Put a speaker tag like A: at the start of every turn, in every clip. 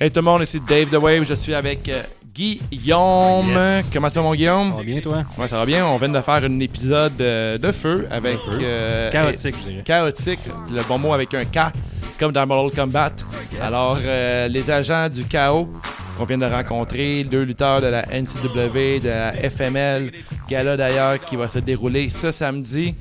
A: Hey tout le monde, ici Dave The Wave, je suis avec euh, Guillaume.
B: Yes.
A: Comment ça va mon Guillaume?
B: Ça va bien, toi?
A: Ouais, ça va bien, on vient de faire un épisode euh, de feu avec...
B: feu.
A: euh,
B: Chaotique, je dirais.
A: chaotique, le bon mot avec un K, comme dans Mortal Kombat.
B: Yes.
A: Alors, euh, les agents du chaos qu'on vient de rencontrer, deux lutteurs de la NCW, de la FML, gala d'ailleurs qui va se dérouler ce samedi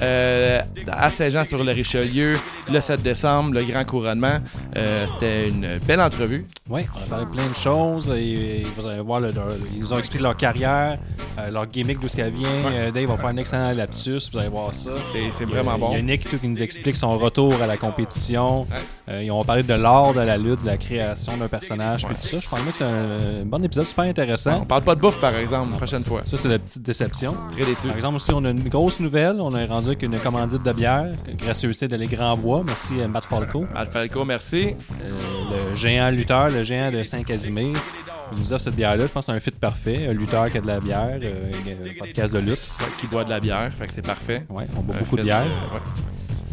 A: euh, à Saint-Jean sur le Richelieu, le 7 décembre, le grand couronnement. Euh, C'était une belle entrevue.
B: Oui, on a parlé de plein de choses. Et, et vous allez voir, le- leur- ils nous ont expliqué leur carrière, euh, leur gimmick, d'où ce qu'elle vient. Euh, Dave va faire un excellent lapsus, vous allez voir ça.
A: C'est c'est
B: Il y a-
A: vraiment
B: Il y a
A: bon.
B: Nick tout, qui nous explique son retour à la compétition.
A: Ouais.
B: Euh, ils ont parlé de l'art de la lutte, de la création d'un personnage,
A: Ouais.
B: puis tout ça. Je pense que c'est un, un bon épisode, super intéressant.
A: On parle pas de bouffe par exemple, prochaine fois.
B: Ça, c'est la petite déception.
A: Très déçu.
B: Par exemple, aussi, on a une grosse nouvelle. On a rendu avec une commandite de bière, gracieuseté de Les Grands Bois. Merci, euh, Matt Falco.
A: Alfalco, merci.
B: Euh, le géant lutteur, le géant de Saint-Casimir. Il nous offre cette bière-là. Je pense que c'est un fit parfait. Un lutteur qui a de la bière, euh, un podcast de lutte.
A: Ouais, qui boit de la bière, fait que c'est parfait.
B: Ouais, on boit
A: Un
B: beaucoup de
A: fait,
B: bière.
A: euh, ouais.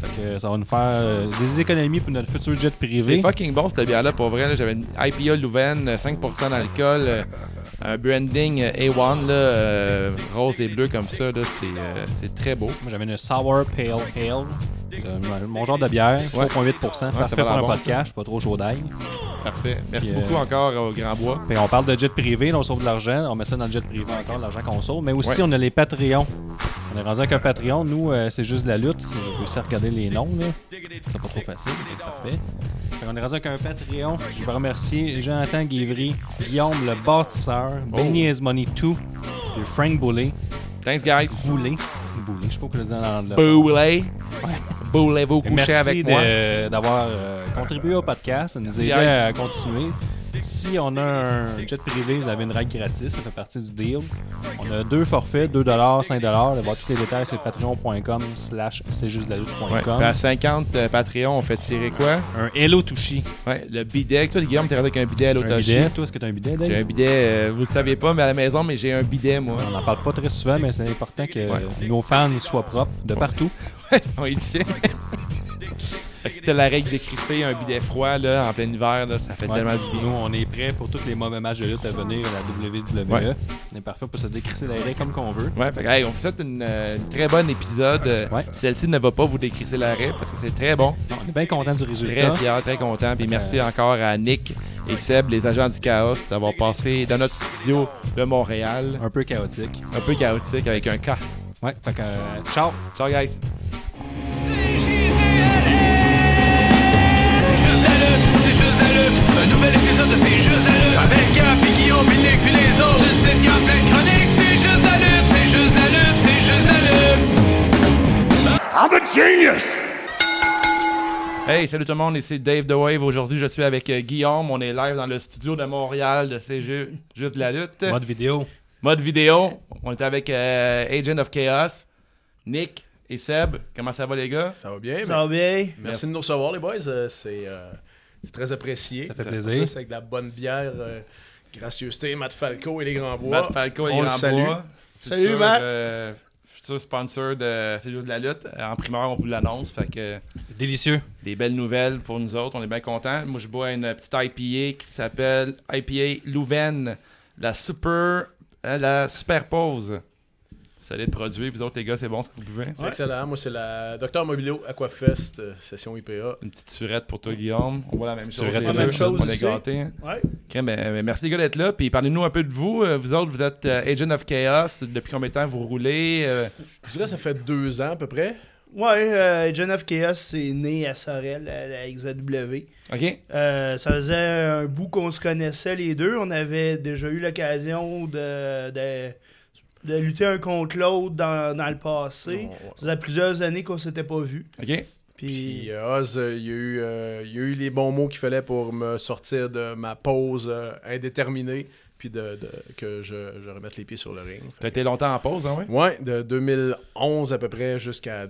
B: Fait que ça va nous faire euh, des économies pour notre futur jet privé.
A: C'est fucking bon cette bière-là pour vrai. là. J'avais une IPA Louvain, euh, 5% d'alcool, euh, un branding euh, A1, là, euh, rose et bleu comme ça. là, C'est euh, c'est très beau.
B: Moi, j'avais une Sour Pale Ale. Euh, mon genre de bière, 3,8%.
A: ça
B: parfait
A: va
B: pour un
A: l'avoir,
B: podcast. Je suis pas trop chaud d'ail.
A: Parfait. Merci
B: Puis, euh,
A: beaucoup encore au Grand Bois.
B: Puis Ben, on parle de jet privé, là, on sauve de l'argent, on met ça dans le jet privé encore, l'argent qu'on sauve. Mais aussi,
A: Ouais.
B: on a les Patreons. On est rendu avec un Patreon. Nous, euh, c'est juste de la lutte. Si vous pouvez regarder les noms, là. c'est pas trop facile. C'est parfait. Fait qu'on est rendu avec un Patreon. Je veux remercier Jonathan Guivry, Guillaume le bâtisseur,
A: Oh.
B: Benny Is Money 2, et Frank Boulay.
A: Thanks, guys.
B: Boulay. Boulay, je sais pas pourquoi je le dis dans l'anglais.
A: Boulez. Boulez-vous
B: Et
A: coucher
B: Merci
A: avec
B: de-
A: moi.
B: d'avoir euh, contribué au podcast. Ça nous a aidé
A: Yes.
B: à continuer. Si on a un jet privé, vous avez une ride gratis. Ça fait partie du deal. On a deux forfaits, 2 5 Allez voir tous les détails, c'est patreon.com slash c'est juste la
A: Ouais. Puis à 50 euh, Patreon, on fait tirer quoi?
B: Un Hello Touchy.
A: Ouais, le bidet. Toi, Guillaume, t'es rendu avec un bidet à
B: Un
A: l'autogie.
B: bidet. Toi, est-ce que tu as un bidet, Dave?
A: J'ai un bidet, euh, vous le saviez pas, mais à la maison, mais j'ai un bidet, moi.
B: On n'en parle pas très souvent, mais c'est important que
A: Ouais.
B: nos fans soient propres de partout.
A: on est ici. Fait que si t'as la règle d'écriper un bidet froid là, en plein hiver, là, ça fait
B: Ouais.
A: tellement du bien.
B: Nous, on est prêts pour tous les mauvais matchs de lutte à venir à la WWE.
A: Ouais.
B: On est parfait pour se décrisser la raie comme qu'on veut.
A: Ouais, fait que, hey, on vous souhaite une, euh, une très bonne épisode. Euh,
B: Ouais.
A: Celle-ci ne va pas vous décrisser l'arrêt parce que c'est très bon.
B: On est bien content du résultat.
A: Très fier, très content. Puis
B: Fait que,
A: merci encore à Nick et Seb, les agents du chaos, d'avoir passé dans notre studio de Montréal.
B: un peu chaotique.
A: Un peu chaotique avec un cas.
B: Ouais, fait que euh, ciao.
A: Ciao, guys.
C: C'est juste la lutte, c'est juste la lutte. Un nouvel épisode de C'est juste la lutte. Avec Gap, puis Guillaume, puis Nick, puis les autres. Une sitcom plein de chroniques. C'est juste la lutte, c'est juste la lutte, c'est juste la lutte.
A: Hey, salut tout le monde, ici Dave The Wave. Aujourd'hui, je suis avec euh, Guillaume. On est live dans le studio de Montréal de CG Juste de la lutte.
B: Mode vidéo.
A: Mode vidéo, on est avec euh, Agent of Chaos, Nick et Seb. Comment ça va les gars?
D: Ça va bien,
E: Ça va
D: mais-
E: bien?
D: Merci de nous recevoir, les boys. Euh, c'est, euh, c'est très apprécié.
B: Ça fait
D: En
B: plaisir.
D: plus, avec de la bonne bière, euh, gracieuseté, Matt Falco et les Grands Bois.
A: Matt Falco et
D: on le
A: Grand
D: salue.
A: Bois,
E: Salut,
A: futur,
E: Matt.
A: euh, futur sponsor de C'est juste de la lutte. En primeur, on vous l'annonce. Fait que
B: C'est délicieux.
A: des belles nouvelles pour nous autres. On est bien contents. Moi, je bois une petite IPA qui s'appelle IPA Louvain. La super. euh, La super pause. Solide produit. Vous autres, les gars, c'est bon ce que vous buvez?
D: C'est excellent. Moi, c'est la Docteur Mobilo Aquafest, euh, session IPA.
A: Une petite surette pour toi, Guillaume. On voit la même
B: Petite
A: chose.
B: surette
A: les
B: pour
A: deux.
E: nous. Même chose
A: On est
E: ici.
A: gâtés. hein.
E: Ouais.
A: Ok, ben, ben, merci les gars d'être là. Puis parlez-nous un peu de vous. Euh, Vous autres, vous êtes euh, Agent of Chaos. Depuis combien de temps vous roulez Euh,
D: Je dirais que ça fait deux ans à peu près.
E: Ouais, euh, John F. Chaos, c'est né à Sorel, à la XW.
A: Ok.
E: Euh, ça faisait un bout qu'on se connaissait les deux. On avait déjà eu l'occasion de, de, de lutter un contre l'autre dans, dans le passé.
D: On- on-
E: Ça faisait plusieurs années qu'on s'était pas vus.
A: Ok.
E: Puis,
D: Puis euh, Oz, euh, il y, a eu, euh, il y a eu les bons mots qu'il fallait pour me sortir de ma pause euh, indéterminée, puis de, de- que je, je remette les pieds sur le ring.
A: T'as été longtemps en pause, hein, ouais?
D: Ouais, de 2011 à peu près jusqu'à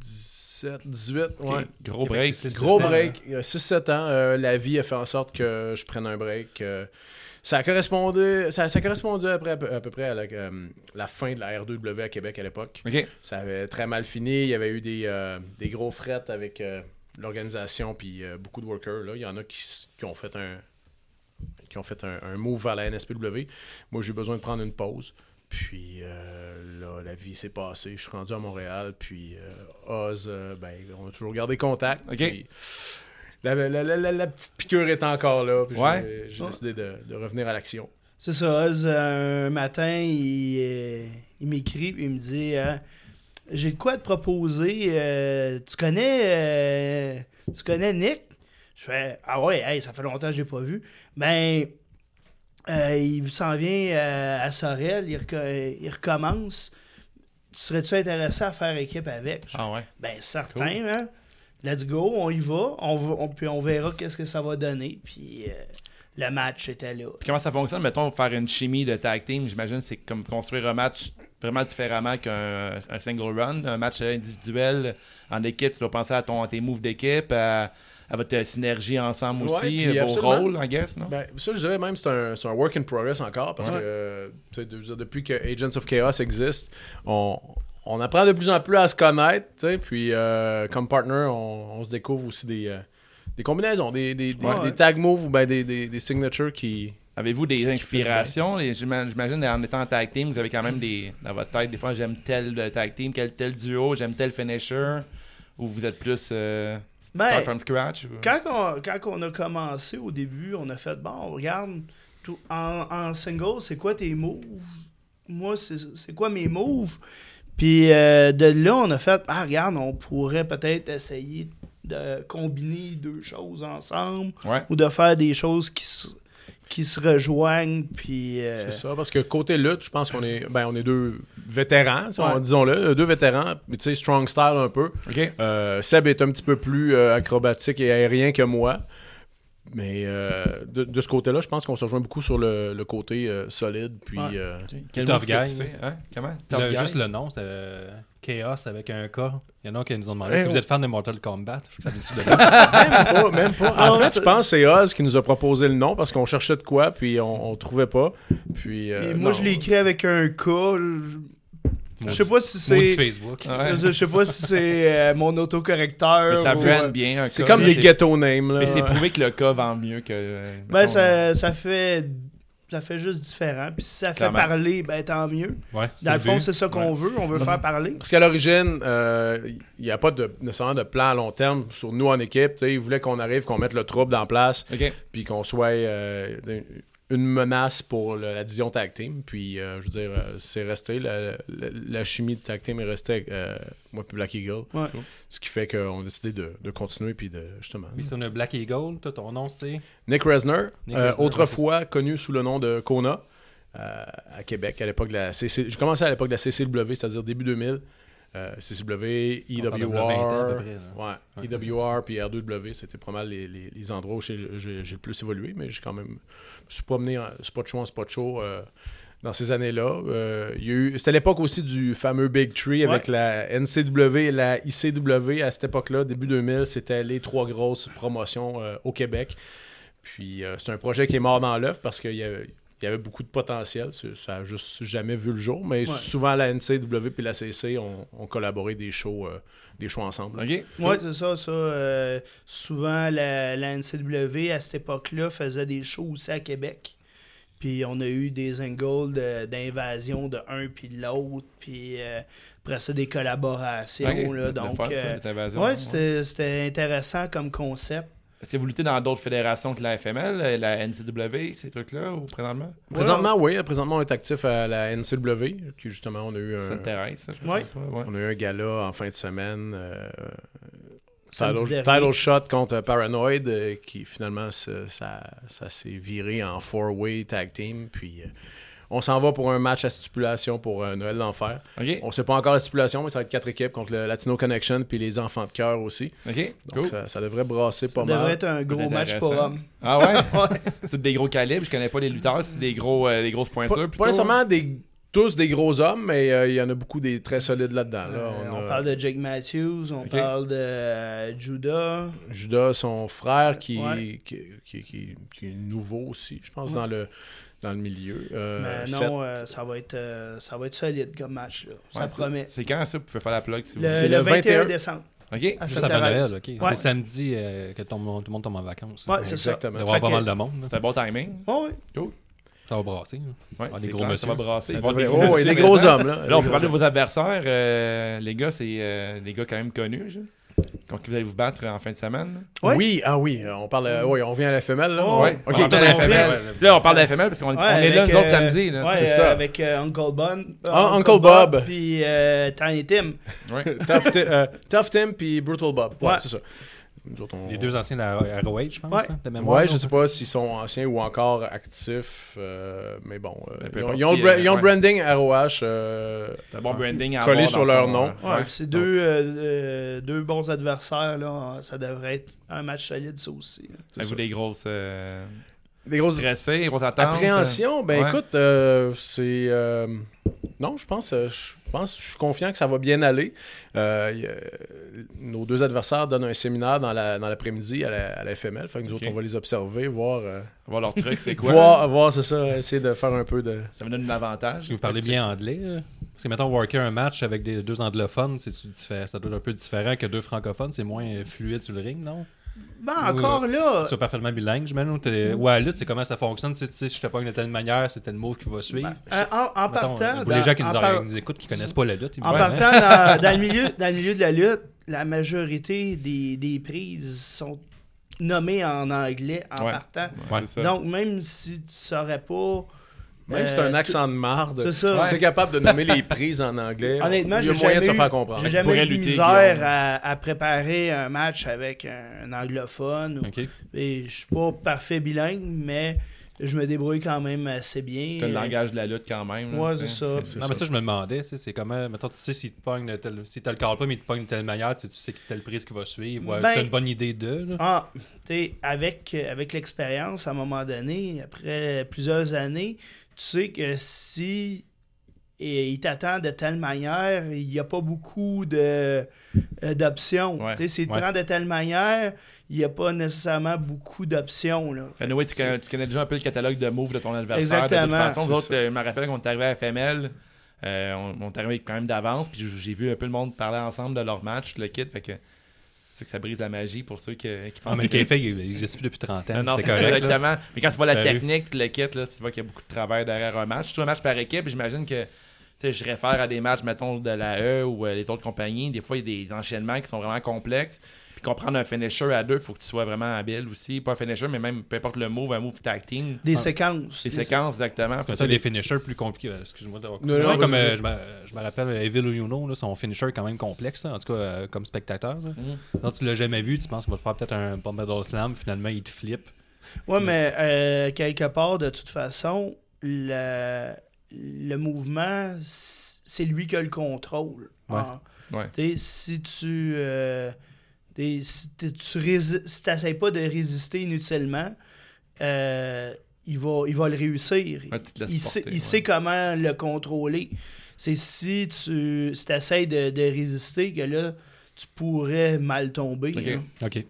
D: 2017, 18.
A: Ok.
D: Ouais.
A: Gros break.
B: C'est- c'est-
D: Gros
B: Sept ans, hein.
D: break. 6-7 ans, euh, la vie a fait en sorte que je prenne un break. euh, ça correspondait, ça, ça correspondait après, à, peu, à peu près à la, euh, la fin de la R2W à Québec à l'époque.
A: Ok.
D: Ça avait très mal fini. Il y avait eu des, euh, des gros frettes avec euh, l'organisation puis euh, beaucoup de workers. Là. Il y en a qui, s- qui ont fait un qui ont fait un, un move vers la NSPW. Moi, j'ai eu besoin de prendre une pause. Puis euh, là, la vie s'est passée. Je suis rendu à Montréal. Puis euh, Oz, euh, ben, on a toujours gardé contact.
A: OK.
D: Puis la, la- la- la- la petite piqûre est encore là. Puis j'ai-
A: Ouais.
D: J'ai décidé de, de revenir à l'action.
E: C'est ça, Oz, euh, un matin, il, euh, il m'écrit et il me dit euh, J'ai de quoi à te proposer. euh, tu connais euh, tu connais Nick Je fais Ah ouais, hey, ça fait longtemps que je l'ai pas vu. Ben, euh, il s'en vient euh, à Sorel, il, reco- il recommence. Serais-tu intéressé à faire équipe avec Je
A: Ah ouais.
E: ben certain, hein. Let's go, on y va, on, va- on- puis on verra qu'est-ce que ça va donner. Puis euh, le match était là.
A: Puis comment ça fonctionne, mettons, faire une chimie de tag team, j'imagine c'est comme construire un match vraiment différemment qu'un un single run, un match individuel en équipe, tu dois penser à, ton, à tes moves d'équipe, à, à votre euh, synergie ensemble
D: Ouais,
A: aussi,
D: puis
A: vos
D: absolument.
A: rôles, I guess, non?
D: Ben, ça, je dirais même c'est un, c'est un work in progress encore parce
A: Ouais.
D: que euh, tu sais, de- je veux dire, depuis que Agents of Chaos existe, on, on apprend de plus en plus à se connaître. tu sais, Puis, euh, comme partner, on, on se découvre aussi des, euh, des combinaisons, des, des, des-
E: Ouais.
D: des tag moves ou ben des, des, des signatures qui.
A: Avez-vous des inspirations? Les- j'ima- J'imagine en étant en tag team, vous avez quand même des dans votre tête, des fois j'aime tel euh, tag team, quel tel duo, j'aime tel finisher, ou vous êtes plus euh,
E: Ben,
A: start from scratch? ou-
E: Quand on, quand on a commencé au début, on a fait bon, regarde, tout, en, en single, c'est quoi tes moves Moi, c'est c'est quoi mes moves Puis euh, de là, on a fait ah, regarde, on pourrait peut-être essayer de combiner deux choses ensemble
A: Ouais.
E: ou de faire des choses qui se, qui se rejoignent. Puis. euh,
D: C'est ça, parce que côté lutte, je pense qu'on est, ben, on est deux vétérans, tu sais,
E: Ouais.
D: on- disons-le, euh, deux vétérans, mais tu sais, strong style un peu.
A: OK.
D: Euh, Seb est un petit peu plus euh, acrobatique et aérien que moi. Mais euh, de, de ce côté-là, je pense qu'on se rejoint beaucoup sur le, le côté euh, solide. Puis,
E: Ouais.
D: euh,
A: Quel
F: Tough
A: move que
F: guy.
A: tu fais, hein? Comment? Tough
F: Le-
A: guy?
F: juste le nom, c'est euh, Chaos avec un K. Il y en a qui nous ont demandé
D: Eh,
F: si vous
D: oh.
F: êtes fan de Mortal Kombat. Je trouve que ça vient dessus de
D: même pas, même pas. En fait, je pense que c'est Oz qui nous a proposé le nom parce qu'on cherchait de quoi, puis on, on trouvait pas. Puis, euh,
E: et moi,
D: non.
E: je l'ai écrit avec un K. Je, je sais pas si c'est.
F: Facebook.
A: Ouais.
E: Je sais pas si c'est euh, mon autocorrecteur.
A: Mais ça
E: ou-
A: brand bien. un
D: C'est
A: cas,
D: comme
A: là,
D: des ghetto names. Là.
A: Mais c'est prouvé que le cas vend mieux que. euh,
E: Ben,
A: mettons,
E: ça, ça fait ça fait juste différent. Puis si ça fait
A: Clairement.
E: parler, ben tant mieux.
F: Ouais,
E: Dans le fond,
F: but.
E: c'est ça qu'on veut. On veut
F: Moi,
E: faire parler.
D: Parce qu'à l'origine, euh, il n'y a pas de, nécessairement de plan à long terme sur nous en équipe. Tu sais, Ils voulaient qu'on arrive, qu'on mette le trouble en place.
A: OK.
D: puis qu'on soit euh, une menace pour le- la division tag team. Puis, euh, je veux dire, euh, c'est resté, la, la- la chimie de tag team est restée avec euh, moi puis Black Eagle.
E: Ouais.
D: Ce qui fait qu'on a décidé de, de continuer, puis de, justement.
F: Oui, c'est une Black Eagle. Toi, ton nom, c'est.
D: Nick Resner,
F: Nick
D: euh,
F: Reznor,
D: autrefois connu sous le nom de Kona, euh, à Québec, à l'époque de la CC... Je commençais à l'époque de la CCW, c'est-à-dire début 2000. Euh, CCW,
F: On parle de
D: IWR,
F: vingt ans à peu près, là.
D: E ouais, IWR puis R2W, c'était pas mal les, les- les endroits où j'ai j'ai- j'ai le plus évolué, mais j'ai quand même je me suis promené en spot show en spot show euh, dans ces années-là. Euh, il y a eu- c'était l'époque aussi du fameux Big Tree avec la NCW et la ICW à cette époque-là, début 2000, c'était les trois grosses promotions euh, au Québec. Puis euh, c'est un projet qui est mort dans l'œuf parce qu'il y avait, il y avait beaucoup de potentiel. C'est- Ça n'a juste jamais vu le jour. Mais
E: Ouais.
D: souvent, la NCW et la CC ont, ont collaboré des shows, euh, des shows ensemble.
A: OK.
E: Ouais, c'est ça, ça. euh, souvent, la, la NCW, à cette époque-là, faisait des shows aussi à Québec. Puis on a eu des angles de- d'invasion de, un puis de l'autre. Puis euh, après ça, des collaborations.
A: Ok.
E: là,
A: De
E: donc,
A: faire ça,
E: euh,
A: cette invasion,
E: ouais,
A: ouais.
E: c'était- c'était intéressant comme concept.
A: Est-ce que vous luttez dans d'autres fédérations que la FML, euh, la NCW, ces trucs-là, ou présentement
D: Présentement, oui. Présentement, on est actif à la NCW. Qui, justement, on a eu
A: Ça
D: un,
A: t'intéresse, ça, je me
E: Ouais.
A: trompe pas, ouais.
D: on a eu un gala en fin de semaine. euh,
E: Samedi
D: title,
E: dernier.
D: title shot contre Paranoid, euh, qui finalement, ça, ça, ça s'est viré en four-way tag team. Puis euh, on s'en va pour un match à stipulation pour euh, Noël d'Enfer.
A: OK.
D: On sait pas encore la stipulation, mais ça va être quatre équipes contre le Latino Connection puis les Enfants de cœur aussi.
A: OK.
D: Donc
A: Cool.
D: ça, ça devrait brasser
E: Ça
D: pas
E: devrait
D: mal.
E: être un gros
A: C'est
E: match pour
A: intéressant.
E: homme.
A: Ah ouais? c'est des gros calibres, je connais pas les lutteurs, c'est des, gros, euh, des grosses
D: Pas,
A: pointures.
D: pas
A: plutôt.
D: nécessairement des, tous des gros hommes, mais euh, il y en a beaucoup des très solides là-dedans. Là,
E: Euh,
D: on,
E: on,
D: a
E: parle de Jake Matthews, on
A: Ok.
E: parle de euh, Judah.
D: Judas, son frère, qui,
E: Ouais.
D: qui, qui- qui- qui est nouveau aussi, je pense, dans, le, dans le milieu. Euh,
E: Mais
D: Seth,
E: non, euh, ça, va être, euh, ça va être solide comme match. Là. Ça
A: Ouais,
E: promet.
A: C'est quand ça? Vous pouvez faire la plug si vous
E: Le,
A: voulez.
D: c'est
E: le
D: le
E: 21
D: 21
E: décembre.
A: OK?
E: à
B: Juste
E: Sainte
B: après
E: Thérèse.
B: Noël, ok.
E: Ouais.
B: C'est samedi euh, que tout le monde tout le monde tombe en vacances.
E: Ouais, c'est ça.
B: Il
D: Exactement.
B: va y avoir
E: Fait
B: pas
E: que-
B: mal de monde.
A: C'est un bon timing.
E: Ouais, ouais.
B: Ça va brasser. là.
A: Ouais,
B: Ah, des
A: c'est
B: gros
A: clair,
B: messieurs.
A: Ça va brasser.
D: Oh,
A: Bon, des
D: ouais,
A: messieurs,
D: les gros
A: maintenant.
D: hommes, là.
A: Euh, Là, on
D: Les
A: peut
D: gros
A: parler de vos adversaires. euh, les gars, c'est euh, des gars quand même connus. je- Contre qui vous allez vous battre en fin de semaine.
E: Ouais.
D: Oui, ah oui, euh, on parle. euh, oui, on vient à la femelle, là.
E: Oh,
D: ouais.
E: ouais.
A: Ok,
D: Ok,
A: on parle de la
D: on vient-
A: FML. Puis Là, on parle de la FML parce qu'on est,
E: Ouais,
A: on est là,
E: avec,
A: nous autres,
E: euh,
A: samedi. là.
E: ouais,
D: c'est
E: euh,
D: ça.
E: Avec euh, Uncle Bob.
D: Ah, Uncle Bob.
E: Puis euh, Tiny Tim.
A: Ouais.
D: Tough, Ti- euh, Tough Tim puis Brutal Bob. Ouais,
E: Ouais.
D: c'est ça. Nous autres, on-
B: Les deux anciens de la ROH, je pense,
E: Ouais.
B: hein, de mémoire.
D: Ouais,
B: là.
D: je sais pas s'ils sont anciens ou encore actifs, euh, mais bon, euh,
A: Mais peu
D: ils ont,
A: importe
D: ils ont le
A: si,
D: bra-
A: euh,
D: ils ont le
A: ouais.
D: branding ROH. euh,
A: C'est un bon branding à
D: Collé
A: avoir
D: sur
A: dans
D: leur
A: son,
D: nom.
A: euh,
E: Ouais, puis c'est deux, euh, euh, deux bons adversaires. Là. Ça devrait être un match solide, ça aussi. là.
D: c'est
A: Avez-vous
D: ça.
A: des grosses euh,
D: Des grosses
A: stressées, des grosses attentes? euh,
D: appréhensions.
E: hein.
D: Ben
A: ouais.
D: écoute, euh, c'est euh, non, je pense, euh, je pense, je suis confiant que ça va bien aller. Euh, y a- nos deux adversaires donnent un séminaire dans la- dans l'après-midi à, la, à la FML. Fait que nous
A: Ok.
D: autres, on va les observer, voir, euh,
A: Voir leur truc, c'est quoi?
D: voir, voir, c'est ça, essayer de faire un peu de.
A: Ça me donne un avantage.
B: Est-ce que vous parlez bien anglais? là? Parce que, mettons, worker un match avec des, deux anglophones, c'est ça doit être un peu différent que deux francophones. C'est moins euh, fluide sur le ring, non?
E: Ben, encore là.
B: Tu sois parfaitement bilingue, je m'en Ou à la lutte, c'est comment ça fonctionne. Si tu sais, je te pogne de telle manière, c'est tel mot qui va suivre.
E: euh, en, en
B: Mettons,
E: partant.
B: pour les
E: dans-
B: gens qui nous,
E: en
B: en-
E: par-
B: nous écoutent, qui connaissent pas la lutte, ils hein?
E: En
B: vont
E: partant
A: hein?
E: dans, dans le milieu, dans le milieu de la lutte, la majorité des, des prises sont nommées en anglais en
A: Ouais.
E: partant.
A: Ouais,
B: Ouais.
A: c'est ça.
E: Donc, même si tu saurais pas.
D: Même si
E: euh,
D: c'est un accent de marde,
E: c'est
D: si
E: ça.
D: t'es capable de nommer les prises en anglais,
E: Honnêtement,
D: il y a
E: j'ai
D: moyen de
E: jamais
D: se
E: eu-
D: faire comprendre.
E: J'ai
A: Tu
E: jamais
A: pourrais
E: eu de
A: lutter,
E: misère
A: Guillaume.
E: à, à préparer un match avec un, anglophone. ou-
B: OK.
E: Et je suis pas parfait bilingue, mais je me débrouille quand même assez bien.
A: T'as le
E: Euh,
A: langage de la lutte quand même. là,
E: Ouais,
A: tu sais.
E: c'est ça.
B: Non, mais ça, je me demandais, tu sais, c'est comment, mettons, tu sais, si te pogne de tel, si t'as le corps pas, mais il te pogne de telle manière, tu sais, tu sais que telle prise qui va suivre, ouais,
E: Ben-
B: t'as une bonne idée de, là.
E: Ah, tu sais, avec, euh, avec l'expérience, à un moment donné, après plusieurs années, tu sais que si et il t'attend de telle manière, il n'y a pas beaucoup de, euh, d'options.
A: Ouais.
E: Tu sais, s'il te
B: Ouais.
E: prend de telle manière, il n'y a pas nécessairement beaucoup d'options. Là.
A: Ben, Anyway, tu connais, tu connais déjà un peu le catalogue de moves de ton adversaire. De toute
E: Exactement.
A: façon, nous
D: C'est
A: autres, euh, je me rappelle qu'on est arrivé à FML. euh, on, on est arrivé quand même d'avance. Puis j'ai vu un peu le monde parler ensemble de leur match, le kit. Fait que c'est sûr que ça brise la magie pour ceux que- qui
B: Ah,
A: pensent
B: mais le
A: que-
B: café, il existe plus depuis 30 ans,
A: Non, non,
B: c'est
A: c'est
B: correct, là.
A: exactement. Mais quand tu vois la
B: Disparu.
A: technique, puis le kit, là, tu vois qu'il y a beaucoup de travail derrière un match. Sur un match par équipe, j'imagine que tu sais, je réfère à des matchs, mettons, de la E ou euh, les autres compagnies. Des fois, il y a des enchaînements qui sont vraiment complexes. Puis comprendre un finisher à deux, il faut que tu sois vraiment habile aussi. Pas un finisher, mais même peu importe le move, un move tag team.
E: Des séquences.
A: Les
E: Des-
A: séquences, exactement.
B: Parce que
A: Faut
B: ça,
A: ça,
B: les finishers plus compliqués. euh, Excuse-moi d'avoir coupé.
D: Non, non,
B: Ouais, comme
D: vas-y,
B: euh, je me- je me rappelle euh, Evil Uno, là, son finisher est quand même complexe, hein, en tout cas euh, comme spectateur. là. Quand tu l'as jamais vu, tu penses qu'il va te faire peut-être un Bombadil Slam, finalement il te flippe.
E: Ouais, mais euh, quelque part, de toute façon, le, le mouvement, c- c'est lui qui a le contrôle.
B: Ouais.
E: Ah.
A: Ouais.
E: T'sais, si tu. euh, t'es- si t'es- tu rési- si t'essayes pas de résister inutilement, euh, il, va, il va le réussir.
A: Ouais, tu te laisses
E: il sait,
A: porter,
E: il
A: ouais.
E: sait comment le contrôler. C'est si tu si essaies de, de résister que là, tu pourrais mal tomber.
A: Ok.
E: là.
B: Ok.
D: Puis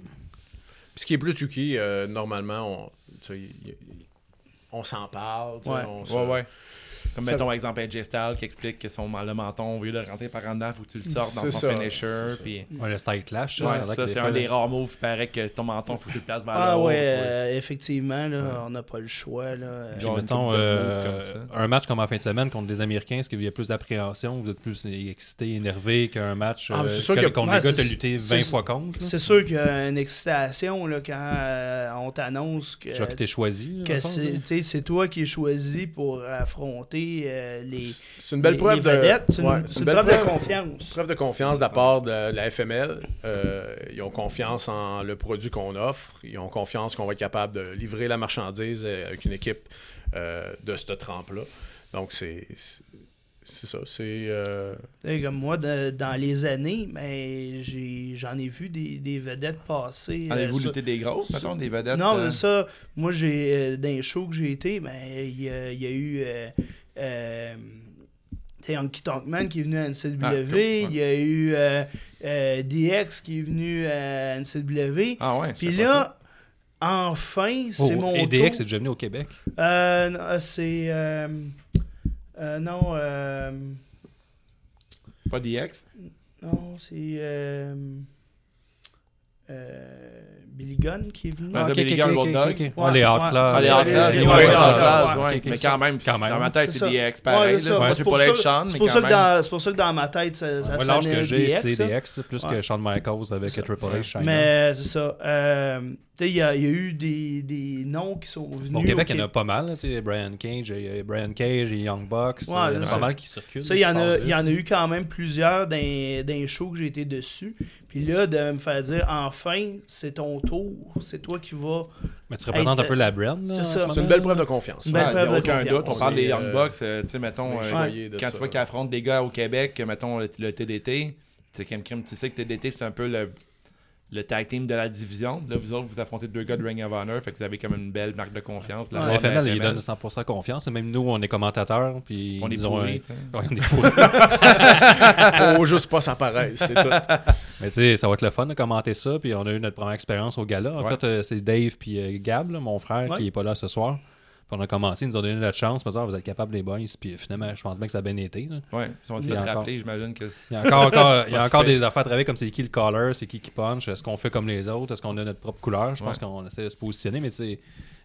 D: Ce qui est plus tricky, euh, normalement, on, tu sais, y- y- on s'en parle. tu sais,
E: Ouais.
D: on se-
A: Ouais, ouais. Comme
D: Ça-
A: mettons, exemple, AJ Styles qui explique que son le menton, au lieu de le rentrer par en dedans, faut que tu le sortes dans
D: C'est
A: son
D: ça.
A: finisher.
D: C'est ça.
A: Puis.
B: Ouais, le style clash. là,
A: Ouais,
B: avec
A: ça,
B: des
A: c'est
B: fois,
A: un des
B: là.
A: rares moves. Il paraît que ton menton, faut que tu le places vers
E: Ah
A: le haut.
E: ouais,
A: Ouais.
E: euh, effectivement, là, on n'a pas le choix. Là. Euh,
A: Puis
B: Puis
A: on a une
B: mettons,
A: couple de
B: euh,
A: moves comme
B: un match comme en fin de semaine contre des Américains, est-ce qu'il y a plus d'appréhension Vous êtes plus excité, énervé qu'un match
D: Ah,
B: euh,
D: c'est sûr
B: que-
D: que-
B: contre
E: Ouais,
B: des gars
E: c'est-
B: t'as lutté
E: c'est-
B: 20 fois contre là.
E: C'est sûr qu'il y a une excitation là, quand euh, on t'annonce que,
B: Je vois que t'es choisi. là,
E: que
B: mettons,
E: c'est
B: là.
E: tu sais, c'est toi qui es choisi pour affronter euh, les,
D: C'est une belle
E: les-
D: preuve
E: les
D: de.
E: vedettes. C'est une,
D: ouais,
E: c'est
D: c'est
E: une
D: belle
E: preuve de
D: C'est
E: confiance.
D: une preuve de confiance de la part de la FML. Euh, ils ont confiance en le produit qu'on offre. Ils ont confiance qu'on va être capable de livrer la marchandise euh, avec une équipe euh, de cette trempe-là. Donc, c'est. c'est- C'est ça. C'est. euh,
E: Tu sais, Comme moi, de- dans les années, mais j'ai- j'en ai vu des, des vedettes passer. euh,
A: Allez-vous
E: sur-
A: lutter des grosses, mettons, des vedettes?
E: Non,
A: euh,
E: ça, moi, j'ai euh, dans les shows que j'ai été, ben, il y, a- il y a eu. Euh, euh, t'sais, Honky Tonk Man qui est venu à NCW,
A: Ah, cool, ouais.
E: il y a eu euh, euh, DX qui est venu à NCW.
A: Ah ouais. je sais
E: Puis
A: pas
E: là, enfin,
B: Oh,
E: c'est mon
B: EDX est
E: tour.
B: déjà venu au Québec.
E: Euh, non, euh, c'est. euh, euh, non, euh,
A: ça. Pas DX.
E: non, c'est. euh, euh, Billy Gunn qui est venu.
A: Ah,
B: ok,
A: Billy
B: ok,
A: Gunn,
B: ok,
A: Road
B: ok,
A: Dog.
B: ok.
E: Ouais,
B: Ah, les
E: ouais.
A: Ah,
B: Outlaws.
A: les
E: Ouais,
A: Outlaws,
E: les
A: les
E: Outlaws,
A: Outlaws,
E: ouais,
A: ouais.
B: ok, ok,
A: Mais
B: ça-
A: quand même,
B: quand même.
A: dans ma tête,
E: C'est
A: c'est
E: ça.
A: DX
E: Ouais,
A: pareil.
E: c'est
A: là.
E: ça.
A: Moi,
E: C'est
A: C'est
E: pour
A: pas
E: ça-
A: l'être Sean, mais
E: C'est pour, ça
A: quand même.
E: que dans- c'est pour ça que dans ma tête, ça, ça
B: Ouais, L'âge
E: sonnait
B: que j'ai,
E: DX,
B: c'est
E: ça.
B: DX, plus
E: Ouais.
B: que Shawn Michaels avec Triple H. China.
E: Mais c'est ça. Euh, tu sais, il y, a il y a eu des, des noms qui sont venus.
B: Bon, au
E: au
B: Québec, il y en a
E: Québec.
B: pas mal. là, tu sais, Brian Cage, il y a Brian Cage, il y a Young Bucks. Il
E: Ouais,
B: y en a
E: c'est
B: pas
E: ça.
B: mal qui circulent.
E: Ça, il y, en a,
B: passent
E: il y en a eu quand même plusieurs d'un d'un show que j'ai été dessus. Puis là, de me faire dire, enfin, c'est ton tour, c'est toi qui vas.
B: Mais tu représentes un
E: Hey,
B: peu la brand. là,
E: c'est
B: en
E: ça.
B: ce
E: C'est
D: C'est une
B: moment,
D: belle
B: là.
D: preuve de confiance.
E: Une
A: Ouais,
E: belle
A: y a
E: preuve de
A: aucun
E: confiance.
A: doute. On parle des
D: Euh,
A: Young Bucks. euh, tu sais, mettons,
D: Ouais,
A: euh,
D: joyeux de
A: quand
D: ça.
A: tu vois qu'ils affrontent des gars au Québec, euh, mettons le, le TDT, tu sais, Kim Kim, tu sais que TDT, c'est un peu le, le tag team de la division. Là, vous autres, vous affrontez deux gars de Ring of Honor, fait que vous avez comme une belle marque de confiance. La
E: Ouais.
B: Le
A: bande
B: FML,
A: FML.
B: il donne 100% confiance. Et même nous, on est commentateurs. Puis
A: On
B: ils
A: est
B: nous ont
A: pourris,
B: un-
A: tu sais.
B: Ouais, on est pourris.
D: Faut juste pas s'apparaître, c'est tout.
B: Mais tu sais, ça va être le fun de commenter ça. Puis on a eu notre première expérience au gala. En
A: Ouais.
B: fait, euh, c'est Dave puis euh, Gab, là, mon frère,
E: Ouais.
B: qui est pas là ce soir. Puis on a commencé, ils nous ont donné notre chance. Ils nous ont dit, Ah, vous êtes capables, les boys. Puis finalement, je pense bien que ça a bien été. là.
A: Ouais, ils sont
B: Il y a
A: te
B: encore.
A: rappeler, j'imagine que. c'est-
B: Il y a encore, encore- il y a
A: Pas
B: encore
A: si pire.
B: des affaires à travailler comme c'est qui le caller, c'est qui qui punch, est-ce qu'on fait comme les autres, est-ce qu'on a notre propre couleur. Je pense
A: Ouais.
B: qu'on essaie de se positionner, mais tu sais,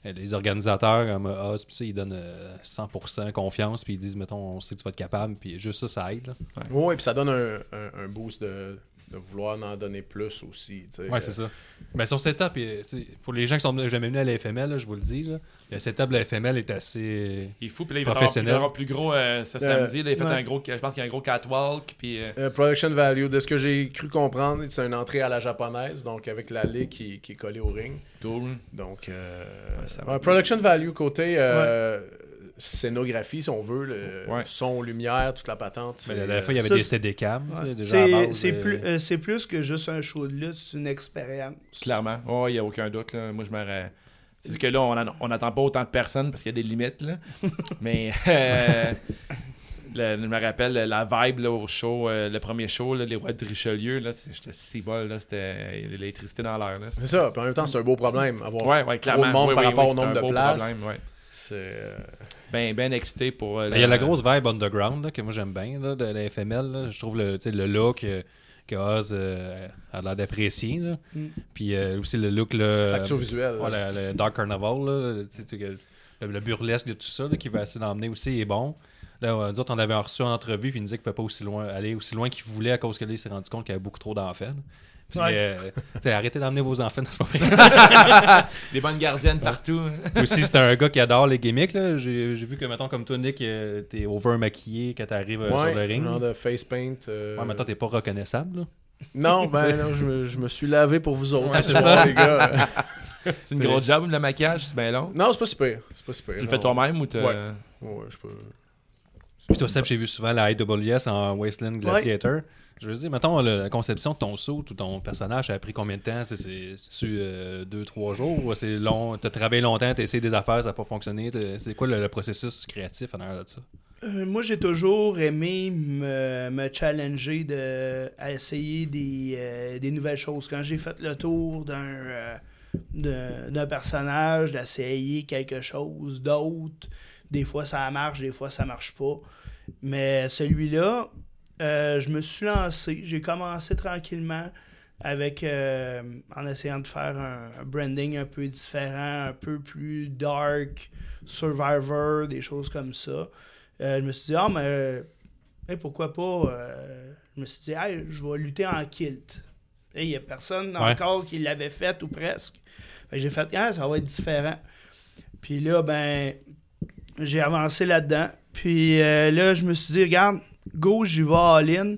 B: euh, les organisateurs comme euh, Oz, puis ça, ils donnent euh, 100% confiance, puis ils disent, mettons, on sait que tu vas être capable, puis juste ça, ça aide. là.
D: Oui, puis ça donne un, un- un boost de, de vouloir en donner plus aussi. tu sais.
B: Ouais, c'est ça. Mais son setup, il- tu sais, pour les gens qui sont jamais venus à la FML, là, je vous le dis, là, le setup de la FML est assez.
A: Il est fou, puis là, il va avoir- il
B: Professionnel.
A: va avoir plus gros euh, ce
D: Euh,
A: samedi. Là, il a fait
E: ouais.
A: un gros, je pense qu'il y a un gros catwalk, puis. euh,
D: Euh, production value, de ce que j'ai cru comprendre, c'est une entrée à la japonaise, donc avec l'allée qui, qui est collée au ring.
A: cool.
D: Donc, euh,
A: ça
D: ouais,
A: va.
D: production value côté euh, scénographie, si on veut, le
A: Ouais.
D: son, lumière, toute la patente.
B: Mais
D: c'est,
B: la dernière fois, il y avait
E: euh, ça,
B: des
E: c'est-
B: Steadicam. tu sais, déjà à
E: C'est
B: base,
E: c'est
B: euh,
E: plus, euh, c'est plus que juste un show de lutte, c'est une expérience.
A: Clairement. Oh, il n'y a aucun doute. Là. Moi, je me. ra- C'est sûr que là, on en- on n'attend pas autant de personnes parce qu'il y a des limites. Là. Mais euh, le- je me rappelle la vibe là, au show, euh, le premier show, là, les rois de Richelieu. là, c'est- J'étais si bol. là, C'était l'électricité dans l'air. là.
D: euh, c'est ça. Puis en même temps, c'est un beau problème. Avoir
A: Ouais, ouais, clairement.
D: de monde
A: Oui,
D: par
A: oui,
D: rapport
A: oui,
D: au
A: c'est
D: nombre
A: un
D: de
A: beau
D: places.
A: problème, ouais.
D: c'est, euh,
A: Ben, ben excité pour. euh,
B: Ben, Il y a la grosse vibe underground là, que moi j'aime bien là, de la FML. là. Je trouve le, tu sais, le look euh, que Oz euh, a l'air d'apprécier. là.
E: Mm.
B: Puis euh, aussi le look. Là,
D: facture visuelle.
B: euh, ouais, le, le Dark Carnival. là, tu sais, tu- que- le, le burlesque de tout ça là, qui va essayer d'emmener aussi est bon. Là, euh, nous autres, on l'avait reçu en entrevue puis il nous disait qu'il ne pouvait pas aussi loin, aller aussi loin qu'il voulait à cause que là, il s'est rendu compte qu'il y avait beaucoup trop d'enfants. là. Puis,
E: Ouais.
B: euh, tu sais, arrêtez d'emmener vos enfants dans ce moment
A: Des bonnes gardiennes partout.
B: aussi, c'est un gars qui adore les gimmicks. là. J'ai j'ai vu que, mettons, comme toi, Nick, euh, t'es over-maquillé quand t'arrives euh,
D: Ouais,
B: sur le ring.
D: genre de face paint. euh,
B: Ouais, mettons, t'es pas reconnaissable. là.
D: Non, ben non, je me, je me suis lavé pour vous autres.
B: Ouais,
D: ce
B: c'est
D: soir,
B: ça.
D: les gars.
A: C'est une grosse job, le maquillage. C'est bien long.
D: Non, c'est pas si pire. C'est pas si pire.
A: Tu le fais
D: non.
A: toi-même ou tu.
D: Ouais. Ouais, je peux.
B: Puis toi, Seb, j'ai vu souvent la IWS en Wasteland Gladiator. Je veux dire, mettons, le- la conception de ton saut ou ton personnage, ça a pris combien de temps? C'est- C'est tu deux, trois jours? ou C'est long? T'as travaillé longtemps, t'as essayé des affaires, ça n'a pas fonctionné. T'as- C'est quoi le, le processus créatif en arrière de ça?
E: Euh, moi, j'ai toujours aimé me, me challenger de, à essayer des, euh, des nouvelles choses. Quand j'ai fait le tour d'un euh, d'un d'un personnage, d'essayer quelque chose d'autre, des fois ça marche, des fois ça marche pas. Mais celui-là, euh, je me suis lancé. J'ai commencé tranquillement avec euh, en essayant de faire un, un branding un peu différent, un peu plus dark, Survivor, des choses comme ça. Euh, je me suis dit, ah, mais euh, hey, pourquoi pas. euh, je me suis dit, hey, je vais lutter en kilt. Et Il n'y a personne
B: Ouais.
E: encore qui l'avait fait ou presque. Fait que J'ai fait, ah, ça va être différent. Puis là, ben, j'ai avancé là-dedans. Puis euh, là, je me suis dit, regarde, go, j'y vais all-in.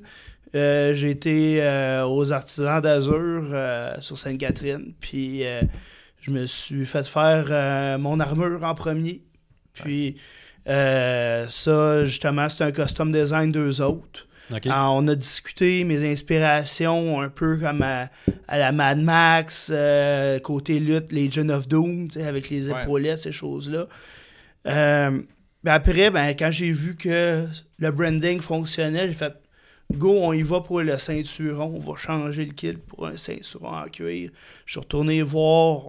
E: Euh, j'ai été euh, aux Artisans d'Azur euh, sur Sainte-Catherine. Puis euh, je me suis fait faire euh, mon armure en premier. Puis euh, ça, justement, c'est un custom design d'eux autres.
B: OK?
E: Ah, on a discuté mes inspirations un peu comme à, à la Mad Max, euh, côté lutte, les John of Doom, tu sais, avec les
A: Ouais.
E: épaulettes, ces choses-là. Euh, ben après, ben, quand j'ai vu que le branding fonctionnait, j'ai fait go, on y va pour le ceinturon, on va changer le kit pour un ceinturon en cuir. Je suis retourné voir,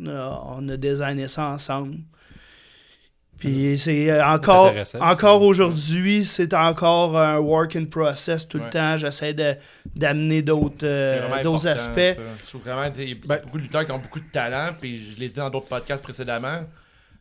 E: on a, on a designé ça ensemble.
A: Ah.
E: Puis c'est euh, encore,
B: s'intéressait, parce
E: encore
B: que-
E: aujourd'hui, c'est encore un work in process tout
A: Ouais.
E: le temps. J'essaie de- d'amener d'autres euh,
A: C'est vraiment
E: d'autres
A: important,
E: aspects.
A: ça. Je trouve vraiment qu'il y a
D: Ben-
A: beaucoup de lutteurs qui ont beaucoup de talent, puis je l'ai dit dans d'autres podcasts précédemment.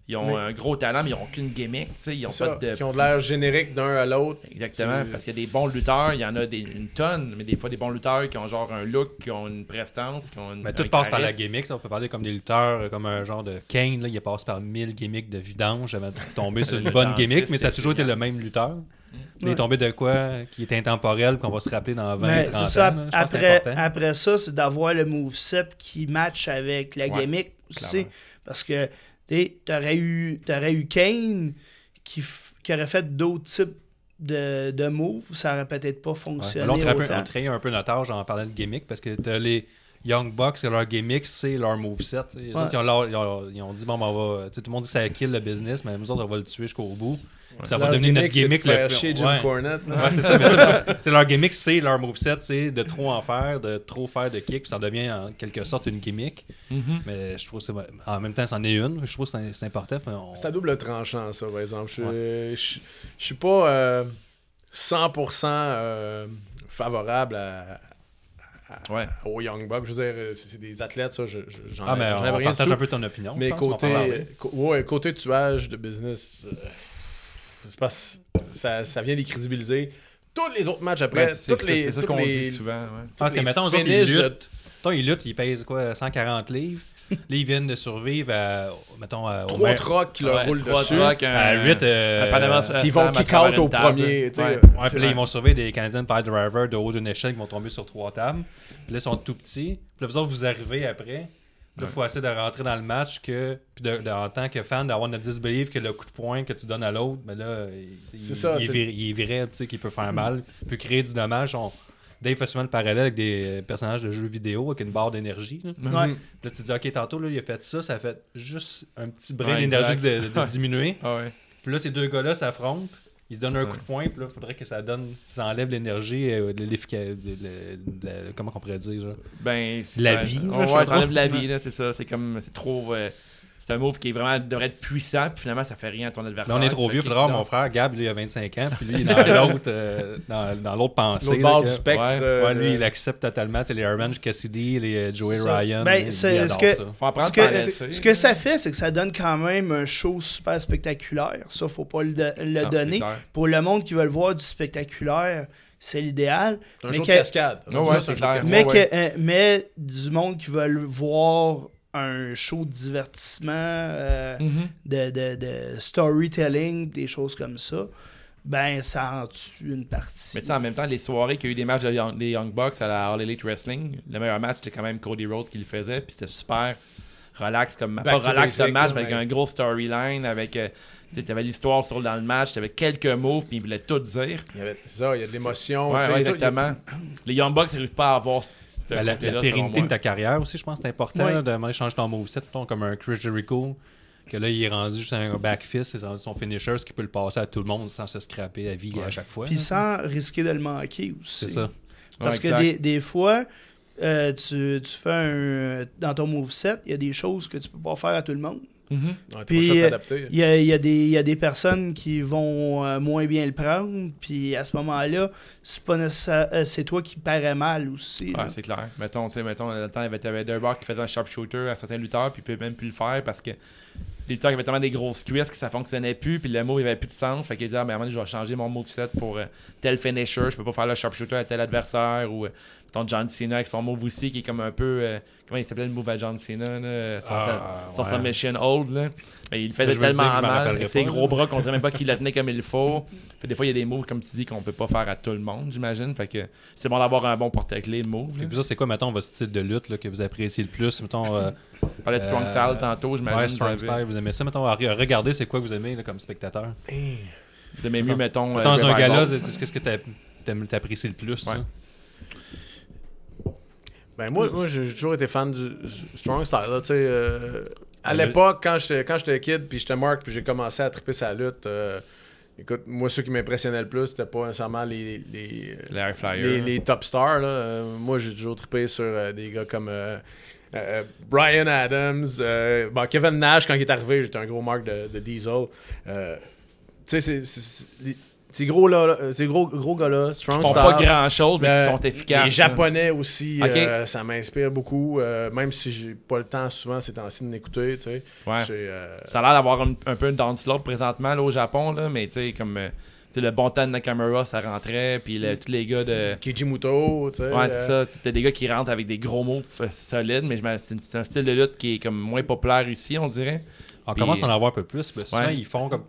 A: Ils ont
D: Mais-
A: un gros talent, mais ils n'ont aucune gimmick. tu sais, Ils ont
D: C'est ça,
A: pas de
D: qui ont de l'air générique d'un à l'autre.
A: Exactement,
D: C'est-
A: parce qu'il y a des bons lutteurs, il y en a des- une tonne, mais des fois des bons lutteurs qui ont genre un look, qui ont une prestance, qui ont une.
B: Mais
A: un
B: Ben, tout passe par la
A: charisme.
B: gimmick. ça. On peut parler comme des lutteurs, euh, comme un genre de Kane. Là, il passe par mille gimmicks de vidange avant de tomber sur une
A: Le
B: bonne
A: dentiste,
B: gimmick, mais ça a
A: c'est
B: toujours été
A: génial.
B: le même lutteur. Il
E: Mm. Ouais.
B: est tombé de quoi qui est intemporel, qu'on va se rappeler dans 20
E: Mais
B: 30
E: c'est
B: ans. là.
E: ça,
B: Je pense que c'est
E: après,
B: important.
E: après ça, c'est d'avoir le moveset qui match avec la
A: Ouais,
E: gimmick aussi.
A: clairement.
E: Parce que tu sais, t'aurais eu, t'aurais eu Kane qui, f- qui aurait fait d'autres types de, de moves, ça aurait peut-être pas
B: Ouais.
E: fonctionné.
B: Là, on trahit un,
E: autant.
B: on trahit un peu notre âge en parlant de gimmick parce que t'as les Young Bucks, que leur gimmick, c'est leur moveset. tu sais. Les
E: Ouais.
B: autres, ils, ont leur- ils ont- ils ont dit, bon, ben, on va. tu sais, Tout le monde dit que ça kill le business, mais nous autres, on va le tuer jusqu'au bout. Puis Ça va
D: Leur
B: devenir notre
D: c'est de
B: gimmick.
D: faire
B: le fait-
D: chier Jim
B: ouais.
D: Cornette.
B: Ouais, c'est ça, mais ça, tu sais, leur gimmick, c'est leur moveset, c'est de trop en faire, de trop faire de kick, puis ça devient en quelque sorte une gimmick.
D: Mm-hmm.
B: Mais je trouve que c'est. En même temps, c'en est une, je trouve que c'est- c'est important. puis on-
D: C'est à double tranchant, ça, par exemple. Je, je, je suis pas euh, 100% euh, favorable à,
A: Ouais.
D: aux Young Bucks. Je veux dire, euh, c'est c'est des athlètes, ça, je- je- j'en
B: Ah, mais
D: ai-
B: on
D: j'en avais rien du
B: partage
D: tout.
B: un peu ton opinion.
D: Mais
B: je pense, on va en
D: côté,
B: parler.
D: co- ouais, côté tuage de business, euh, c'est pas- ça, ça vient décrédibiliser tous les autres matchs après.
B: Ben,
A: Ouais, c'est-
D: toutes
A: c'est-
D: les,
A: c'est ça
D: toutes
A: qu'on
D: les-
A: dit souvent. ouais.
D: toutes
B: Parce que,
D: les
B: mettons, eux autres, ils
D: finishes de-
B: luttent. Mettons, ils luttent, ils pèsent quoi, 140 livres. Là, ils viennent de survivre à. Mettons, à. au
D: Trois Euh,
B: maire-
D: trocs qui leur
B: Ouais,
D: roulent
A: Trois
D: dessus.
A: trucks, un-
B: À euh, 8.
A: un Panama Slam
D: qui vont
A: à
D: kick
A: travers
D: out
A: une
D: au
A: table.
D: premier, tu sais.
A: Ouais.
B: Ouais, puis là,
D: euh, vrai.
B: ils vont surveiller des Canadian Pie Driver de haut d'une échelle qui vont tomber sur trois tables. Puis là, ils sont tout petits. Puis là, vous autres, vous arrivez après. Puis là, il faut essayer de rentrer dans le match que, puis de, de- en tant que fan, d'avoir notre disbelief que le coup de poing que tu donnes à l'autre, mais là, il, il-
D: ça,
B: il est
D: c'est-
B: vir- il est viril, tu sais, qu'il peut faire mal, peut créer du dommage. On... Dave fait souvent le parallèle avec des euh, personnages de jeux vidéo avec une barre d'énergie. là.
E: Ouais.
D: Mm-hmm.
B: Là, tu te dis, OK, tantôt, là, il a fait ça, ça a fait juste un petit brin
A: Ouais,
B: d'énergie
A: exact.
B: de, de diminuer.
A: Ah ouais.
B: Puis là, ces deux gars-là s'affrontent. Ils se donnent un
A: Ouais.
B: coup de poing. Puis là, il faudrait que ça donne, ça enlève l'énergie, euh, de l'efficacité, comment qu'on pourrait dire, genre.
A: Ben, c'est
B: La
A: ça.
B: vie, là,
A: Ouais,
B: je
A: ouais, ça
B: sais pas.
A: enlève la vie, là, c'est ça. C'est comme, c'est trop. euh, c'est un move qui est vraiment devrait être puissant, puis finalement ça fait rien à ton
B: Là,
A: adversaire.
B: on est trop
A: Ça
B: vieux.
A: fait
B: Faudra
A: kick
B: voir mon
A: down.
B: frère, Gab, lui, il a 25 ans. Puis lui, il est dans l'autre, euh, dans, dans l'autre pensée.
D: L'autre
B: là,
D: bord
B: que-
D: du spectre.
A: ouais,
D: euh,
B: Ouais, lui, il accepte totalement. Tu sais, les Herman Cassidy, les euh, Joey
E: C'est ça.
B: Ryan.
E: Ben,
B: lui,
E: c'est-
B: il
E: est-ce
B: adore
E: que-
B: ça.
A: Faut en prendre par
E: Ce que,
A: laisser.
E: ce que ça fait, c'est que ça donne quand même un show super spectaculaire. Ça, faut pas le, don- le
A: Non,
E: donner.
A: c'est clair.
E: Pour le monde qui veut le voir du spectaculaire, c'est l'idéal.
D: un
E: Mais
D: show de
E: que-
D: cascade.
A: Ouais, ouais,
D: C'est un
A: c'est
D: show de
A: clair.
D: cascade.
E: mais,
A: ouais.
E: que- euh, mais du monde qui veut le voir un show de divertissement, euh,
A: Mhm.
E: de, de- de storytelling, des choses comme ça, ben ça en tue une partie.
A: Mais tu sais, en même temps, les soirées qu'il y a eu des matchs de Young- des Young Bucks à la All Elite Wrestling, le meilleur match, c'était quand même Cody Rhodes qui le faisait, puis c'était super relax comme
D: Back to
A: pas relax
D: basic,
A: comme match,
D: là,
A: mais avec
D: mais-
A: un gros storyline, avec euh, tu sais, t'avais l'histoire sur dans le match, t'avais quelques moves, puis ils voulaient tout dire.
D: Il y avait- C'est ça, il y a de l'émotion.
A: Ouais,
D: tu sais,
A: ouais,
D: tout, il y a-
A: exactement. Les Young Bucks n'arrivent pas à avoir ce
B: Ben, la, la
A: côté-là,
B: pérennité
A: selon
B: de
A: moi.
B: ta carrière aussi, je pense que c'est important
E: Ouais.
B: là, de demain, changer ton moveset, mettons, comme un Chris Jericho, que là, il est rendu juste un back fist, c'est rendu son finisher, ce qui peut le passer à tout le monde sans se scraper la vie à chaque fois.
E: Puis
B: là.
E: sans risquer de le manquer aussi.
B: c'est ça.
E: Parce
A: hein. Ouais,
E: que
A: exact.
E: des, des fois, euh, tu, tu fais un. Dans ton moveset, il y a des choses que tu peux pas faire à tout le monde.
A: Mhm.
D: Ouais, t'es pas
E: Puis,
D: obligé de
E: euh,
D: t'adapter.
E: Il y a, il y a des, il y a des personnes qui vont euh, moins bien le prendre, puis à ce moment-là, c'est pas nécessaire- euh, c'est toi qui parais mal aussi.
A: Ah,
E: là.
A: c'est clair. Mettons, tu sais, mettons, dans le temps, il y avait- t'avais deux barres qui faisaient un sharpshooter à certains lutteurs, puis ils pouvaient même plus le faire parce que les lutteurs avaient tellement des grosses cuisses que ça fonctionnait plus, puis le move, il avait plus de sens. Fait qu'ils disaient, ah, mais à un moment donné, je vais changer mon moveset pour euh, tel finisher, je peux pas faire le sharpshooter à tel adversaire, ou euh, mettons John Cena avec son move aussi, qui est comme un peu. euh, comment il s'appelait le move à John Cena, là, son,
B: Ah,
A: son- son
B: ouais.
A: submission hold, là. Mais il le faisait
B: Je veux le
A: tellement
B: dire, je m'en
A: mal,
B: rappellerai
A: avec ses
B: pas,
A: gros
B: là.
A: bras qu'on dirait même pas qu'il le tenait comme il le faut. Fait des fois, il y a des moves, comme tu dis, qu'on peut pas faire à tout le monde, j'imagine. Fait que c'est bon d'avoir un bon porte-clés de move. là.
B: Puis vous autres, c'est quoi, mettons, votre style de lutte là, que vous appréciez le plus? Mettons, euh,
A: On parlait de Strong
B: Euh,
A: Style tantôt, j'imagine.
B: ouais,
A: que
B: Strong
A: vous avez-
B: Style, vous aimez ça? Mettons, à re- regardez, c'est quoi que vous aimez là, comme spectateur?
A: Vous aimez mieux, mettons. euh,
B: Mettons, dans un gala,
A: gars-là
B: c'est- qu'est-ce que t'a- t'aimes- t'apprécies le plus?
A: Ouais.
B: ça?
D: Ben moi, moi j'ai j'ai toujours été fan du du Strong Style. là, tu sais, euh, à
B: Mais-
D: l'époque, quand j'étais quand j'étais kid, puis j'étais Mark, puis j'ai commencé à triper sa lutte, euh, écoute, moi, ceux qui m'impressionnaient le plus, c'était pas nécessairement les, les,
A: Les High Flyers.
D: les, les top stars. là. Euh, moi, j'ai toujours trippé sur euh, des gars comme euh, euh, Brian Adams, euh, bon, Kevin Nash, quand il est arrivé, j'étais un gros marque de, de Diesel. Euh, tu sais, c'est- c'est- c'est- les- ces gros, là, là, ces gros, gros gars-là, Strong
A: Ils font
D: Style,
A: pas grand chose, mais
D: euh,
A: ils sont efficaces.
D: Les Japonais aussi,
A: Ok.
D: euh, ça m'inspire beaucoup, euh, même si j'ai pas le temps souvent ces temps-ci de l'écouter. tu sais.
A: Ouais.
D: J'ai, euh,
A: Ça a l'air d'avoir un, un peu une downslope présentement là, au Japon, là, mais tu sais, comme euh, tu sais, le bon temps de Nakamura, ça rentrait, puis le- tous les gars de.
D: Kijimuto, tu sais.
A: Ouais,
D: euh,
A: c'est ça. T'as des gars qui rentrent avec des gros mots f- solides, mais je m'en- c'est une- c'est un style de lutte qui est comme moins populaire ici, on dirait.
B: On
A: Puis-
B: Ah, commence à en avoir un peu plus, mais souvent
A: Ouais.
B: ils font comme.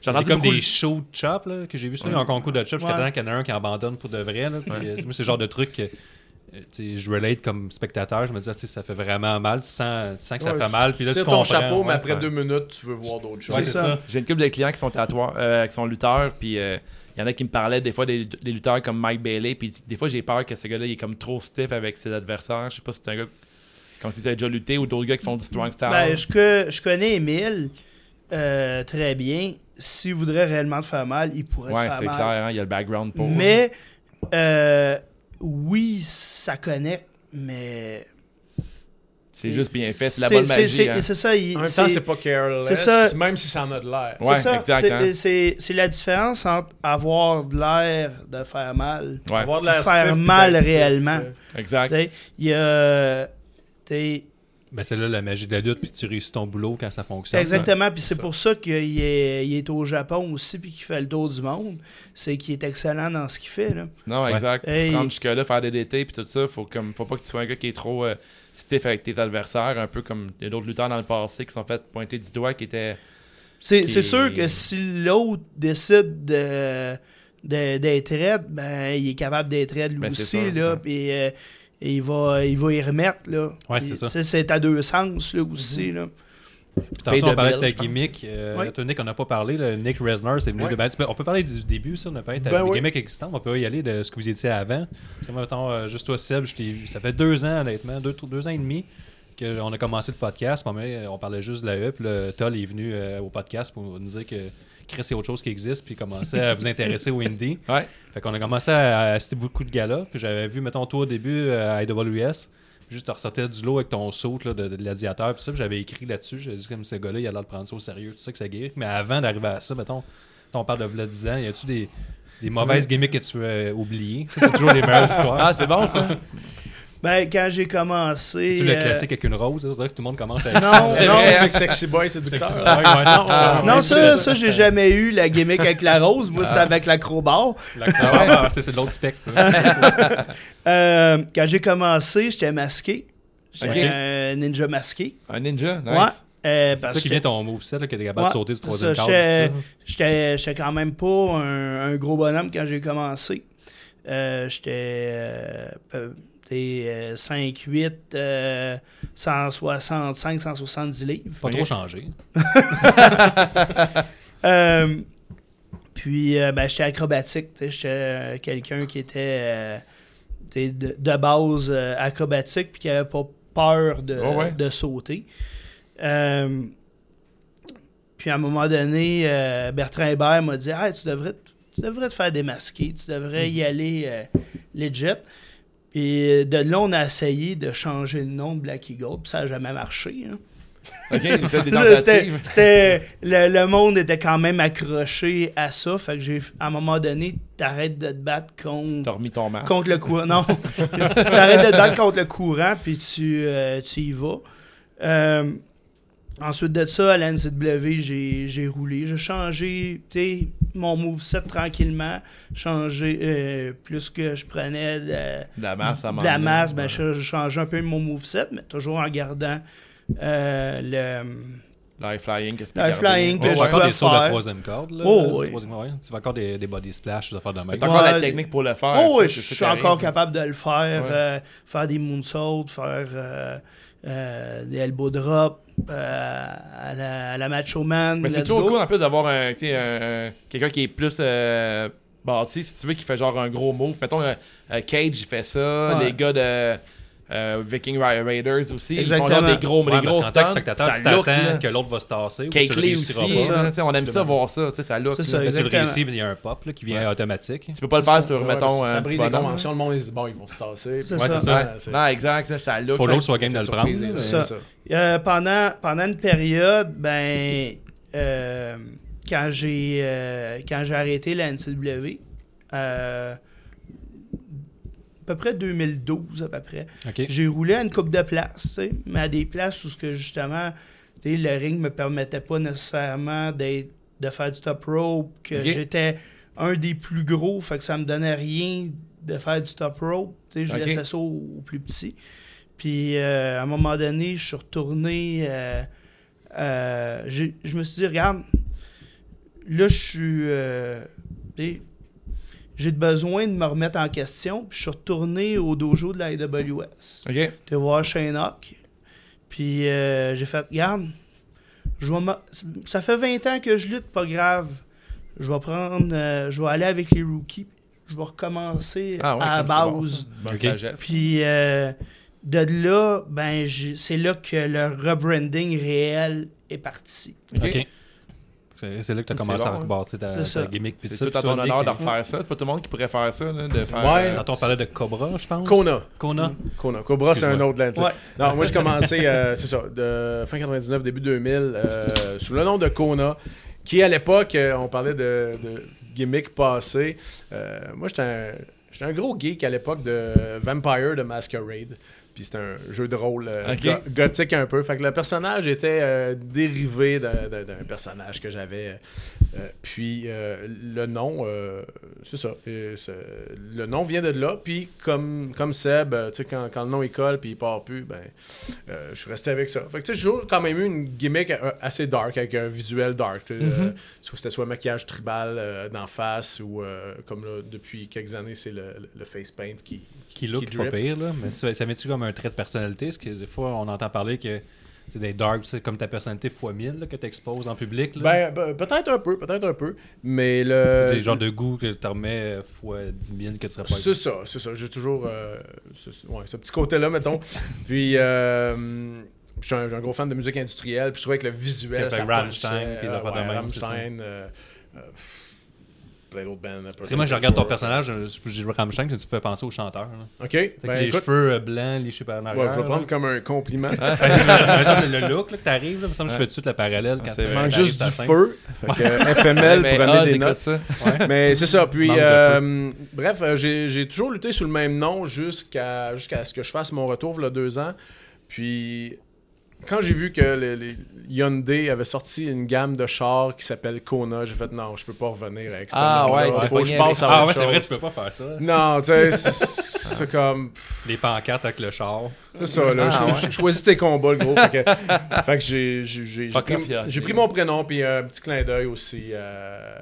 A: J'ai
B: C'est
A: entendu
B: comme
A: beaucoup-
B: des shows de chop là, que j'ai vu ça, un concours de chop, jusqu'à
E: Ouais.
B: temps qu'il y en a un qui abandonne pour de vrai. Là, puis, euh, moi, c'est le genre de truc que euh, tu sais, je relate comme spectateur. Je me dis, ah, tu sais, ça fait vraiment mal, tu sens, tu sens que ça
D: Ouais,
B: fait mal. Puis là, tu
D: Tire
B: comprends.
D: ton chapeau,
B: ouais.
D: mais après deux minutes, tu veux voir d'autres choses.
B: Ouais,
E: C'est
B: c'est
E: ça.
B: ça.
A: J'ai une couple de clients qui sont tatoueurs, euh, qui sont lutteurs, puis euh, il y en a qui me parlaient des fois des, des lutteurs comme Mike Bailey, puis des fois j'ai peur que ce gars-là il est comme trop stiff avec ses adversaires. Je sais pas si c'est un gars contre qui tu as déjà lutté ou d'autres gars qui font du strong style.
E: Ben, je, que- je connais Emile euh, très bien. S'il voudrait réellement te faire mal, il pourrait
A: ouais,
E: te faire
A: c'est
E: mal.
A: clair, hein, il y a le background pour.
E: Mais euh, oui, ça connecte, mais
A: c'est juste bien fait, c'est la
E: c'est-
A: bonne
E: c'est-
A: magie.
E: c'est-
A: hein.
E: C'est ça, il-
D: En même temps,
E: c'est
D: c'est pas careless,
E: c'est ça.
D: même si ça en a de l'air.
E: c'est
A: Ouais,
E: ça,
A: exact,
E: c'est-
A: hein.
E: c'est- c'est la différence entre avoir de l'air de faire mal,
A: Ouais,
D: Avoir de l'air
E: Faire
D: stiff, puis
E: mal
D: d'être stiff,
E: réellement.
D: euh,
E: Tu
A: exact.
E: sais, Il y a. tu sais,
B: Ben, c'est là la magie de la lutte, puis tu réussis ton boulot quand ça
E: c'est
B: fonctionne.
E: exactement. Puis c'est pour ça qu'il est, il est au Japon aussi, puis qu'il fait le tour du monde. C'est qu'il est excellent dans ce qu'il fait. Là.
A: Non,
B: Ouais.
A: exact. Pour
E: Hey.
A: se rendre jusque-là, faire des DT puis tout ça, faut comme faut pas que tu sois un gars qui est trop euh, stiff avec tes adversaires, un peu comme il y a d'autres lutteurs dans le passé qui sont fait pointer du doigt, qui étaient
E: C'est
A: Qui-
E: c'est sûr que si l'autre décide de de- d'être raide, ben il est capable d'être raide lui
A: Ben, c'est
E: aussi
A: sûr,
E: là,
A: ouais.
E: puis euh, il va il va y remettre là.
B: Ouais,
E: Puis,
B: c'est ça.
E: tu sais, C'est à deux sens là aussi là.
B: Puis tantôt,
A: Paye
B: on
A: de
B: parlait de
A: bill,
B: ta
A: je pense.
B: gimmick. Euh,
E: Ouais.
B: toi, Nick, on n'a pas parlé. là, Nick Reznor, c'est venu
D: Ouais.
B: de Ben, On peut parler du début, ça. On a parlé de
D: Ben
B: des
D: oui.
B: gimmicks existantes. On peut y aller de ce que vous étiez avant. Parce que, moi, mettons, euh, juste toi, Seb, je t'ai vu- ça fait deux ans, honnêtement, deux, deux ans et demi qu'on a commencé le podcast. Mais on parlait juste de la E. Puis là, Toll est venu euh, au podcast pour nous dire que Chris, c'est autre chose qui existe. Puis commencer à vous intéresser au indie.
A: Ouais.
B: Fait qu'on a commencé à à assister beaucoup de galas. Puis j'avais vu, mettons, toi au début euh, à IWS. Juste, tu ressortais du lot avec ton saut là, de, de gladiateur. Puis ça, puis j'avais écrit là-dessus. J'ai dit, comme ce gars-là, il a l'air de prendre ça au sérieux. Tu sais que ça guérit. Mais avant d'arriver à ça, mettons, mettons, on parle de v'là 10 ans. Y a-tu des, des mauvaises gimmicks que tu as oubliées Ça, c'est toujours les meilleures histoires.
A: Ah, c'est bon ça.
E: Ben quand j'ai commencé
B: tu le
E: euh,
B: classique avec une rose. là, C'est vrai que tout le monde commence à.
E: Non,
D: C'est
E: non,
D: vrai,
A: c'est-
D: c'est que Sexy Boy, séducteur.
B: Ouais, ouais, c'est ça.
E: non, ça, ça j'ai jamais eu la gimmick avec la rose, moi
B: Ah.
E: c'était avec l'acrobat.
B: La- Ah, ça, c'est de l'autre spectre.
E: Euh, quand j'ai commencé, j'étais masqué. J'étais
A: Ok.
E: un ninja masqué.
A: Un ninja, nice.
E: Ouais. Euh,
B: C'est
E: parce
B: toi qui
E: que-
B: vient ton moveset, là, que t'es capable
E: Ouais,
B: de sauter du
E: c'est
B: troisième
E: ça,
B: cadre.
E: j'étais-
B: tout ça.
E: J'étais j'étais quand même pas un, un gros bonhomme quand j'ai commencé. Euh, j'étais euh, t'es, euh, 5'8, euh, 165, 170 livres.
B: Pas trop changé.
E: Euh, puis, euh, ben, j'étais acrobatique. t'sais, J'étais euh, quelqu'un qui était euh, t'sais, de, de base euh, acrobatique puis qui avait pas peur de,
A: Oh ouais.
E: de sauter. Euh, puis, à un moment donné, euh, Bertrand Hébert m'a dit Hey, tu, devrais, te- tu devrais te faire démasquer, tu devrais
A: Mm-hmm.
E: y aller euh, legit. Puis euh, de là, on a essayé de changer le nom de Black Eagle, puis ça n'a jamais marché. hein.
A: Ok, il fait des
E: Ça, C'était,
A: tentatives.
E: c'était- le, le monde était quand même accroché à ça. Fait que j'ai, à un moment donné, t'arrêtes de te battre
A: T'as
E: contre,
A: remis ton masque.
E: contre le courant. Non, t'arrêtes de te battre contre le courant, puis tu, euh, tu y vas. Euh, ensuite de ça, à la NCW, j'ai, j'ai roulé. J'ai changé tu sais, mon moveset tranquillement. Changé euh, plus que je prenais de,
A: De la masse, ça
E: de
A: m'en
E: la
A: donne.
E: masse, ben, je- je changeais un peu mon moveset, mais toujours en gardant euh, le.
A: L'high flying, qu'est-ce que
E: L'high
A: tu
E: flying,
B: Ouais, tu
E: que je
B: vas encore
E: dois
B: des sauts de
E: faire.
B: troisième corde. Là,
E: Oh,
B: là, du
E: oui.
B: troisième- ouais, Tu vas encore des, des body splash, des affaires de même.
A: T'as encore la
E: Ouais.
A: technique pour le faire.
E: Oh,
A: ça,
E: oui,
A: c'est
E: je
A: ça
E: suis
A: qui arrive.
E: encore capable de le faire.
A: Ouais.
E: euh, faire des moonsaults, faire euh, euh, des elbow drops euh, à, la, à la Macho Man.
A: Mais c'est
E: let's
A: toujours
E: go.
A: cool en plus d'avoir un, tu sais, un- un- quelqu'un qui est plus euh, bâti, si tu veux, qui fait genre un gros move. Mettons, euh, euh, Cage, il fait ça.
E: Ouais.
A: Les gars de. Euh, Viking Ra- Raiders aussi. Ils font
E: Exactement.
A: genre des gros,
G: Ouais,
A: des
G: parce
A: gros
G: qu'en tant que
A: stunts,
G: spectateur,
A: ça
G: tu
A: look, là.
G: t'attends que l'autre va se tasser ou tu
A: Cake
G: le
A: Lee
G: réussiras
A: aussi,
G: pas.
A: là, tu sais, on aime ça voir ça, tu sais, ça look.
E: C'est
A: là.
E: ça,
G: Mais tu le
E: exactement.
G: réussis, puis il y a un pop là, qui vient automatique.
A: Tu peux pas le faire sur,
D: Ouais, parce
A: mettons, euh,
D: que ça
A: un petit
D: brise les
A: bonhomme,
D: conventions, le monde, ils se disent, bon, ils vont se tasser.
E: C'est
D: Ouais,
E: ça.
A: là.
D: c'est-
A: Ouais. Non, exact, là, ça look.
G: Faut l'autre
A: ça-
G: soit game de le prendre.
D: surprise, là,
G: là.
A: Ben,
D: c'est
E: Ça.
D: ça.
E: Euh, pendant, pendant une période, ben, euh, quand j'ai euh, quand j'ai arrêté la NCW, euh, à peu près 2012 à peu près,
B: OK.
E: j'ai roulé à une coupe de places, tu sais, mais à des places où ce que justement, tu sais, le ring me permettait pas nécessairement d'être de faire du top rope, que
A: Ok.
E: j'étais un des plus gros, fait que ça me donnait rien de faire du top rope, tu sais, je
A: Ok.
E: laissais ça au, au plus petit. Puis euh, à un moment donné, je suis retourné, euh, euh, j'ai- je me suis dit regarde, là je suis euh, tu sais, j'ai besoin de me remettre en question. Puis je suis retourné au dojo de la AWS.
A: Ok.
E: J'étais voir Shane Hawk. Puis euh, j'ai fait, regarde, je vais m'a- ça fait 20 ans que je lutte, pas grave. Je vais prendre, euh, je vais aller avec les rookies. Je vais recommencer
A: Ah ouais,
E: à la
A: comme c'est bon,
E: base.
A: ça. Bonne
B: Ok.
A: sagesse.
E: Puis euh, de là, ben, j'ai- c'est là que le rebranding réel est parti.
A: Ok.
B: OK. C'est c'est là que tu as
A: C'est
B: commencé à
A: bon,
B: rebâtir ta,
E: C'est ça.
B: ta gimmick. puis
A: C'est
B: ça,
A: tout à
B: puis
A: ton
B: toi,
A: honneur de
B: Nick,
A: refaire ça. C'est pas tout le monde qui pourrait faire ça, là, de faire.
D: Ouais.
A: euh,
B: Quand on parlait de Cobra, je pense.
D: Kona.
B: Kona.
D: Kona. Cobra, c'est un
B: Excuse-moi.
D: autre lentille.
E: Ouais.
D: Non, moi, j'ai commencé, euh, c'est ça, de fin 99, début 2000, euh, sous le nom de Kona, qui, à l'époque, euh, on parlait de, de gimmick passé. Euh, moi, j'étais un, j'étais un gros geek à l'époque de Vampire de Masquerade. Puis c'était un jeu de rôle euh,
A: Ok.
D: go- gothique un peu. Fait que le personnage était euh, dérivé d'un- d'un d'un personnage que j'avais. Euh, puis euh, le nom, euh, c'est ça. euh, c'est- le nom vient de là. Puis comme, comme Seb, euh, tu sais, quand, quand le nom il colle puis il part plus, ben, euh, je suis resté avec ça. Fait que tu sais, j'ai toujours quand même eu une gimmick euh, assez dark, avec un visuel dark. tu sais,
B: Mhm.
D: euh, soit c'était soit un maquillage tribal euh, d'en face ou euh, comme là, depuis quelques années, c'est le, le- le face paint qui,
B: Qui look
D: qui
B: pas
D: drip.
B: pire, là. Mais ça, ça met-tu comme un trait de personnalité? Parce que des fois, on entend parler que c'est des dark, c'est comme ta personnalité x 1000 là, que tu exposes en public. Là.
D: Ben, ben, peut-être un peu, peut-être un peu. Mais le.
B: des genres de goût que tu remets x 10 000 que tu serais pas
D: C'est ça, c'est ça. J'ai toujours euh, ce, ouais, ce petit côté-là, mettons. puis, euh, je suis un, un gros fan de musique industrielle. Puis, je trouvais que le visuel.
B: Fait que
D: ça
B: Rammstein,
D: penchait,
B: puis les
D: euh,
B: affaires de
D: ouais,
B: même, c'est ça.
D: Rammstein, euh, euh, pff, plein d'autres bands.
B: Après, moi, je regarde ton
D: Four.
B: personnage, je je dis Ramstein, que tu fais penser au chanteur. là.
D: OK.
B: Fait que
D: Ben,
B: les
D: écoute,
B: cheveux euh, blancs, les cheveux en
D: ouais,
B: arrière.
D: je vais le
B: là.
D: prendre comme un compliment.
B: Par exemple, le, le look là, que t'arrives, là, il me semble que je fais tout de suite le parallèle quand
A: c'est
B: euh,
A: vrai.
D: manque
B: t'arrives
D: juste
B: sur la
D: du
B: scène.
D: feu. Fait que euh, FML
A: ben,
D: pour
A: ah,
D: amener des
A: c'est quoi
D: notes.
A: ça?
D: Mais c'est ça. Puis,
B: Manque de
D: euh, bref, euh, j'ai j'ai toujours lutté sous le même nom jusqu'à jusqu'à ce que je fasse mon retour, là, deux ans. Puis, quand j'ai vu que les, les Hyundai avait sorti une gamme de chars qui s'appelle Kona, j'ai fait non, je peux pas revenir avec ce
A: Ah, ouais,
D: nom-là.
A: t'es
D: Il faut que
A: pogné
D: je passe à
B: Ah
D: autre
B: ouais, c'est vrai,
D: chose.
B: tu peux pas faire ça.
D: Non, tu sais, c'est- c'est comme.
B: Les pancartes avec le char.
D: C'est ça, là.
A: Ah,
D: cho- cho- Choisis tes combats, le gros. fait que, fait que j'ai- j'ai- j'ai j'ai
A: Fuck
D: pris,
A: off, yeah.
D: j'ai pris mon prénom, puis euh, un petit clin d'œil aussi euh,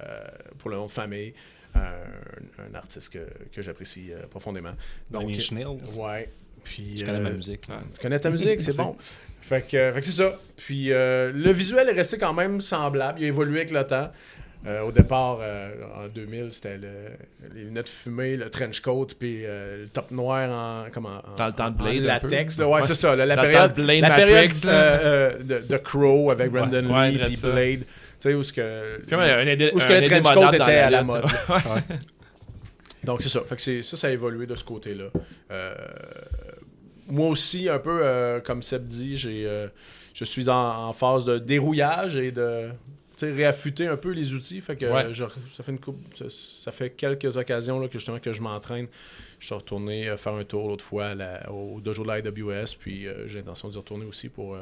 D: pour le nom de famille. à Un, un artiste que, que j'apprécie euh, profondément. Donc, euh,
B: Damien Schnell.
D: ouais. Puis,
B: Je connais ma
D: euh,
B: musique.
D: tu connais ta musique, c'est bon. Fait que, fait que c'est ça. Puis euh, le visuel est resté quand même semblable. Il a évolué avec le temps. Euh, au départ, euh, en 2000, c'était le- les lunettes fumées, le trench coat, puis euh, le top noir en, comment, en,
A: Dans le temps de
D: en- en
A: Blade, un
D: latex.
A: peu.
D: là. ouais,
A: Ouais.
D: c'est ça. là, la
A: Dans le
D: période,
A: temps de Blade
D: la
A: Matrix,
D: période
A: là.
D: euh, euh, de, de Crow avec Brandon
A: ouais,
D: Lee,
A: dresse
D: puis
A: ça.
D: Blade. Tu sais, où ce que...
A: Tu sais, mais un aidé-
D: Où est-ce
A: un
D: que le
A: aidé
D: trench coat
A: modable dans
D: était à la
A: lutte,
D: mode?
A: là. Ouais.
D: Donc c'est ça. Fait que c'est- ça, ça a évolué de ce côté-là. Euh, moi aussi, un peu euh, comme Seb dit, j'ai, euh, je suis en, en phase de dérouillage et de tu sais, réaffûter un peu les outils. Fait que
A: Ouais.
D: je- ça fait une coupe, ça, ça fait quelques occasions là, que justement que je m'entraîne. Je suis retourné euh, faire un tour l'autre fois à la- au dojo de la IWS, puis euh, j'ai l'intention d'y retourner aussi pour euh,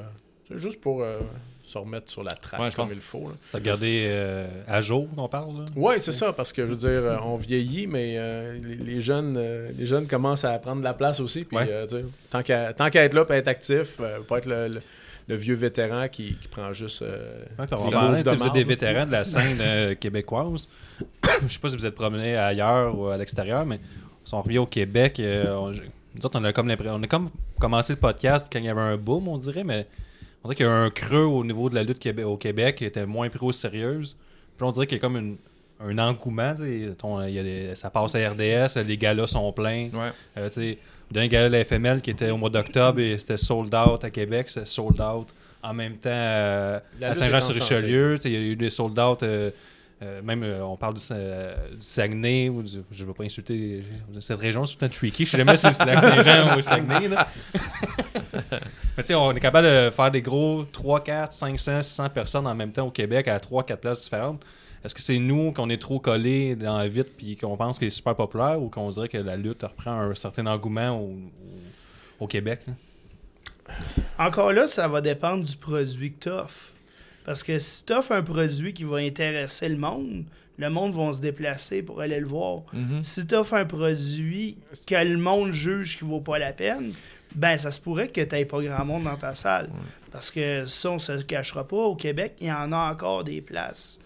D: tu sais, juste pour euh, se remettre sur la traque
A: Ouais, je
D: comme
A: pense
D: il faut. là.
B: Ça gardé euh, à jour, on parle. Là.
D: Oui, c'est ça, parce que je veux dire, euh, on vieillit, mais euh, les, les jeunes, euh, les jeunes commencent à prendre de la place aussi. Puis,
B: Ouais.
D: euh, tu sais, tant qu'à tant qu'à être là, puis être actif, euh, pas être le, le- le vieux vétéran qui, qui prend juste. euh,
B: Ouais, puis on
D: des
B: va parler, tu sais,
D: moves de
B: vous êtes des
D: marde.
B: vétérans de la scène euh, québécoise. Je sais pas si vous êtes promené ailleurs ou à l'extérieur, mais si on revient au Québec, euh, on, nous autres, on a comme l'impression. On a comme commencé le podcast quand il y avait un boom, on dirait, mais on dirait qu'il y a eu un creux au niveau de la lutte Québé- au Québec qui était moins pris au sérieuse. Puis on dirait qu'il y a comme une- un engouement. tu sais, ton- il y a des- ça passe à RDS, les galas sont pleins.
A: Ouais.
B: Euh, tu sais, d'un gala de la FML qui était au mois d'octobre et c'était sold out à Québec, c'était sold out en même temps euh,
D: La
B: à
D: lutte
B: Saint-Jean-sur-Richelieu. tu sais, Il y a eu des sold out. euh, euh, même euh, on parle du, Sa- euh, du Saguenay, ou du- je ne veux pas insulter cette région, c'est tout le temps tricky. Je sais jamais si c'est le lac Saint-Jean ou le Saguenay. là. Mais tu sais, on est capable de faire des gros 3, 4, 500, 600 personnes en même temps au Québec à 3, 4 places différentes. Est-ce que c'est nous qu'on est trop collés dans la vite puis qu'on pense qu'il est super populaire ou qu'on dirait que la lutte reprend un certain engouement au, au- au Québec? là?
E: Encore là, ça va dépendre du produit que tu offres. Parce que si tu offres un produit qui va intéresser le monde, le monde va se déplacer pour aller le voir. Si tu offres un produit que le monde juge qui vaut pas la peine, ben ça se pourrait que tu pas grand monde dans ta salle. Parce que ça, on se le cachera pas. Au Québec, il y en a encore des places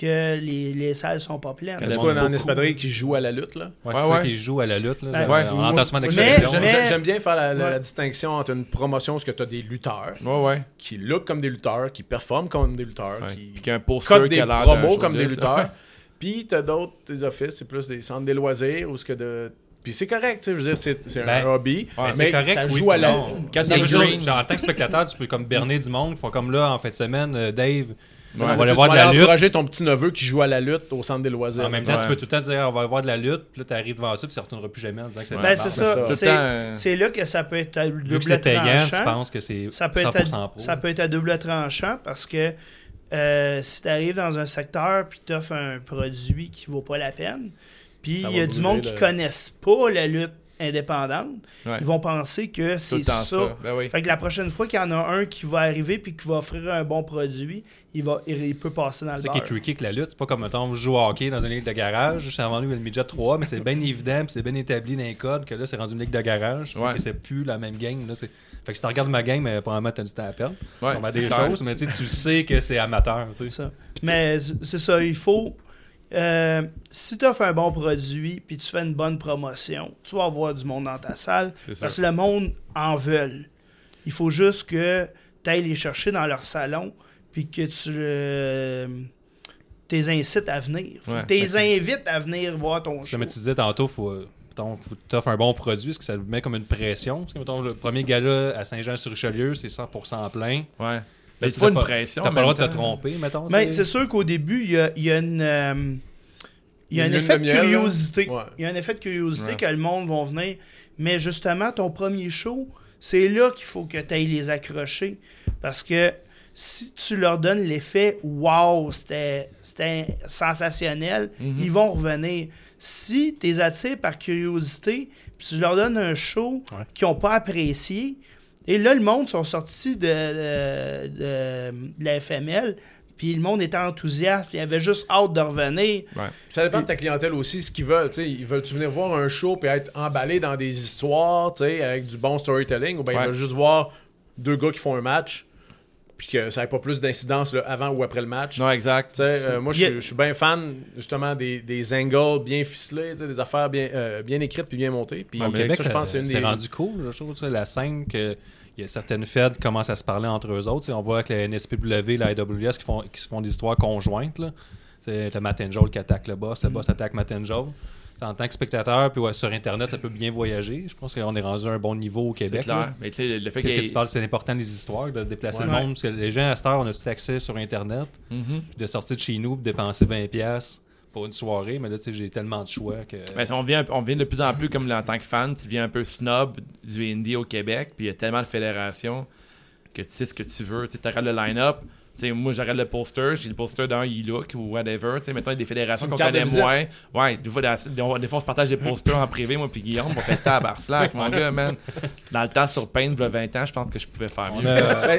E: que les, les salles sont pas pleines.
D: En tout cas, en espadrille qui joue à la lutte, là.
B: Ouais,
A: Ouais,
B: c'est ça
A: ouais.
B: qui joue à la lutte, là,
E: Ben,
B: dans-
A: ouais.
B: en entassement
E: Mais-
B: d'expression.
D: J'aime-
E: mais-
D: j'aime- J'aime bien faire la, la-
E: Ouais.
D: la distinction entre une promotion, ce que tu as des lutteurs
A: Ouais, ouais.
D: qui look comme des lutteurs, qui performent comme des lutteurs,
A: Ouais.
D: qui
A: Puis qu'un poster
D: codent
A: qui
D: des
A: a l'air d'un
D: promos
A: show
D: comme
A: de
D: des
A: lutte.
D: lutteurs. Puis t'as d'autres des offices, c'est plus des centres des loisirs ou ce que de. Puis c'est correct, tu sais, je veux dire, c'est c'est
B: Ben,
D: un hobby,
B: Mais
D: mais
B: c'est correct,
D: ça
B: oui,
D: joue à la.
B: non.
A: Quand
B: Non,
A: t'as
B: mais je
A: le
B: veux
A: green.
B: dire, genre, en tant que spectateur, tu peux comme berner du monde. Ils font comme là, en fin de semaine, euh, Dave,
A: Ouais.
B: on va aller
D: Tu
B: voir de
D: vas
B: la
D: aller
B: lutte.
D: encourager ton petit neveu qui joue à la lutte au centre des loisirs.
B: En même temps,
A: Ouais.
B: tu peux tout le temps dire, on va aller voir de la lutte. Puis là, t'arrives devant ça, puis ça ne retournera plus jamais en disant que c'est de la
E: Ben,
B: merde.
E: c'est
D: Tout
E: ça.
A: le
E: C'est-
A: temps, euh,
E: C'est là que ça peut être à double
B: Vu que c'est payant,
E: tranchant.
B: tu penses que c'est 100%
E: ça peut, être à,
B: pro.
E: ça peut être à double tranchant parce que euh, si tu arrives dans un secteur puis tu offres un produit qui vaut pas la peine, puis
D: Ça
E: il
D: va
E: y a du
D: brûler
E: monde
D: le-
E: qui connaissent pas la lutte indépendante,
A: Ouais.
E: ils vont penser que
A: Tout
E: c'est
A: le temps
E: ça.
A: ça. Ben oui.
E: Fait que la prochaine fois qu'il y en a un qui va arriver puis qui va offrir un bon produit, il, va, il, il peut passer dans le
B: C'est ça qui est
E: beurre.
B: tricky que la lutte. C'est pas comme, mettons, jouer au hockey dans une ligue de garage. Juste avant, nous, il y a le midget 3, mais c'est bien évident, puis c'est bien établi dans les codes que là, c'est rendu une ligue de garage. Fait
A: Ouais.
B: que c'est plus la même game. Là, c'est- fait que si tu regardes ma game, euh, probablement, t'as du temps à perdre.
A: Ouais,
B: On va
A: c'est
B: des
A: clair.
B: choses, mais tu sais, tu sais que c'est amateur. tu sais.
E: C'est ça. Mais c- c'est ça, il faut. euh, si tu offres un bon produit puis tu fais une bonne promotion, tu vas avoir du monde dans ta salle
A: C'est sûr.
E: parce que le monde en veut. Il faut juste que tu ailles les chercher dans leur salon puis que tu euh, t'es incites à venir. Faut
A: Ouais.
E: que t'es invites à venir voir ton show.
B: Mais tu disais tantôt, faut. euh, mettons, faut que t'offres un bon produit, est-ce que ça vous met comme une pression? Parce que, mettons, le premier gala à Saint-Jean-sur-Richelieu, c'est 100% plein.
A: Ouais.
B: Là,
A: Mais c'est
B: tu
A: pas
B: t'as
A: une pression.
B: T'as pas
A: en
B: le
A: même
B: droit de te
A: temps.
B: tromper, mettons.
E: Mais
B: tu sais.
E: c'est sûr qu'au début, il y a, il y a une. euh, il y a un
D: Une lune
E: effet
D: de
E: de,
D: miel, là.
E: curiosité.
D: Ouais.
E: Il y a un effet de curiosité
A: Ouais.
E: que le monde va venir. Mais justement, ton premier show, c'est là qu'il faut que tu ailles les accrocher. Parce que si tu leur donnes l'effet Wow, c'était c'était sensationnel,
D: Mm-hmm.
E: ils vont revenir. Si tu les attires par curiosité, puis tu leur donnes un show
B: Ouais.
E: qu'ils n'ont pas apprécié, et là, le monde sont sortis de, de, de- de la FML, puis le monde était enthousiaste, puis il avait juste hâte de revenir.
D: Ça dépend de ta clientèle aussi, ce qu'ils veulent. tu sais. Ils veulent-tu venir voir un show et être emballé dans des histoires, tu sais, avec du bon storytelling, ou bien
A: Ouais.
D: ils veulent juste voir deux gars qui font un match, puis que ça n'ait pas plus d'incidence là, avant ou après le match.
A: Non, exact.
D: Tu sais, euh, moi, je
E: Yeah.
D: suis- je suis bien fan, justement, des, des angles bien ficelés, tu sais, des affaires bien, euh, bien écrites puis bien montées. Puis
A: Ouais,
D: au
A: mais euh,
D: Québec,
B: Québec,
D: ça, je pense que c'est
B: c'est
D: une des...
B: rendu cool, je trouve, tu sais, la scène que il y a certaines fêtes qui commencent à se parler entre eux autres. tu sais, On voit avec la NSPW, la AWS qui font, qui se font des histoires conjointes. Là. Tu sais, T'as Matt Angel qui attaque le boss, le
D: Mm.
B: boss attaque Matt Angel. En tant que spectateur, puis ouais, sur Internet, ça peut bien voyager. Je pense qu'on est rendu à un bon niveau au
A: C'est
B: Québec. là.
A: clair. Mais tu sais, le fait
B: Que-
A: qu'il
B: que tu parles, c'est important les histoires, de déplacer le
E: Ouais.
B: monde, parce que les gens à cette heure, on a tout accès sur Internet,
A: Mm-hmm.
B: puis de sortir de chez nous, puis dépenser 20$ pour une soirée, mais là, tu sais, j'ai tellement de choix que...
A: Ben, si on, vient, on vient de plus en plus, comme en tant que fan, tu deviens un peu snob du indie au Québec, puis il y a tellement de fédérations que tu sais ce que tu veux. Tu regardes le line-up, tu sais, moi j'arrête le poster, j'ai le poster dans e-look ou whatever. Tu sais, Mettons, il y a des fédérations
D: Une
A: qu'on
D: carte de
A: connaît moins. Ouais, des fois, des- on- des fois, on se partage des posters en privé, moi puis Guillaume, on fait tabar slack, mon gars, man. Dans le temps, sur Paint, il y a 20 ans, je pense que je pouvais faire mieux.
D: Ben,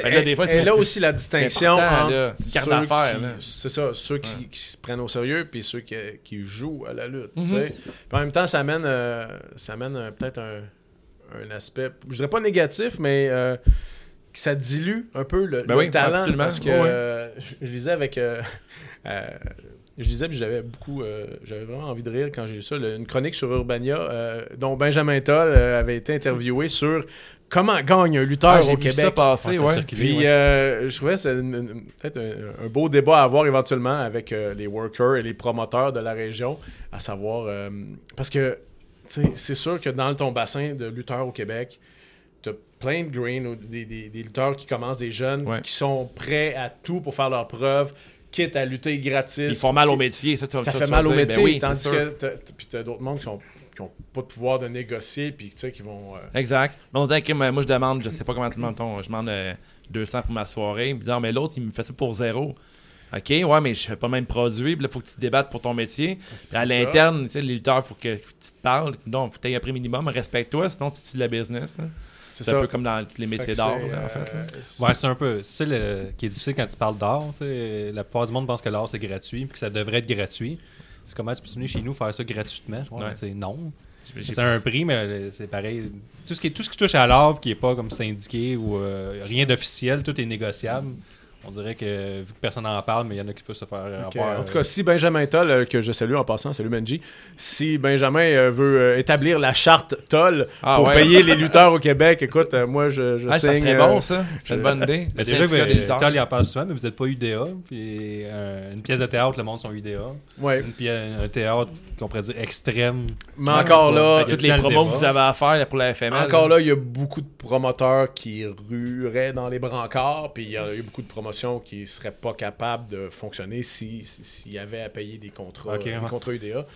A: Fait que là, des fois,
D: et- et
A: c'est-
D: là aussi la distinction
A: important,
D: entre
A: là. C'est carte
D: ceux
A: d'affaires,
D: qui-
A: là.
D: c'est ça, ceux qui, qui se prennent au sérieux puis ceux qui, qui jouent à la lutte.
A: Mhm.
D: tu sais. Puis en même temps, ça amène, euh, ça amène euh, peut-être un, un aspect, je dirais pas négatif, mais euh, que ça dilue un peu le,
A: Ben
D: le
A: oui,
D: talent.
A: absolument.
D: Parce que
A: Ouais, ouais.
D: euh, je, je lisais avec. euh, euh, je lisais, puis j'avais beaucoup, euh, j'avais vraiment envie de rire quand j'ai lu ça, le- une chronique sur Urbania euh, dont Benjamin Toll euh, avait été interviewé sur comment gagne un lutteur
A: Ah,
D: au
A: j'ai vu
D: Québec.
A: ça passer,
B: Ouais, ça
A: ouais.
B: circule.
D: Puis euh, je trouvais que c'est une- une- peut-être un, un beau débat à avoir éventuellement avec euh, les workers et les promoteurs de la région, à savoir euh, parce que tu tu sais, c'est sûr que dans ton bassin de lutteurs au Québec, tu as plein de green, ou des, des- des lutteurs qui commencent, des jeunes,
A: Ouais.
D: qui sont prêts à tout pour faire leur preuve, quitte à lutter gratis.
A: Ils font mal au
D: Qui-
A: métier, ça, tu vas-
D: ça
A: tu
D: fait
A: vas
D: mal au
A: dire, ben
D: métier,
A: oui, c'est
D: tandis
A: sûr.
D: que t'as- t'as- puis t'as d'autres mondes qui sont qui ont pas de pouvoir de négocier puis tu sais qui vont euh,
A: Exact. Donc, ok, mais euh, moi, je demande, je sais pas comment tu demandes, ton- je demande euh, 200 pour ma soirée. Puis, non, mais l'autre, il me fait ça pour zéro. Ok, ouais, mais je fais pas le même produit. Puis là, faut que tu te débattes pour ton métier. Puis à
D: ça.
A: l'interne, tu sais, les lutteurs, faut que tu te parles. Donc, faut que tu aies un prix minimum. Respecte-toi, sinon tu tues la business. hein.
D: c'est
A: C'est
D: ça
A: un peu comme dans tous les
D: Fait que
A: métiers
D: c'est,
A: d'art,
D: euh,
A: là, en fait. là.
D: c'est-
B: Ouais, c'est un peu. C'est ça le- qui est difficile quand tu parles d'art. tu sais. La plupart du monde pense que l'art, c'est gratuit puis que ça devrait être gratuit. C'est comment tu peux venir chez nous faire ça gratuitement? Ouais,
A: Ouais.
B: mais c'est non.
A: J'ai- j'ai-
B: C'est un prix, mais euh, c'est pareil. Tout ce, qui, tout ce qui touche à l'art qui n'est pas comme syndiqué ou euh, rien d'officiel, tout est négociable. On dirait que vu que personne n'en parle, mais il y en a qui peuvent se faire euh,
D: Donc, euh,
B: avoir.
D: en tout cas, si Benjamin Toll, euh, que je salue en passant, salut Benji, si Benjamin euh, veut euh, établir la charte Toll
A: Ah
D: pour
A: ouais.
D: payer les lutteurs au Québec, écoute, euh, moi je, je
A: Ah, ça
D: signe.
A: serait
D: euh,
A: bon, ça. C'est une bonne idée. Le
B: Mais déjà,
A: syndicat des
B: que
A: lutteurs.
B: Tal, il en parle souvent, mais vous n'êtes pas UDA. Puis euh, une pièce de théâtre, le monde sont UDA.
D: ouais.
B: Une pièce, un théâtre qu'on pourrait dire extrême.
D: Mais encore
B: Il
D: là,
B: y a
A: Toutes
B: déjà
A: les
B: le
A: promos
B: débat.
A: que vous avez à faire là, pour la
B: Ah,
A: FML.
D: Encore là, il y a beaucoup de promoteurs qui rueraient dans les brancards, puis il y a eu beaucoup de promotions qui seraient pas capables de fonctionner s'il si, s'il y avait à payer des contrats,
B: Ok,
D: des
B: ouais.
D: contrats UDA.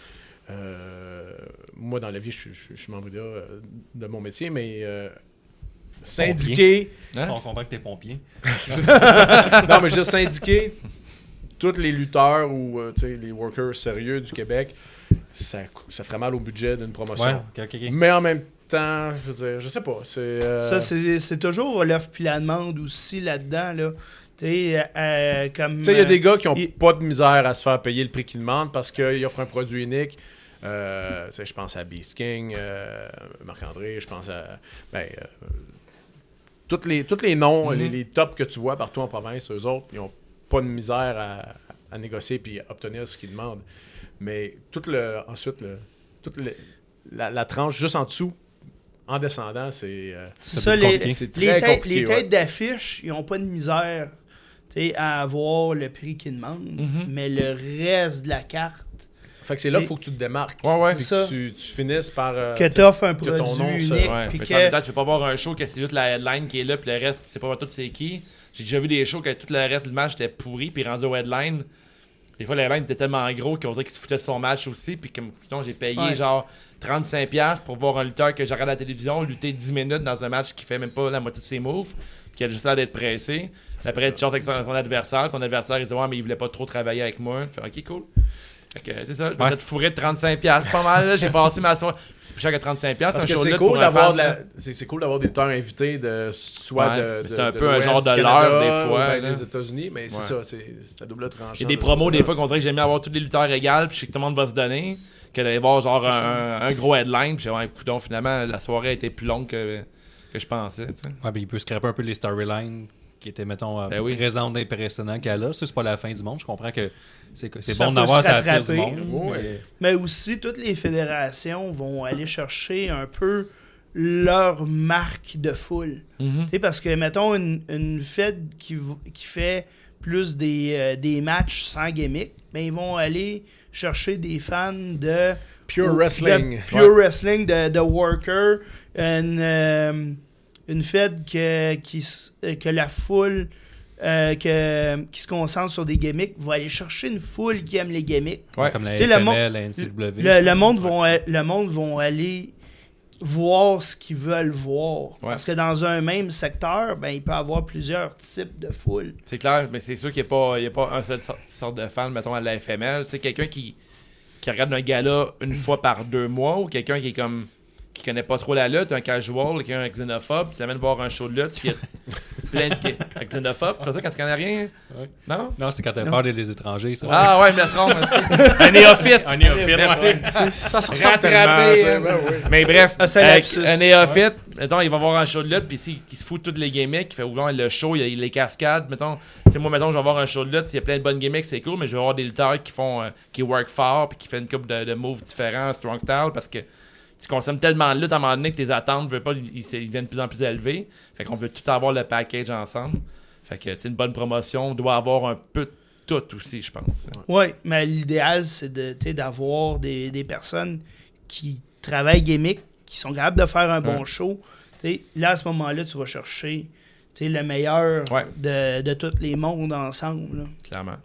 D: Euh, moi, dans la vie, je, suis- je suis- je suis membre UDA euh, de mon métier, mais euh, syndiqué,
A: Hein?
B: On comprend que t'es pompier.
D: non, mais je veux dire, syndiqué, tous les lutteurs ou euh, tu sais, les workers sérieux du Québec, ça, cou- ça ferait mal au budget d'une promotion.
B: Ouais, ok, ok, ok.
D: Mais en même temps, je veux dire, je sais pas, c'est... euh,
E: Ça, c'est c'est toujours l'offre puis la demande aussi là-dedans. Là. Tu sais, euh, comme.
D: Tu sais, il y a des gars qui n'ont
E: il-
D: pas de misère à se faire payer le prix qu'ils demandent parce qu'ils offrent un produit unique. Euh, tu sais, je pense à Beast King, euh, Marc-André, je pense à. Ben, euh, tous les, tous les noms,
E: Mhm.
D: les, les tops que tu vois partout en province, eux autres, ils n'ont pas de misère à, à négocier puis à obtenir ce qu'ils demandent. Mais tout le, ensuite, le, toute le- la, la tranche juste en dessous, en descendant, c'est. euh,
E: C'est
B: Ça
E: ça,
B: peut être
E: les,
B: compliqué.
D: C'est
E: les
D: très
E: têtes,
D: compliqué,
E: les
D: ouais.
E: têtes d'affiche, ils n'ont pas de misère tu sais, à avoir le prix qu'ils demandent,
D: Mm-hmm.
E: mais le reste de la carte,
D: fait que c'est là qu'il faut que tu te démarques.
A: Ouais, ouais.
D: Puis que
E: ça.
D: tu, tu finisses par. euh,
E: que tu offres un
D: que ton
E: produit
D: nom, ça,
E: unique,
A: Ouais,
E: puis
A: mais
E: que-
A: en même temps, tu peux pas voir un show que c'est juste la headline qui est là, puis le reste, tu sais pas tout c'est qui. J'ai déjà vu des shows que tout le reste du match était pourri, puis rendu au headline. Des fois, le headline était tellement gros qu'on dirait qu'il se foutait de son match aussi, puis comme, putain, j'ai payé
E: Ouais.
A: genre 35$ pour voir un lutteur que j'ai regardé à la télévision lutter 10 minutes dans un match qui fait même pas la moitié de ses moves, puis qui a juste l'air d'être pressé. Puis Après, tu chantes avec son, son adversaire, son adversaire, il dit Ouais, mais il voulait pas trop travailler avec moi. Fait, ok, cool. Fait que, c'est ça, je me
B: Ouais.
A: suis fourré de 35$, pas mal, là, j'ai passé ma soirée. C'est cher que 35$,
D: Parce
A: un
D: que
A: show de
D: c'est
A: lutte
D: cool
A: pour un
D: d'avoir
A: fan,
D: de la-
A: là.
D: c'est c'est cool d'avoir des lutteurs invités de soit
A: Ouais,
D: de,
A: mais
D: de-
A: c'est un
D: de
A: peu un
D: l'Ouest,
A: genre
D: du
A: de
D: Canada,
A: leurre, des fois,
D: ou ben
A: là.
D: des États-Unis, mais c'est ça, c'est c'est à double tranchant.
A: Il y a des
D: de ce
A: promos
D: côté-là.
A: des fois qu'on dirait que j'aime mieux avoir tous les lutteurs égales, puis je sais que tout le monde va se donner, que d'aller voir genre un, un gros headline, puis j'ai ouais, coudon, finalement la soirée a été plus longue que, que je pensais. tu sais.
B: Ouais, mais il peut scraper un peu les storylines qui étaient, mettons, euh,
A: Ben oui.
B: présentes et impressionnantes qu'elle a. Ça, c'est pas la fin du monde. Je comprends que c'est que- c'est
E: Ça
B: bon
E: peut
B: d'avoir
E: se
B: ça attire du
E: rattraper.
B: monde.
D: Ouais.
B: mais-
E: Mais aussi, toutes les fédérations vont aller chercher un peu leur marque de foule. Tu sais, Parce que, mettons, une, une Fed qui, v- qui fait plus des, euh, des matchs sans gimmick, ben, ils vont aller chercher des fans de...
D: Pure
E: ou-
D: wrestling.
E: de pure wrestling, de, de worker. Une, euh, une Fed que, qui, s- euh, que la foule... euh, que, qui se concentre sur des gimmicks, va aller chercher une foule qui aime les gimmicks.
A: Ouais.
B: Comme la
E: Tu sais, le
B: FML,
E: monde-
B: la NCW.
E: Le, le monde vont, a- le monde vont aller voir ce qu'ils veulent voir. Parce que dans un même secteur, ben, il peut y avoir plusieurs types de foules.
A: C'est clair, mais c'est sûr qu'il n'y a, pas- il y a pas un seul sor- sorte de fan, mettons, à la FML. C'est quelqu'un qui, qui regarde un gala une fois par deux mois, ou quelqu'un qui est comme qui connaît pas trop la lutte, un casual, qui est un xénophobe, tu l'amènes voir un show de lutte, puis il y a plein de un xénophobe. C'est ça quand tu connais rien?
B: Ouais.
A: Non?
B: Non, c'est quand t'as peur des- des étrangers, ça.
A: Ah ouais, je me trompe. merci. un néophyte. Un néophyte.
D: Ça se ressemble tellement, tu
A: Rattrapé.
D: sais,
A: hein.
D: ben oui.
A: Mais bref,
E: Ah, c'est un
A: avec
E: lapsus.
A: un néophyte, mettons, il va voir un show de lutte, puis s'il il se fout de toutes les gimmicks, il fait ouvrir le show, il y a les cascades, mettons. C'est moi, mettons, je vais voir un show de lutte, s'il y a plein de bonnes gimmicks, c'est cool, mais je vais voir des lutteurs qui font, euh, qui work fort, puis qui font une coupe de, de moves différents, strong style, parce que tu consommes tellement de lutte à un moment donné que tes attentes, veulent pas, ils, ils deviennent de plus en plus élevées. Fait qu'on veut tout avoir le package ensemble. Fait que, tu sais, une bonne promotion doit avoir un peu de tout aussi, je pense. hein,
E: Oui, mais l'idéal, c'est de, tu sais, d'avoir des, des personnes qui travail gimmick, qui sont capables de faire un bon show, tu sais, là, à ce moment-là, tu vas chercher tu sais, le meilleur
A: Ouais.
E: de, de tous les mondes ensemble. là.
A: clairement.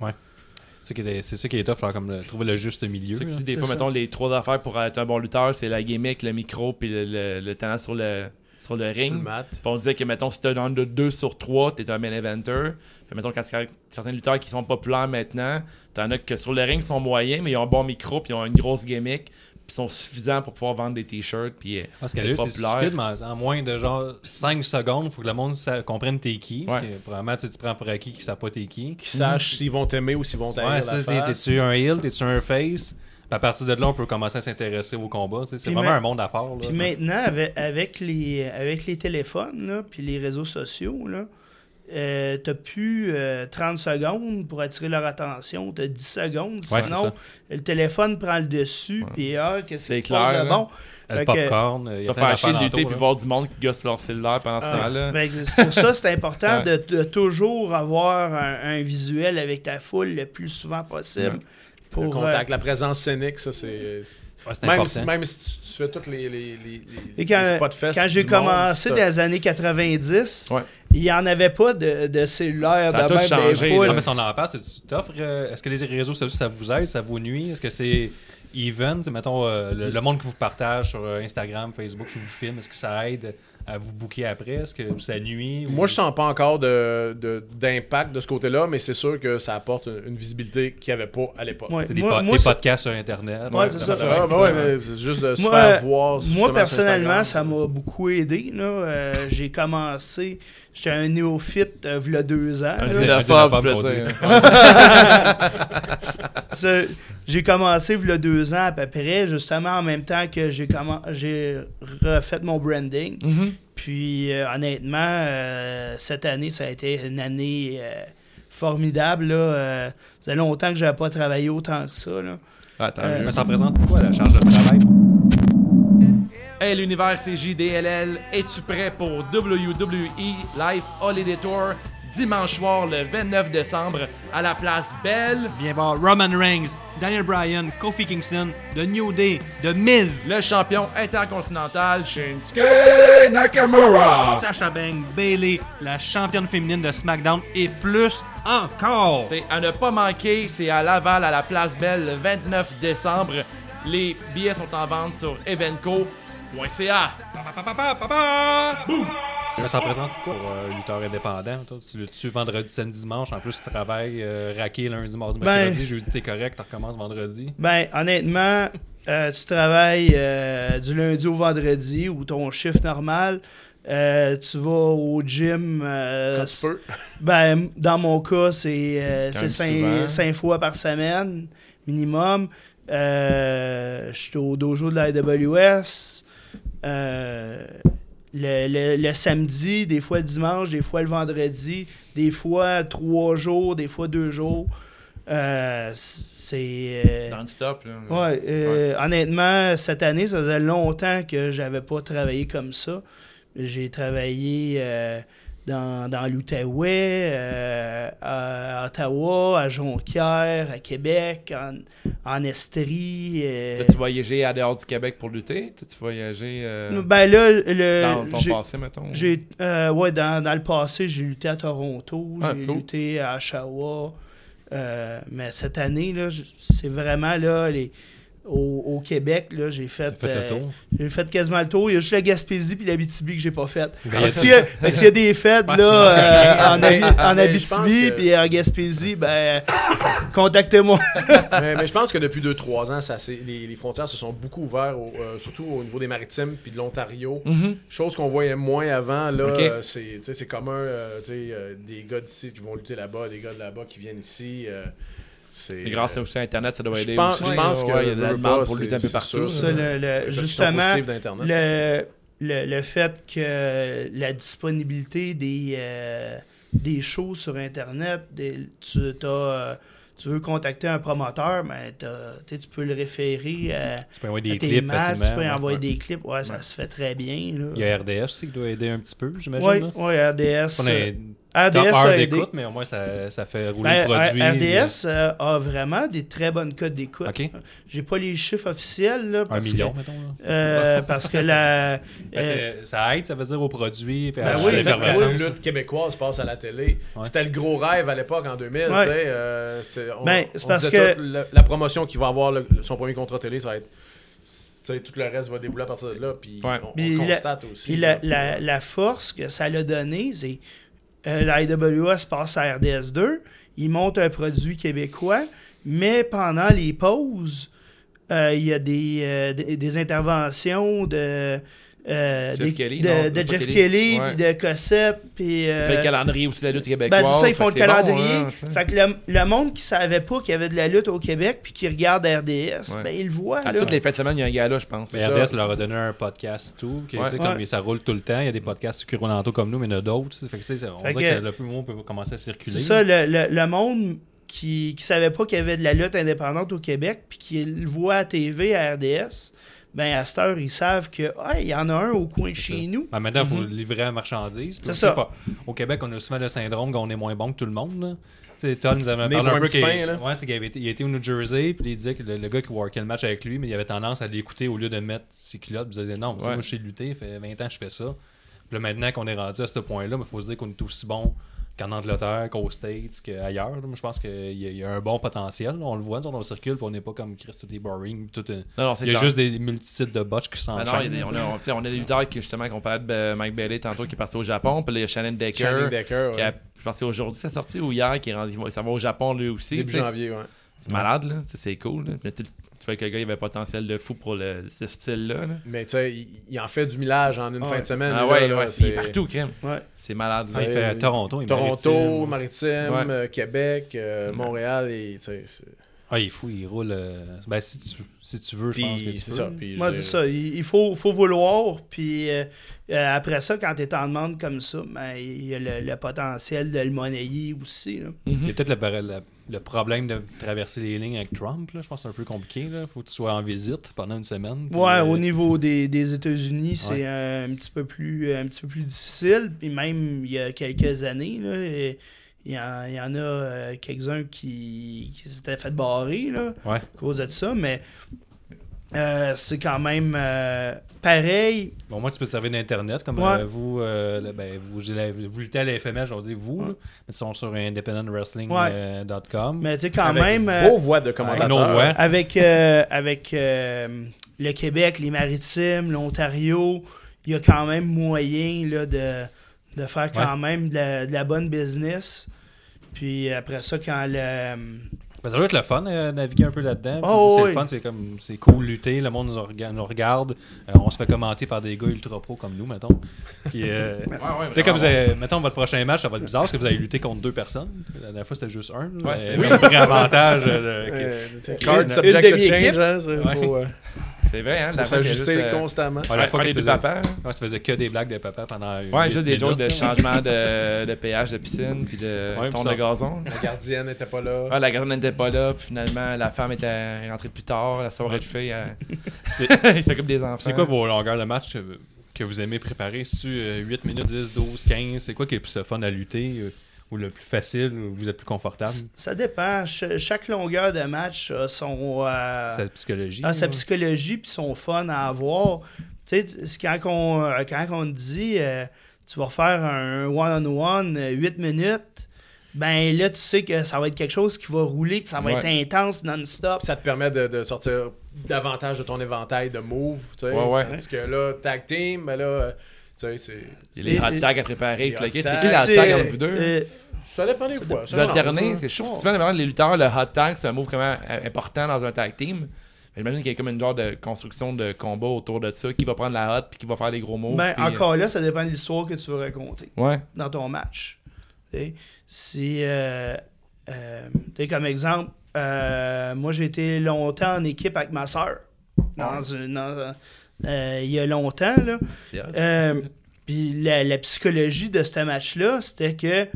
B: C'est ça qui est- c'est ça qui est tough, là, comme le- trouver le juste milieu.
A: C'est que
B: là.
A: si des
E: C'est
A: fois,
E: ça.
A: mettons, les trois affaires pour être un bon lutteur, c'est la gimmick, le micro, puis le, le- le talent sur le, sur le
D: Sur le
A: ring.
D: mat.
A: Puis on disait que, mettons, si t'as dans le 2 sur 3, t'es un main eventer. Puis, mettons, quand c'est- certains lutteurs qui sont populaires maintenant, t'en as que sur le ring sont moyens, mais ils ont un bon micro, puis ils ont une grosse gimmick, puis sont suffisants pour pouvoir vendre des t-shirts, puis euh,
B: Parce que
A: être
B: là, c'est
A: populaires.
B: stupide, mais en moins de genre 5 secondes, il faut que le monde sa- comprenne t'es qui. Parce
A: Ouais.
B: que probablement, tu sais, tu prends pour acquis qu'ils savent pas t'es qui. Mhm.
D: Qu'ils sachent s'ils vont t'aimer ou s'ils vont t'aimer.
B: Ouais, ça, c'est- t'es-tu un heel, t'es-tu un face. Puis à partir de là, on peut commencer à s'intéresser au combat. tu sais, C'est
E: Puis
B: vraiment
E: ma-
B: un monde à part. Là.
E: Puis maintenant, avec, avec les, avec les téléphones, là, puis les réseaux sociaux, là, euh, t'as plus euh, 30 secondes pour attirer leur attention, t'as 10 secondes,
B: Ouais, c'est
E: sinon
B: ça.
E: le téléphone prend le dessus, puis ah, qu'est-ce
A: C'est
E: qui se passe
A: clair,
E: de
A: là.
E: bon?
B: le
E: Fait que-
B: popcorn, il y a
A: T'as
B: plein
A: faire
B: d'affaires
A: chier de
B: alentour,
A: lutter, puis
B: là.
A: voir du monde qui gosse leur cellulaire pendant ce
E: Ah,
A: temps-là.
E: ben, c'est pour ça c'est important
B: Ouais.
E: de, de toujours avoir un, un visuel avec ta foule le plus souvent possible. Pour,
D: Le contact,
E: euh,
D: la présence scénique, ça, c'est.
B: Ouais, c'est
D: Même
B: important.
D: si, même si tu, tu fais toutes les, les, les, les-
E: et quand
D: les spots fest
E: quand j'ai
D: du monde,
E: commencé
D: c'est-
E: dans les années 90,
A: Ouais.
E: il n'y en avait pas de, de cellulaire.
A: Ça a
E: de
A: tout
E: même des
A: changé,
E: foules.
A: là.
B: Non, mais si on en parle, c'est- tu t'offres. euh, Est-ce que les réseaux sociaux, ça vous aide, ça vous nuit Est-ce que c'est even Tu sais, Mettons, euh, le, le monde qui vous partage sur euh, Instagram, Facebook, qui vous filme, est-ce que ça aide à vous booker après Est-ce que ça nuit
D: Moi, je sens pas encore de- de- d'impact de, ce côté-là, mais c'est sûr que ça apporte une, une visibilité qu'il n'y avait pas à l'époque.
E: Ouais.
B: C'est des,
E: Moi-
B: po-
E: moi,
B: des
E: ça-
B: podcasts sur Internet.
E: Ouais, c'est
D: Ça,
E: ça.
D: ça, ouais, ouais, mais c'est juste de se
E: Moi,
D: faire
E: euh,
D: voir. justement,
E: Moi,
D: sur
E: personnellement,
D: Instagram.
E: ça m'a beaucoup aidé. là. Euh, j'ai commencé, j'étais un néophyte euh, v'là deux ans.
A: Un
E: là.
B: dé-
A: xénophobe, je
B: qu'on
A: veux dire.
E: Ça, J'ai commencé v'là deux ans à peu près, justement en même temps que j'ai commen- j'ai refait mon branding.
D: Mm-hmm.
A: Mhm.
E: Puis euh, honnêtement, euh, cette année, ça a été une année euh, formidable. Là. Euh, ça faisait longtemps que j'avais pas travaillé autant que ça. là.
A: Ah, tant
E: Euh,
A: mieux.
B: Mais ça représente quoi la charge de travail
A: Hey l'univers, c'est JDLL. Es-tu prêt pour WWE Live Holiday Tour dimanche soir le 29 décembre à la place Belle?
H: Viens voir Roman Reigns, Daniel Bryan, Kofi Kingston, The New Day, The Miz,
A: Le champion intercontinental Shinsuke Nakamura.
H: Sasha Banks, Bailey, la championne féminine de SmackDown et plus encore.
A: C'est à ne pas manquer, c'est à Laval à la place Belle le 29 décembre. Les billets sont en vente sur evenco.ca.
B: Mais ça représente quoi pour euh, un lutteur indépendant toi? Tu le tues vendredi, samedi, dimanche. En plus, tu travailles euh, raqué lundi, mardi,
E: Ben-
B: mercredi, jeudi, t'es correct, tu recommences vendredi.
E: Ben, honnêtement, euh, tu travailles euh, du lundi au vendredi ou ton chiffre normal. Euh, tu vas au gym. euh,
D: Quand tu peux.
E: Ben, dans mon cas, c'est euh, c'est
A: même souvent.
E: cinq, cinq fois par semaine minimum. Euh, je suis au dojo de la AWS. Euh, le, le- le samedi, des fois le dimanche, des fois le vendredi, des fois trois jours, des fois deux jours. Euh, c'est. euh,
A: Non-stop, là.
E: Ouais, euh, honnêtement, cette année, ça faisait longtemps que j'avais pas travaillé comme ça. J'ai travaillé euh, dans, dans l'Outaouais, euh, à à Ottawa, à Jonquière, à Québec, en, en Estrie. euh.
A: T'as-tu voyagé à dehors du Québec pour lutter? T'as-tu voyagé euh,
E: ben là, le-
A: dans ton
E: j'ai-
A: passé, mettons?
E: j'ai, euh, ouais, dans, dans le passé, j'ai lutté à Toronto,
A: Ah,
E: j'ai
A: cool.
E: lutté à Oshawa. Euh, mais cette année, là, j- c'est vraiment là, les, au, au Québec, là, j'ai fait, euh,
B: fait le tour.
E: j'ai fait quasiment le tour. Il y a juste la Gaspésie puis l'Abitibi que j'ai pas faite.
B: il y a-
E: S'il y, a- fait que s'il y a des fêtes
B: Ben, Ouais,
E: là, euh, en, Abi- en
D: mais Ben, je pense
E: Abitibi
D: que-
E: puis en Gaspésie, ben, contactez-moi.
D: mais, mais je pense que depuis 2-3 ans, ça, s'est- les, les frontières se sont beaucoup ouvertes, au- euh, surtout au niveau des maritimes puis de l'Ontario.
E: Mhm.
D: Chose qu'on voyait moins avant. Là,
A: Ok.
D: euh, c'est, tu sais, c'est commun. euh, tu sais, euh, des gars d'ici qui vont lutter là-bas, des gars de là-bas qui viennent ici. euh, c'est,
A: Et grâce
D: euh,
A: aussi à Internet, ça doit
D: je
A: aider
D: pense,
A: aussi.
D: je pense
A: là.
D: que
A: Ouais, il y a de la
D: veux
A: demande
D: pas,
A: pour
D: c'est-
A: lutter un peu
D: c'est
A: partout. là.
D: sûr,
E: Ça, le- le-
D: Les répercussions
E: justement,
D: positives d'Internet.
E: le, le, le fait que la disponibilité des, euh, des shows sur Internet, des- tu, t'as, euh, tu veux contacter un promoteur, mais t'as- tu sais, tu peux le référer à,
B: Tu peux envoyer
E: à
B: des
E: tes
B: clips
E: matchs,
B: facilement.
E: tu peux
B: ouais.
E: envoyer des clips. Ouais, ça se fait très bien.
B: Il y a RDS aussi qui doit aider un petit peu, j'imagine.
E: Oui,
B: là.
E: ouais, RDS.
B: On
E: euh,
B: est Dans
E: RDS
B: heure
E: a aidé.
B: d'écoute, mais au moins ça, ça fait rouler
E: Ben,
B: le produit.
E: R- RDS euh, a vraiment des très bonnes codes d'écoute.
B: OK.
E: J'ai pas les chiffres officiels. Là,
B: Un
E: parce
B: million,
E: que-
B: mettons. là.
E: euh, parce que la.
B: Ben,
E: euh,
B: c'est- ça aide, ça veut dire au produit. puis
E: Ben
B: à
E: oui,
D: Oui, le fait que
B: l'effervescence.
D: la lutte québécoise passe à la télé.
B: Ouais.
D: C'était le gros rêve à l'époque en 2000.
E: Ouais.
D: tu sais, euh, c'est- on-
E: Ben,
D: on
E: c'est parce que-
D: disait tout, la, la promotion qu'il va avoir, le- son premier contrat télé, ça va être. tu sais, tout le reste va débouler à partir de là. Puis
A: Ouais.
D: on- on,
E: Puis la-
D: constate aussi.
E: Puis
D: là.
E: la, la- la force que ça l'a donné, c'est euh, la IWA se passe à RDS2, ils montent un produit québécois, mais pendant les pauses, euh, il y a des, euh, des, des interventions de. euh,
A: Jeff
E: des-
A: Kelly,
E: de,
A: non,
E: de
A: pas
E: Jeff
A: Kelly.
E: Kelly,
A: Ouais.
E: puis de Cossette, puis. euh,
A: fait le calendrier aussi de la lutte québécoise.
E: ben, c'est ça, ils font le
A: fait que c'est bon,
E: calendrier.
A: hein, tu sais.
E: fait que le, le monde qui savait pas qu'il y avait de la lutte au Québec puis qui regarde RDS,
A: Ouais.
E: ben, il le voit.
A: À
E: là.
A: toutes les fêtes de semaine, il y a un gala, je pense.
B: Mais
D: C'est
B: RDS
D: ça.
B: leur Ben, a donné un podcast tout, qui, tu sais,
A: Ouais.
B: comme
E: Ouais.
B: ça roule tout le temps. Il y a des podcasts qui roulent en tout comme nous, mais il y en a d'autres. tu sais. Fait que, tu sais, on
E: Fait
B: dirait que,
E: que-
B: ça- le plus on peut commencer à circuler.
E: C'est ça, le, le- le monde qui ne savait pas qu'il y avait de la lutte indépendante au Québec, puis qui le voit à TV, à RDS, ben à cette heure, ils savent que Ah, il y en a un au coin de
B: C'est ça.
E: chez nous. Mhm.
B: Ben, maintenant, il faut livrer à marchandises. Puis
E: C'est
B: aussi,
E: ça.
B: faut- Au Québec, on a souvent le syndrome qu'on est moins bon que tout le monde. là. Tu sais, Todd nous avait
D: Né
B: parlé
D: pour
B: un
D: un
B: peu
D: petit
B: qu'il
D: pain, là.
B: ouais, tu sais, qu'il avait été- il était au New Jersey, puis il disait que le, le gars qui workait le match avec lui, mais il avait tendance à l'écouter au lieu de mettre ses culottes. Puis Il disait non, tu sais,
A: Ouais.
B: moi je sais lutter, ça fait 20 ans que je fais ça. Puis là, maintenant qu'on est rendu à ce point-là, il faut se dire qu'on est aussi bon qu'en Angleterre, qu'aux States, qu'ailleurs. là. Moi, je pense qu'il y, a- il y a un bon potentiel. là. On le voit, nous, on le circule, puis on n'est pas comme Chris, tout est boring. Tout est-
A: Non, non, c'est
B: Il y a
A: clair.
B: juste des multitudes de botches qui
A: Ah
B: s'enchaînent.
A: non, il y a des- on, a, on, tu sais, on a des lutteurs qui, justement, qu'on parlait de euh, Mike Bailey tantôt, qui est parti au Japon. Puis là, il y a Shannon Decker.
D: Shannon Decker,
A: Qui
D: ouais.
A: a- je pense que c'est aujourd'hui, sa sortie ou hier, qui est rendu, ça va au Japon lui aussi.
D: début
A: tu sais,
D: janvier. Ouais.
A: C'est malade, là. Tu sais, C'est cool. là. Mais tu, tu vois que le gars, il avait un potentiel de fou pour le, ce style-là. là.
D: Mais tu sais, il, il en fait du millage en une
E: Ah
D: fin
E: ouais.
D: de semaine.
A: Ah
D: lui,
A: ouais,
D: là,
A: ouais,
D: c'est-
A: c'est partout, crème.
E: Ouais.
A: C'est malade. là.
B: Ah, Il
E: Euh,
B: fait Toronto, il maritime.
D: Toronto, Maritime,
A: Ouais.
D: euh, Québec, euh, Montréal. Et, tu sais, c'est-
B: Ah, il est fou, il roule. euh, Ben, si tu, si tu veux, je pense que
D: puis
B: tu
D: c'est
B: peux.
D: ça. puis
E: Moi,
D: je-
E: c'est ça. Il, il faut, faut vouloir, puis euh, euh, après ça, quand tu es en demande comme ça, ben, il y a le, le potentiel de le monnayer aussi. là.
B: Il y a peut-être le, bar- le- le problème de traverser les lignes avec Trump. Là. Je pense que c'est un peu compliqué. Il faut que tu sois en visite pendant une semaine. puis,
E: Ouais,
B: euh,
E: au niveau des, des États-Unis, c'est
B: Ouais.
E: euh, un, petit peu plus, un petit peu plus difficile. Puis même il y a quelques années, là, et- il y, en, il y en a euh, quelques-uns qui, qui s'étaient fait barrer là,
B: Ouais.
E: à cause de ça, mais euh, c'est quand même euh, pareil.
B: Bon, moi, tu peux te servir d'Internet. Comme
E: Ouais.
B: euh, vous, euh, le- ben, vous, j'ai la- vous luttez à la FML, je vais dire vous. là. Mais ils sont sur
E: Ouais.
B: independentwrestling.com.
E: Mais tu sais, quand
B: Avec
E: même, euh,
D: Beau voix de
B: Avec
D: commentateur.
B: nos voix.
E: avec, euh, avec euh, le Québec, les Maritimes, l'Ontario, il y a quand même moyen là, de, de faire quand même de la, de la bonne business. Puis après ça, quand le.
B: Ben, ça doit être le fun, euh, naviguer un peu là-dedans. Puis,
E: Oh,
B: tu sais, c'est
E: oui.
B: le fun, c'est comme c'est cool lutter, le monde nous, rega- nous regarde, Euh, on se fait commenter par des gars ultra pro comme nous, mettons. Puis, euh, tu sais, comme vous avez- mettons votre prochain match, ça va être bizarre parce que vous allez lutter contre deux personnes. La dernière fois c'était juste un. là.
A: Ouais,
B: Mais, comme, avantage. euh, de-
D: Euh, tu sais,
E: Une-
D: Card
E: une
D: subject to
E: demi-équipe.
D: change. hein, c'est- faut, euh,
A: C'est vrai, hein?
D: faut
A: La fois qu'il y a
D: s'ajuster
A: juste, euh,
D: constamment.
B: Ouais, la fois que
A: parler
B: tu
A: du
B: faisais-
A: papa. hein?
B: ouais, tu faisais que des blagues de papa pendant.
A: Ouais,
B: huit
A: juste des jokes de
B: minutes.
A: changement de, de péage de piscine, puis de
B: Ouais,
A: tour
B: puis ça-
A: de gazon.
D: La gardienne n'était pas là.
A: Ah, la garde n'était pas là, puis finalement, la femme était rentrée plus tard, la soirée de filles, elle- il s'occupe des enfants.
B: C'est quoi vos longueurs de match que, que vous aimez préparer? Si tu 8 minutes, 10, 12, 15, c'est quoi qui est le plus fun à lutter euh, ou le plus facile ou vous êtes plus confortable?
E: Ça dépend. Ch- chaque longueur de match a son, euh,
B: Sa psychologie.
E: a sa
B: là.
E: psychologie puis son fun à avoir. Tu sais, c'est quand on, quand on te dit euh, tu vas faire un one-on-one euh, 8 minutes, ben là, tu sais que ça va être quelque chose qui va rouler, que ça va
A: Ouais.
E: être intense non-stop.
D: Ça te permet de, de sortir davantage de ton éventail de moves. Tu sais,
A: Ouais, ouais.
D: Parce que là, tag team, mais là, euh, tu sais, c'est.
A: Il y a les hot tags à préparer,
D: Les
A: tout le kit.
D: hot
A: C'est
D: tags.
A: qui les hot
E: C'est,
A: tags entre vous deux?
E: euh,
D: Ça dépend des fois.
A: Vous
D: ça change.
A: alternez. Je trouve que souvent, vraiment, les lutteurs, le hot tag, c'est un move comment euh, important dans un tag team. Mais J'imagine qu'il y a comme une genre de construction de combat autour de ça, qui va prendre la hot puis qui va faire des gros moves.
E: ben,
A: Oh, puis- euh,
E: encore là, ça dépend de l'histoire que tu veux raconter.
A: Ouais.
E: dans ton match. Tu sais, Si, euh, euh, tu sais, comme exemple, euh, moi j'ai été longtemps en équipe avec ma soeur. Dans une, dans- euh, il y a longtemps, là.
A: C'est hot.
E: Euh, Puis la, la psychologie de ce match-là, c'était que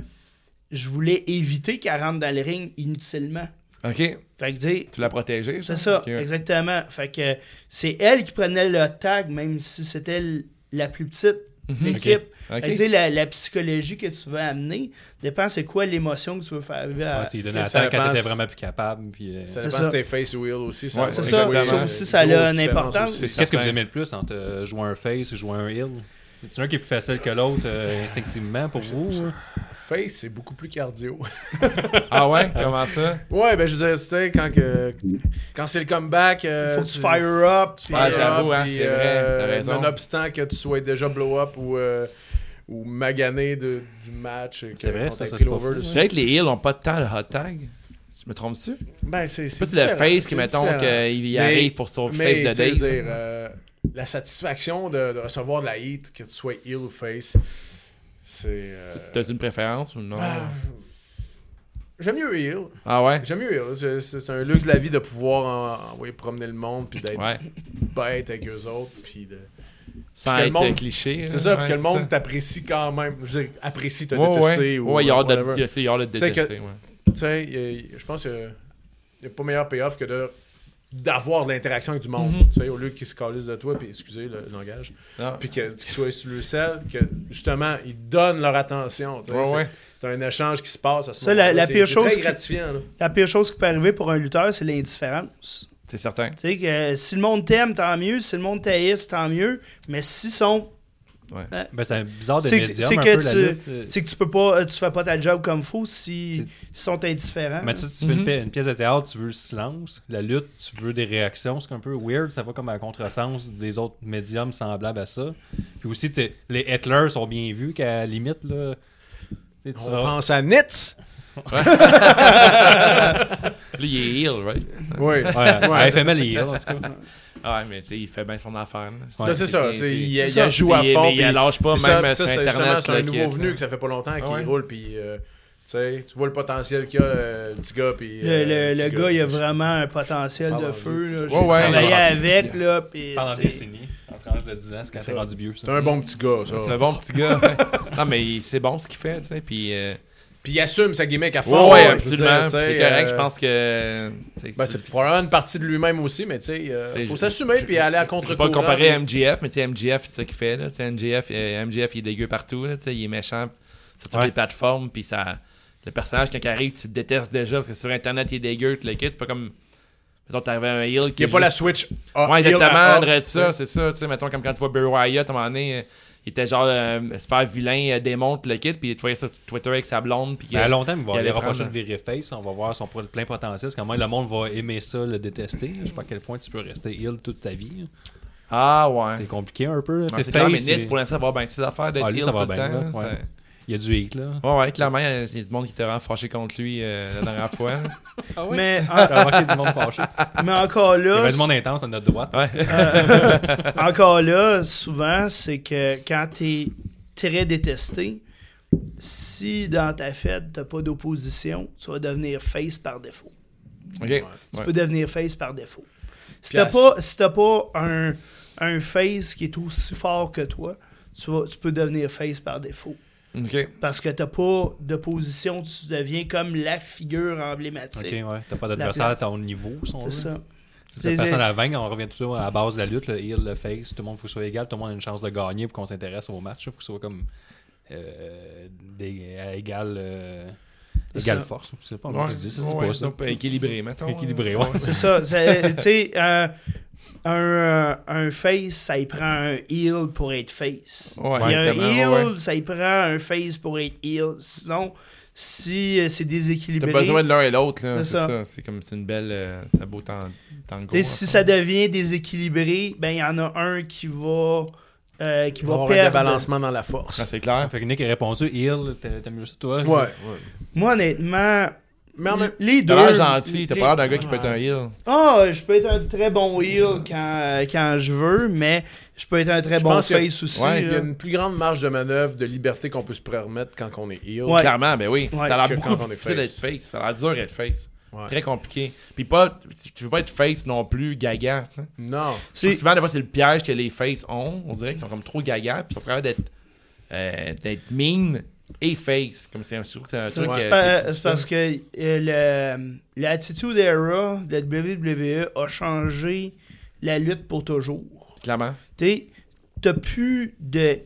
E: je voulais éviter qu'elle rentre dans le ring inutilement.
A: Ok.
E: Fait que, tu sais,
A: Tu l'as protégé.
B: Ah,
E: c'est ça,
A: Ok.
E: exactement. Fait que c'est elle qui prenait le tag, même si c'était l- la plus petite.
B: Mhm,
E: l'équipe.
A: Ok.
E: Elle dit, la, la psychologie que tu veux amener dépend c'est quoi l'émotion Ah, que tu veux faire arriver à.
B: Ouais, tu lui donnais la
D: Ça
B: tête quand
D: dépend
B: t'étais
D: si-
B: vraiment plus capable. Puis, euh,
D: Ça
E: C'est
D: dépend
E: ça.
D: si t'es face ou wheel aussi.
A: Ouais,
E: c'est
A: c'est
E: ça,
A: exactement.
E: ça aussi, ça a une importance.
D: importance.
B: Qu'est-ce que vous aimez le plus entre euh, jouer un face ou jouer un heal C'est un qui est plus facile que l'autre euh, instinctivement pour vous hein?
D: Face, c'est beaucoup plus cardio.
A: Ah ouais? Comment ça?
D: Ouais, ben je disais, tu sais, quand, que- quand c'est le comeback. euh,
E: Faut que tu
D: tu-
E: fire up. puis,
A: Ah,
D: fire
A: j'avoue,
D: up,
A: hein,
D: puis,
A: c'est vrai,
D: euh,
A: t'as raison.
D: Nonobstant que tu sois déjà blow-up ou, euh, ou magané de- du match. et
B: C'est
D: que-
B: vrai,
D: qu'on
B: ça,
D: t'ait
B: ça,
D: pris
B: c'est pas
D: l'over
B: fou,
A: C'est
D: dessus.
A: vrai que les Hills n'ont pas tant le hot tag. Je me trompe-tu?
D: Ben, c'est
A: C'est
D: c'est
A: le
D: différent,
A: face
D: c'est
A: qui, mettons,
D: différent.
A: qu'il y
D: Mais-
A: arrive pour son
D: Mais,
A: face
D: tu
A: de
D: sais, je veux
A: Dave.
D: dire, euh, la satisfaction de, de recevoir de la hit, que tu sois heel ou face, c'est. euh,
A: T'as une préférence ou non?
D: ah, J'aime mieux heel.
A: Ah ouais?
D: J'aime mieux heel. C'est- C'est c'est un luxe de la vie de pouvoir en- envoyer promener le monde puis d'être
A: Ouais.
D: bête avec eux autres puis de.
A: Sans
D: que le
A: être
D: monde-
A: cliché.
D: C'est
A: là.
D: ça,
A: Ouais,
D: puis que le monde t'apprécie quand même. Je veux dire, apprécie te
A: Ouais, ouais.
D: détester ou.
A: Ouais, il y a hâte de-
D: whatever.
A: il y a- c'est- il y a hâte de te
D: Tu sais que-
A: détester. ouais.
D: Tu sais, il y a- je pense qu'il n'y a pas meilleur payoff que de d'avoir de l'interaction avec du monde,
A: Mhm.
D: tu sais, au lieu qu'ils se calissent de toi, puis excusez le langage,
A: Non.
D: puis que- qu'ils soient sur le sel, que justement, ils donnent leur attention. Tu sais,
A: Ouais,
D: c'est-
A: ouais.
D: t'as un échange qui se passe à ce
E: Ça,
D: moment-là.
E: la- la
D: C'est-
E: pire
D: c'est
E: chose
D: très
E: qui-
D: gratifiant. là.
E: La pire chose qui peut arriver pour un lutteur, c'est l'indifférence.
A: C'est certain.
E: Tu sais, que si le monde t'aime, tant mieux. Si le monde t'haïsse, tant mieux. Mais s'ils sont.
B: ben, C'est bizarre des
E: C'est que,
B: médiums
E: c'est
B: un
E: que
B: peu la lutte.
E: tu, c'est que tu peux pas, euh, tu fais pas ta job comme faut si s'ils sont indifférents.
B: Mais tu sais, tu fais une, pi- une pièce de théâtre, tu veux le silence. La lutte, tu veux des réactions. C'est un peu weird. Ça va comme à contresens des autres médiums semblables à ça. Puis aussi, t'es- les Hitlers sont bien vus qu'à la limite, là. tu sais, tu
D: On
B: seras-
D: pense à Nitz.
A: Lui, il est heel, right?
D: Oui.
B: Ouais,
D: Ouais.
B: à FML, il est là, en tout cas.
A: Ah ouais, mais tu sais, il fait bien son affaire. là.
D: Là, c'est ça.
A: c'est-
D: c'est- Il, il
E: ça.
D: joue à
A: Puis,
D: fond.
A: mais il
D: puis-
A: lâche pas,
D: puis ça-
A: même euh,
D: puis
A: sur
D: ça, c'est justement,
A: Internet.
D: C'est
A: là,
D: un
A: qui-
D: nouveau venu que ça fait pas
E: Ah
D: longtemps qu'il
A: ouais?
D: roule, puis euh, tu sais, tu vois le potentiel qu'il y a, euh, le petit gars, puis...
E: Le,
D: euh,
E: le- le
D: petit
E: gars, il a
D: puis-
E: vraiment un potentiel
B: Parle
E: de
B: en
E: feu. Là. J'ai
A: Ouais, ouais.
E: travaillé
A: Parle
E: avec, là, puis
B: Pendant
E: c'est-
B: des décennies, en tranche de 10 ans, c'est quand t'es rendu vieux.
D: C'est un bon petit gars, ça.
A: C'est un bon petit gars. ouais. non, mais il- c'est bon ce qu'il fait, tu sais. Puis. euh,
D: Puis il assume sa gimmick à
A: Ouais,
D: fond.
A: ouais,
D: là, je veux dire,
A: absolument.
D: tu sais,
A: C'est correct,
D: euh,
A: je pense que. tu sais,
D: Ben,
A: tu-
D: c'est probablement une partie de lui-même aussi, mais tu sais,
A: C'est-
D: euh, faut
A: je-
D: s'assumer
A: je-
D: puis aller à
A: Je vais
D: contre
A: pas le comparer à MGF, mais tu sais, MGF, c'est ça qu'il fait. Là. Tu sais, MGF, euh, MGF, il est dégueu partout. Là, tu sais, il est méchant sur toutes
B: Ouais.
A: les plateformes. Puis ça, le personnage, quand il arrive, tu le détestes déjà parce que sur Internet, il est dégueu. Tu le quittes. C'est pas comme. Mettons, t'arrives à un heel qui.
D: Il n'y a
A: est
D: pas la
A: juste-
D: Switch.
E: Ah,
A: Ouais, exactement.
D: de
A: de ça, c'est ça. Tu sais, mettons, comme quand tu vois Barry Wyatt, à un moment donné, euh, il était genre euh, super vilain, euh, démon, tu le quittes. Puis tu voyais sur Twitter avec sa blonde. Puis euh,
B: Mais Ben, à long terme, il
A: il
B: va
A: allait
B: aller rapprocher de
A: prendre- euh,
B: Veriface. On va voir son pro- plein potentiel. C'est Comment le monde va aimer ça, le détester. Je sais pas à quel point tu peux rester heal toute ta vie. là.
A: Ah, ouais.
B: C'est compliqué un peu. là.
A: Ouais,
B: C'est
A: C'est clair, mais
B: face,
A: Nick,
B: c'est-
A: pour l'instant, ça va bien. Ses affaires d'être
B: Ah, lui,
A: heel
B: ça va
A: tout le
B: bien,
A: temps.
B: là,
A: là,
B: ouais.
A: ça-
B: Il y a du hate, là.
A: Ouais, ouais, clairement, il y a il y a du monde qui t'a rend fâché contre lui euh, la dernière fois. là.
E: Mais,
B: T'as
A: Ah,
B: remarqué du monde fâché.
E: en- mais encore
B: Ah Il y
E: là,
B: avait du monde intense à notre droite.
E: encore là, souvent, c'est que quand t'es très détesté, si dans ta fête, t'as pas d'opposition, tu vas devenir face par défaut.
A: OK.
E: Tu
A: Ouais.
E: peux devenir face par défaut. Si
D: Puis à
E: t'as pas, si t'as pas un, un face qui est aussi fort que toi, tu, vas, tu peux devenir face par défaut.
A: OK.
E: Parce que t'as pas d'opposition, tu deviens comme la figure emblématique.
B: Ok, ouais. T'as pas d'adversaire à ton niveau, si on
E: C'est
B: veut.
E: ça.
B: C'est personne à vaincre, on revient toujours à la base de la lutte, le heal, le face, tout le monde faut que ce soit égal, tout le monde a une chance de gagner pour qu'on s'intéresse au match, faut que ce soit comme euh, des, à égale, euh,
E: C'est
B: égale
E: ça.
B: force, je sais pas,
A: Ouais,
B: on peut se dire ça, c'est
A: ouais,
B: pas ça.
A: donc,
E: euh,
A: équilibré, mettons.
B: Équilibré, ouais.
E: C'est ça. c'est- Tu sais, euh, un, euh, un face, ça y prend un heel pour être face.
A: Ouais,
E: Puis un heel,
A: exactement, ouais.
E: ça y prend un face pour être heel. Sinon, si euh, c'est
A: T'as
E: déséquilibré,
A: besoin de l'un et l'autre, là.
E: C'est
A: C'est
E: ça.
A: ça. C'est comme c'est une belle. euh, c'est un beau tan- tango.
E: tu sais,
A: hein.
E: si ça devient déséquilibré, ben il y en a un qui va, euh, qui
D: Il
E: va,
D: va avoir un
E: perdre.
D: débalancement dans la
A: Ah,
D: force.
A: c'est clair.
B: Fait que Nick a répondu, heal, t'as- t'aimes mieux ça toi?
D: Ouais. ouais.
E: Moi, honnêtement,
D: Mais en même
E: les deux.
A: T'as l'air gentil, t'as
E: les-
A: pas l'air d'un gars qui peut être un heel.
E: Ah, je peux être un très bon heel quand, euh, quand je veux, mais je peux être un très
D: Je
E: bon
D: pense qu'il y a-
E: face aussi.
A: Ouais,
D: il y
E: là.
D: a une plus grande marge de manœuvre, de liberté qu'on peut se permettre quand on est heel.
E: Ouais.
A: Clairement, ben oui.
E: Ouais,
A: ça a
D: que
A: l'air beaucoup
D: quand on
A: plus
D: est
A: difficile d'être
D: face.
A: face. Ça a l'air dur d'être face.
D: Ouais.
A: Très compliqué. Puis pas, si tu veux pas être face non plus gaga, tu sais.
D: Non.
A: Parce que
E: C'est-
A: Souvent, des fois, c'est le piège que les faces ont. On dirait qu'ils sont comme trop gaga, puis ils sont capables d'être, euh, d'être mean et face. Comme c'est un, je trouve que c'est un
E: C'est
A: truc. euh,
E: pa- c'est parce que euh, le- l'attitude era de la WWE a changé la lutte pour toujours.
A: Clairement.
E: Tu t'as plus de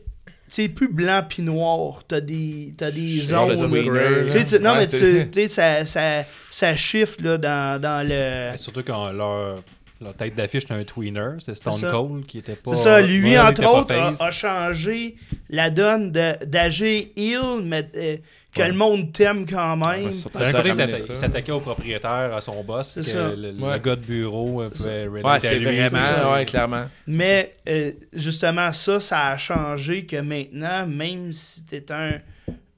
E: c'est plus blanc puis noir. T'as des, t'as des
A: Genre de
E: zones.
A: winner,
E: là.
A: là.
E: Tu sais, tu- non,
A: Ouais,
E: mais
A: t'es-
E: tu tu sais, ça, ça, ça chiffre là, dans, dans le.
B: Ben, surtout quand leur, leur tête d'affiche c'était un tweener, c'est Stone
E: C'est ça.
B: Cold qui était pas.
E: C'est ça, lui,
B: Ouais,
E: entre
B: était pas
E: autres, a,
B: face.
E: a changé la donne de- d'agir Hill, mais euh, que le monde t'aime quand même.
B: D'un côté,
A: ramener
B: il s'atta-
A: ça.
B: il s'attaquait au propriétaire, à son boss,
E: C'est
B: que
E: ça.
B: Le, le
A: Ouais.
B: gars de bureau euh, pouvait relater
A: Ouais,
B: à
A: c'est
B: lui,
A: vraiment,
B: ça.
A: ouais, clairement.
E: mais euh, justement, ça, ça a changé que maintenant, même si t'es un,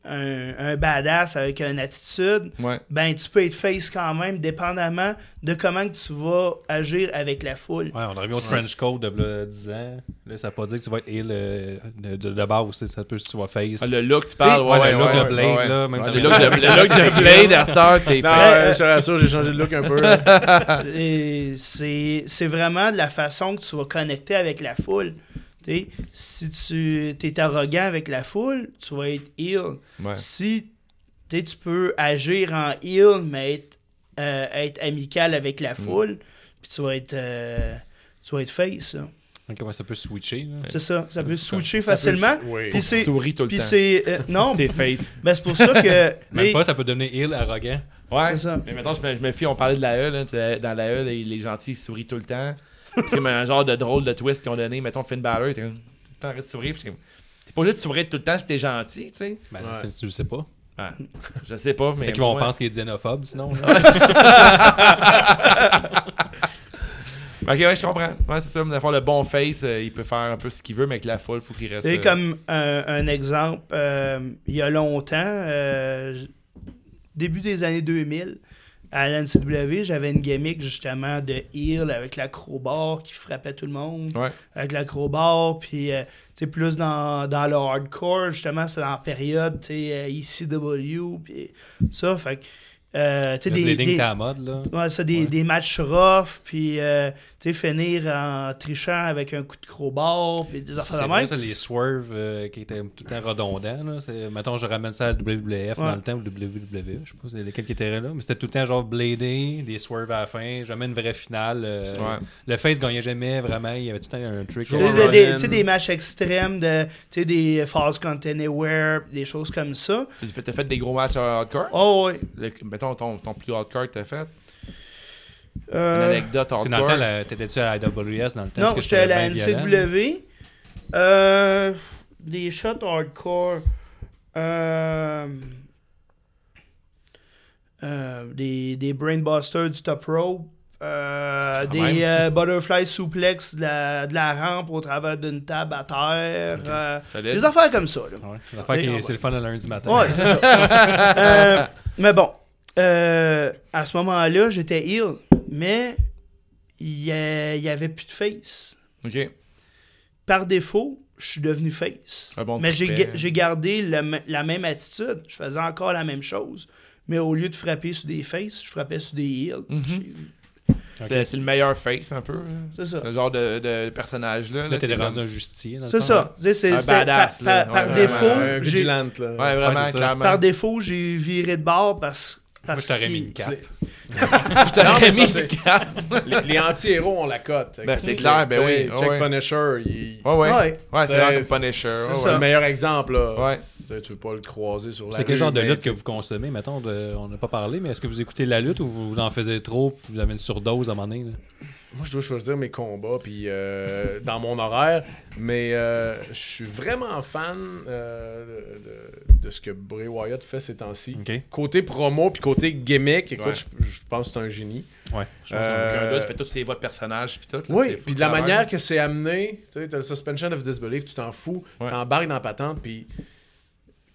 E: un, un badass avec une attitude,
A: Ouais.
E: ben tu peux être face quand même, dépendamment de comment que tu vas agir avec la foule.
B: Ouais, on est arrivé au trench code de là, 10 ans. Là, ça veut pas dire que tu vas être heel euh, de, de, de base aussi. Ça peut que tu vas face.
A: Ah, le look, tu parles, ouais,
B: Ouais, le
A: ouais,
B: look
A: ouais,
B: de Blade,
A: ouais, ouais.
B: là, même
A: Ouais,
B: dans
A: le
B: le-
A: look de- le look de Blade, After, t'es
D: Non,
A: fait.
D: euh, je te rassure, j'ai changé de look un peu. là.
E: Et c'est c'est vraiment de la façon que tu vas connecter avec la foule. T'sais, si tu es arrogant avec la foule, tu vas être ill.
A: Ouais.
E: Si t'sais, tu peux agir en ill, mais être, euh, être amical avec la foule, puis tu vas être. euh, tu vas être face, là.
B: Donc, Comment ça peut switcher. là.
E: C'est ça. Ça peut switcher
D: Ça peut-
E: facilement.
D: oui.
E: Puis c'est.
A: Souris tout le
E: Puis
A: temps.
E: c'est. euh, non,
A: T'es face.
E: ben c'est pour ça que.
B: Même
E: mais-
B: pas, ça peut devenir heel arrogant.
A: Ouais.
E: C'est ça.
A: Mais maintenant, je me, je me fie, on parlait de la E, là, t'sais, dans la E, les, les gentils ils sourient tout le temps. C'est comme un genre de drôle de twist qu'ils ont donné. Mettons Finn Balor, t'es comme, t'arrêtes de sourire. puis t'es comme, T'es pas obligé de sourire tout le temps si t'es gentil, tu sais.
B: Ben,
D: Ouais.
B: c'est- Tu le sais pas.
A: Ah, je sais pas, mais.
B: Fait qu'ils vont
A: ouais.
B: penser qu'il est xénophobe, sinon. là.
A: Ok, ouais, je comprends. Ouais, c'est ça, mais d'avoir le bon face, euh, il peut faire un peu ce qu'il veut, mais avec la foule, faut qu'il reste.
E: C'est
A: euh,
E: comme un, un exemple, euh, il y a longtemps, euh, j- début des années 2000, à l'NCW, j'avais une gimmick justement de heel avec l'acrobat qui frappait tout le monde.
A: Ouais.
E: Avec l'acrobat, puis euh, tu sais, plus dans, dans le hardcore, justement, c'est dans la période tu sais, euh, ECW, puis ça. Fait que, euh, tu sais,
B: Le
E: des-
B: bleeding
E: des-
B: était à la mode, là.
E: Ouais, ça, des, des matchs rough, puis euh, tu sais, finir en trichant avec un coup de crowbar, puis des
B: Ça,
E: affaires
B: c'est
E: de
B: vrai,
E: même.
B: ça, les swerves euh, qui étaient tout le temps redondants. Là. C'est- Mettons, je ramène ça à WWF dans
E: Ouais.
B: le temps, ou WWE, je sais pas c'est lesquels qui étaient là, mais c'était tout le temps genre bladé, des swerves à la fin, jamais une vraie finale. euh,
A: Ouais.
B: Le face gagnait jamais vraiment, il y avait tout le temps un trick.
E: Tu
D: Joe
E: sais, des-
D: Rogan.
E: tu sais, des matchs extrêmes, de, tu sais, des false content anywhere, des choses comme ça.
A: T'as fait, t'as fait des gros matchs à hardcore?
E: Oh, ouais.
A: Le- mettons ton, ton plus hardcore que t'as fait. Une
E: Euh,
A: anecdote
B: C'est dans le
A: hardcore.
B: temps, la- t'étais-tu à la AWS dans le temps? parce
E: non,
B: que
E: j'étais à
B: bien
E: la
B: violent,
E: NCW. Euh, des shots hardcore. Euh, euh, des, des brainbusters du top rope. euh,
A: même.
E: des euh, butterfly suplex de la, de la rampe au travers d'une table à terre. euh,
A: Solide.
E: des affaires comme ça. là.
B: Ouais, c'est l'affaire qui- c'est le fun le lundi matin.
E: Ouais, c'est ça. Euh, mais bon, euh, à ce moment-là, j'étais ill, mais il y, a- il y avait plus de face.
A: Ok.
E: Par défaut, je suis devenu face.
A: Ah bon,
E: mais j'ai,
A: ben.
E: ga- j'ai gardé le m- la même attitude. Je faisais encore la même chose. Mais au lieu de frapper sur des faces, je frappais sur des heels.
B: Mhm.
A: C'est c'est le meilleur face, un peu. hein.
E: C'est ça.
A: Ce genre de, de personnage-là.
B: Là,
A: t'es
B: t'étais rendu
A: comme-
B: un justicier. dans le
E: C'est
B: fond, là.
E: ça. Tu sais, c'est-
A: Un
E: c'était par-
A: badass,
E: par,
A: là.
E: par
A: Ouais,
E: défaut,
D: Un
A: vraiment.
E: j'ai-
D: Euh, vigilante, là.
A: Ouais, vraiment,
B: Ouais, c'est ça.
A: clairement.
E: par défaut, j'ai viré de bord parce,
B: Moi,
E: parce
B: je t'aurais
E: qu'il-
B: mis une cape.
A: Je t'aurais
D: mais
A: mis
D: c'est
A: une carte.
D: Les, les anti-héros ont la cote.
A: Ben, c'est clair, ben
D: Tu sais,
A: oui, ouais,
D: Jack
A: ouais.
D: Punisher, il-
A: Ouais, ouais.
E: Ouais.
A: Ouais, c'est vraiment
D: C'est-
A: comme Punisher.
D: c'est
A: ouais,
D: ça.
A: ouais.
D: le meilleur exemple, là.
A: Ouais.
D: Tu sais, tu veux pas le croiser sur la
B: C'est quel
D: rue,
B: genre de
D: mais
B: lutte que
D: tu-
B: vous consommez, mettons, de- on n'a pas parlé, mais est-ce que vous écoutez la lutte ou vous en faisiez trop puis vous avez une surdose à un moment donné? là?
D: Moi, je dois choisir mes combats puis euh, dans mon horaire, mais euh, je suis vraiment fan euh, de, de- de ce que Bray Wyatt fait ces temps-ci.
B: Ok.
D: Côté promo puis côté gimmick, écoute,
A: Ouais.
D: je, je pense que c'est un génie.
B: Ouais.
A: Puis un
D: Euh,
A: gars, tu fais tous ses voix de personnage. Puis tout. là,
D: oui,
A: c'est fou
D: puis de la
A: quand même.
D: manière que c'est amené, tu sais, t'as le suspension of disbelief, tu t'en fous,
A: Ouais.
D: t'embarques dans la patente, puis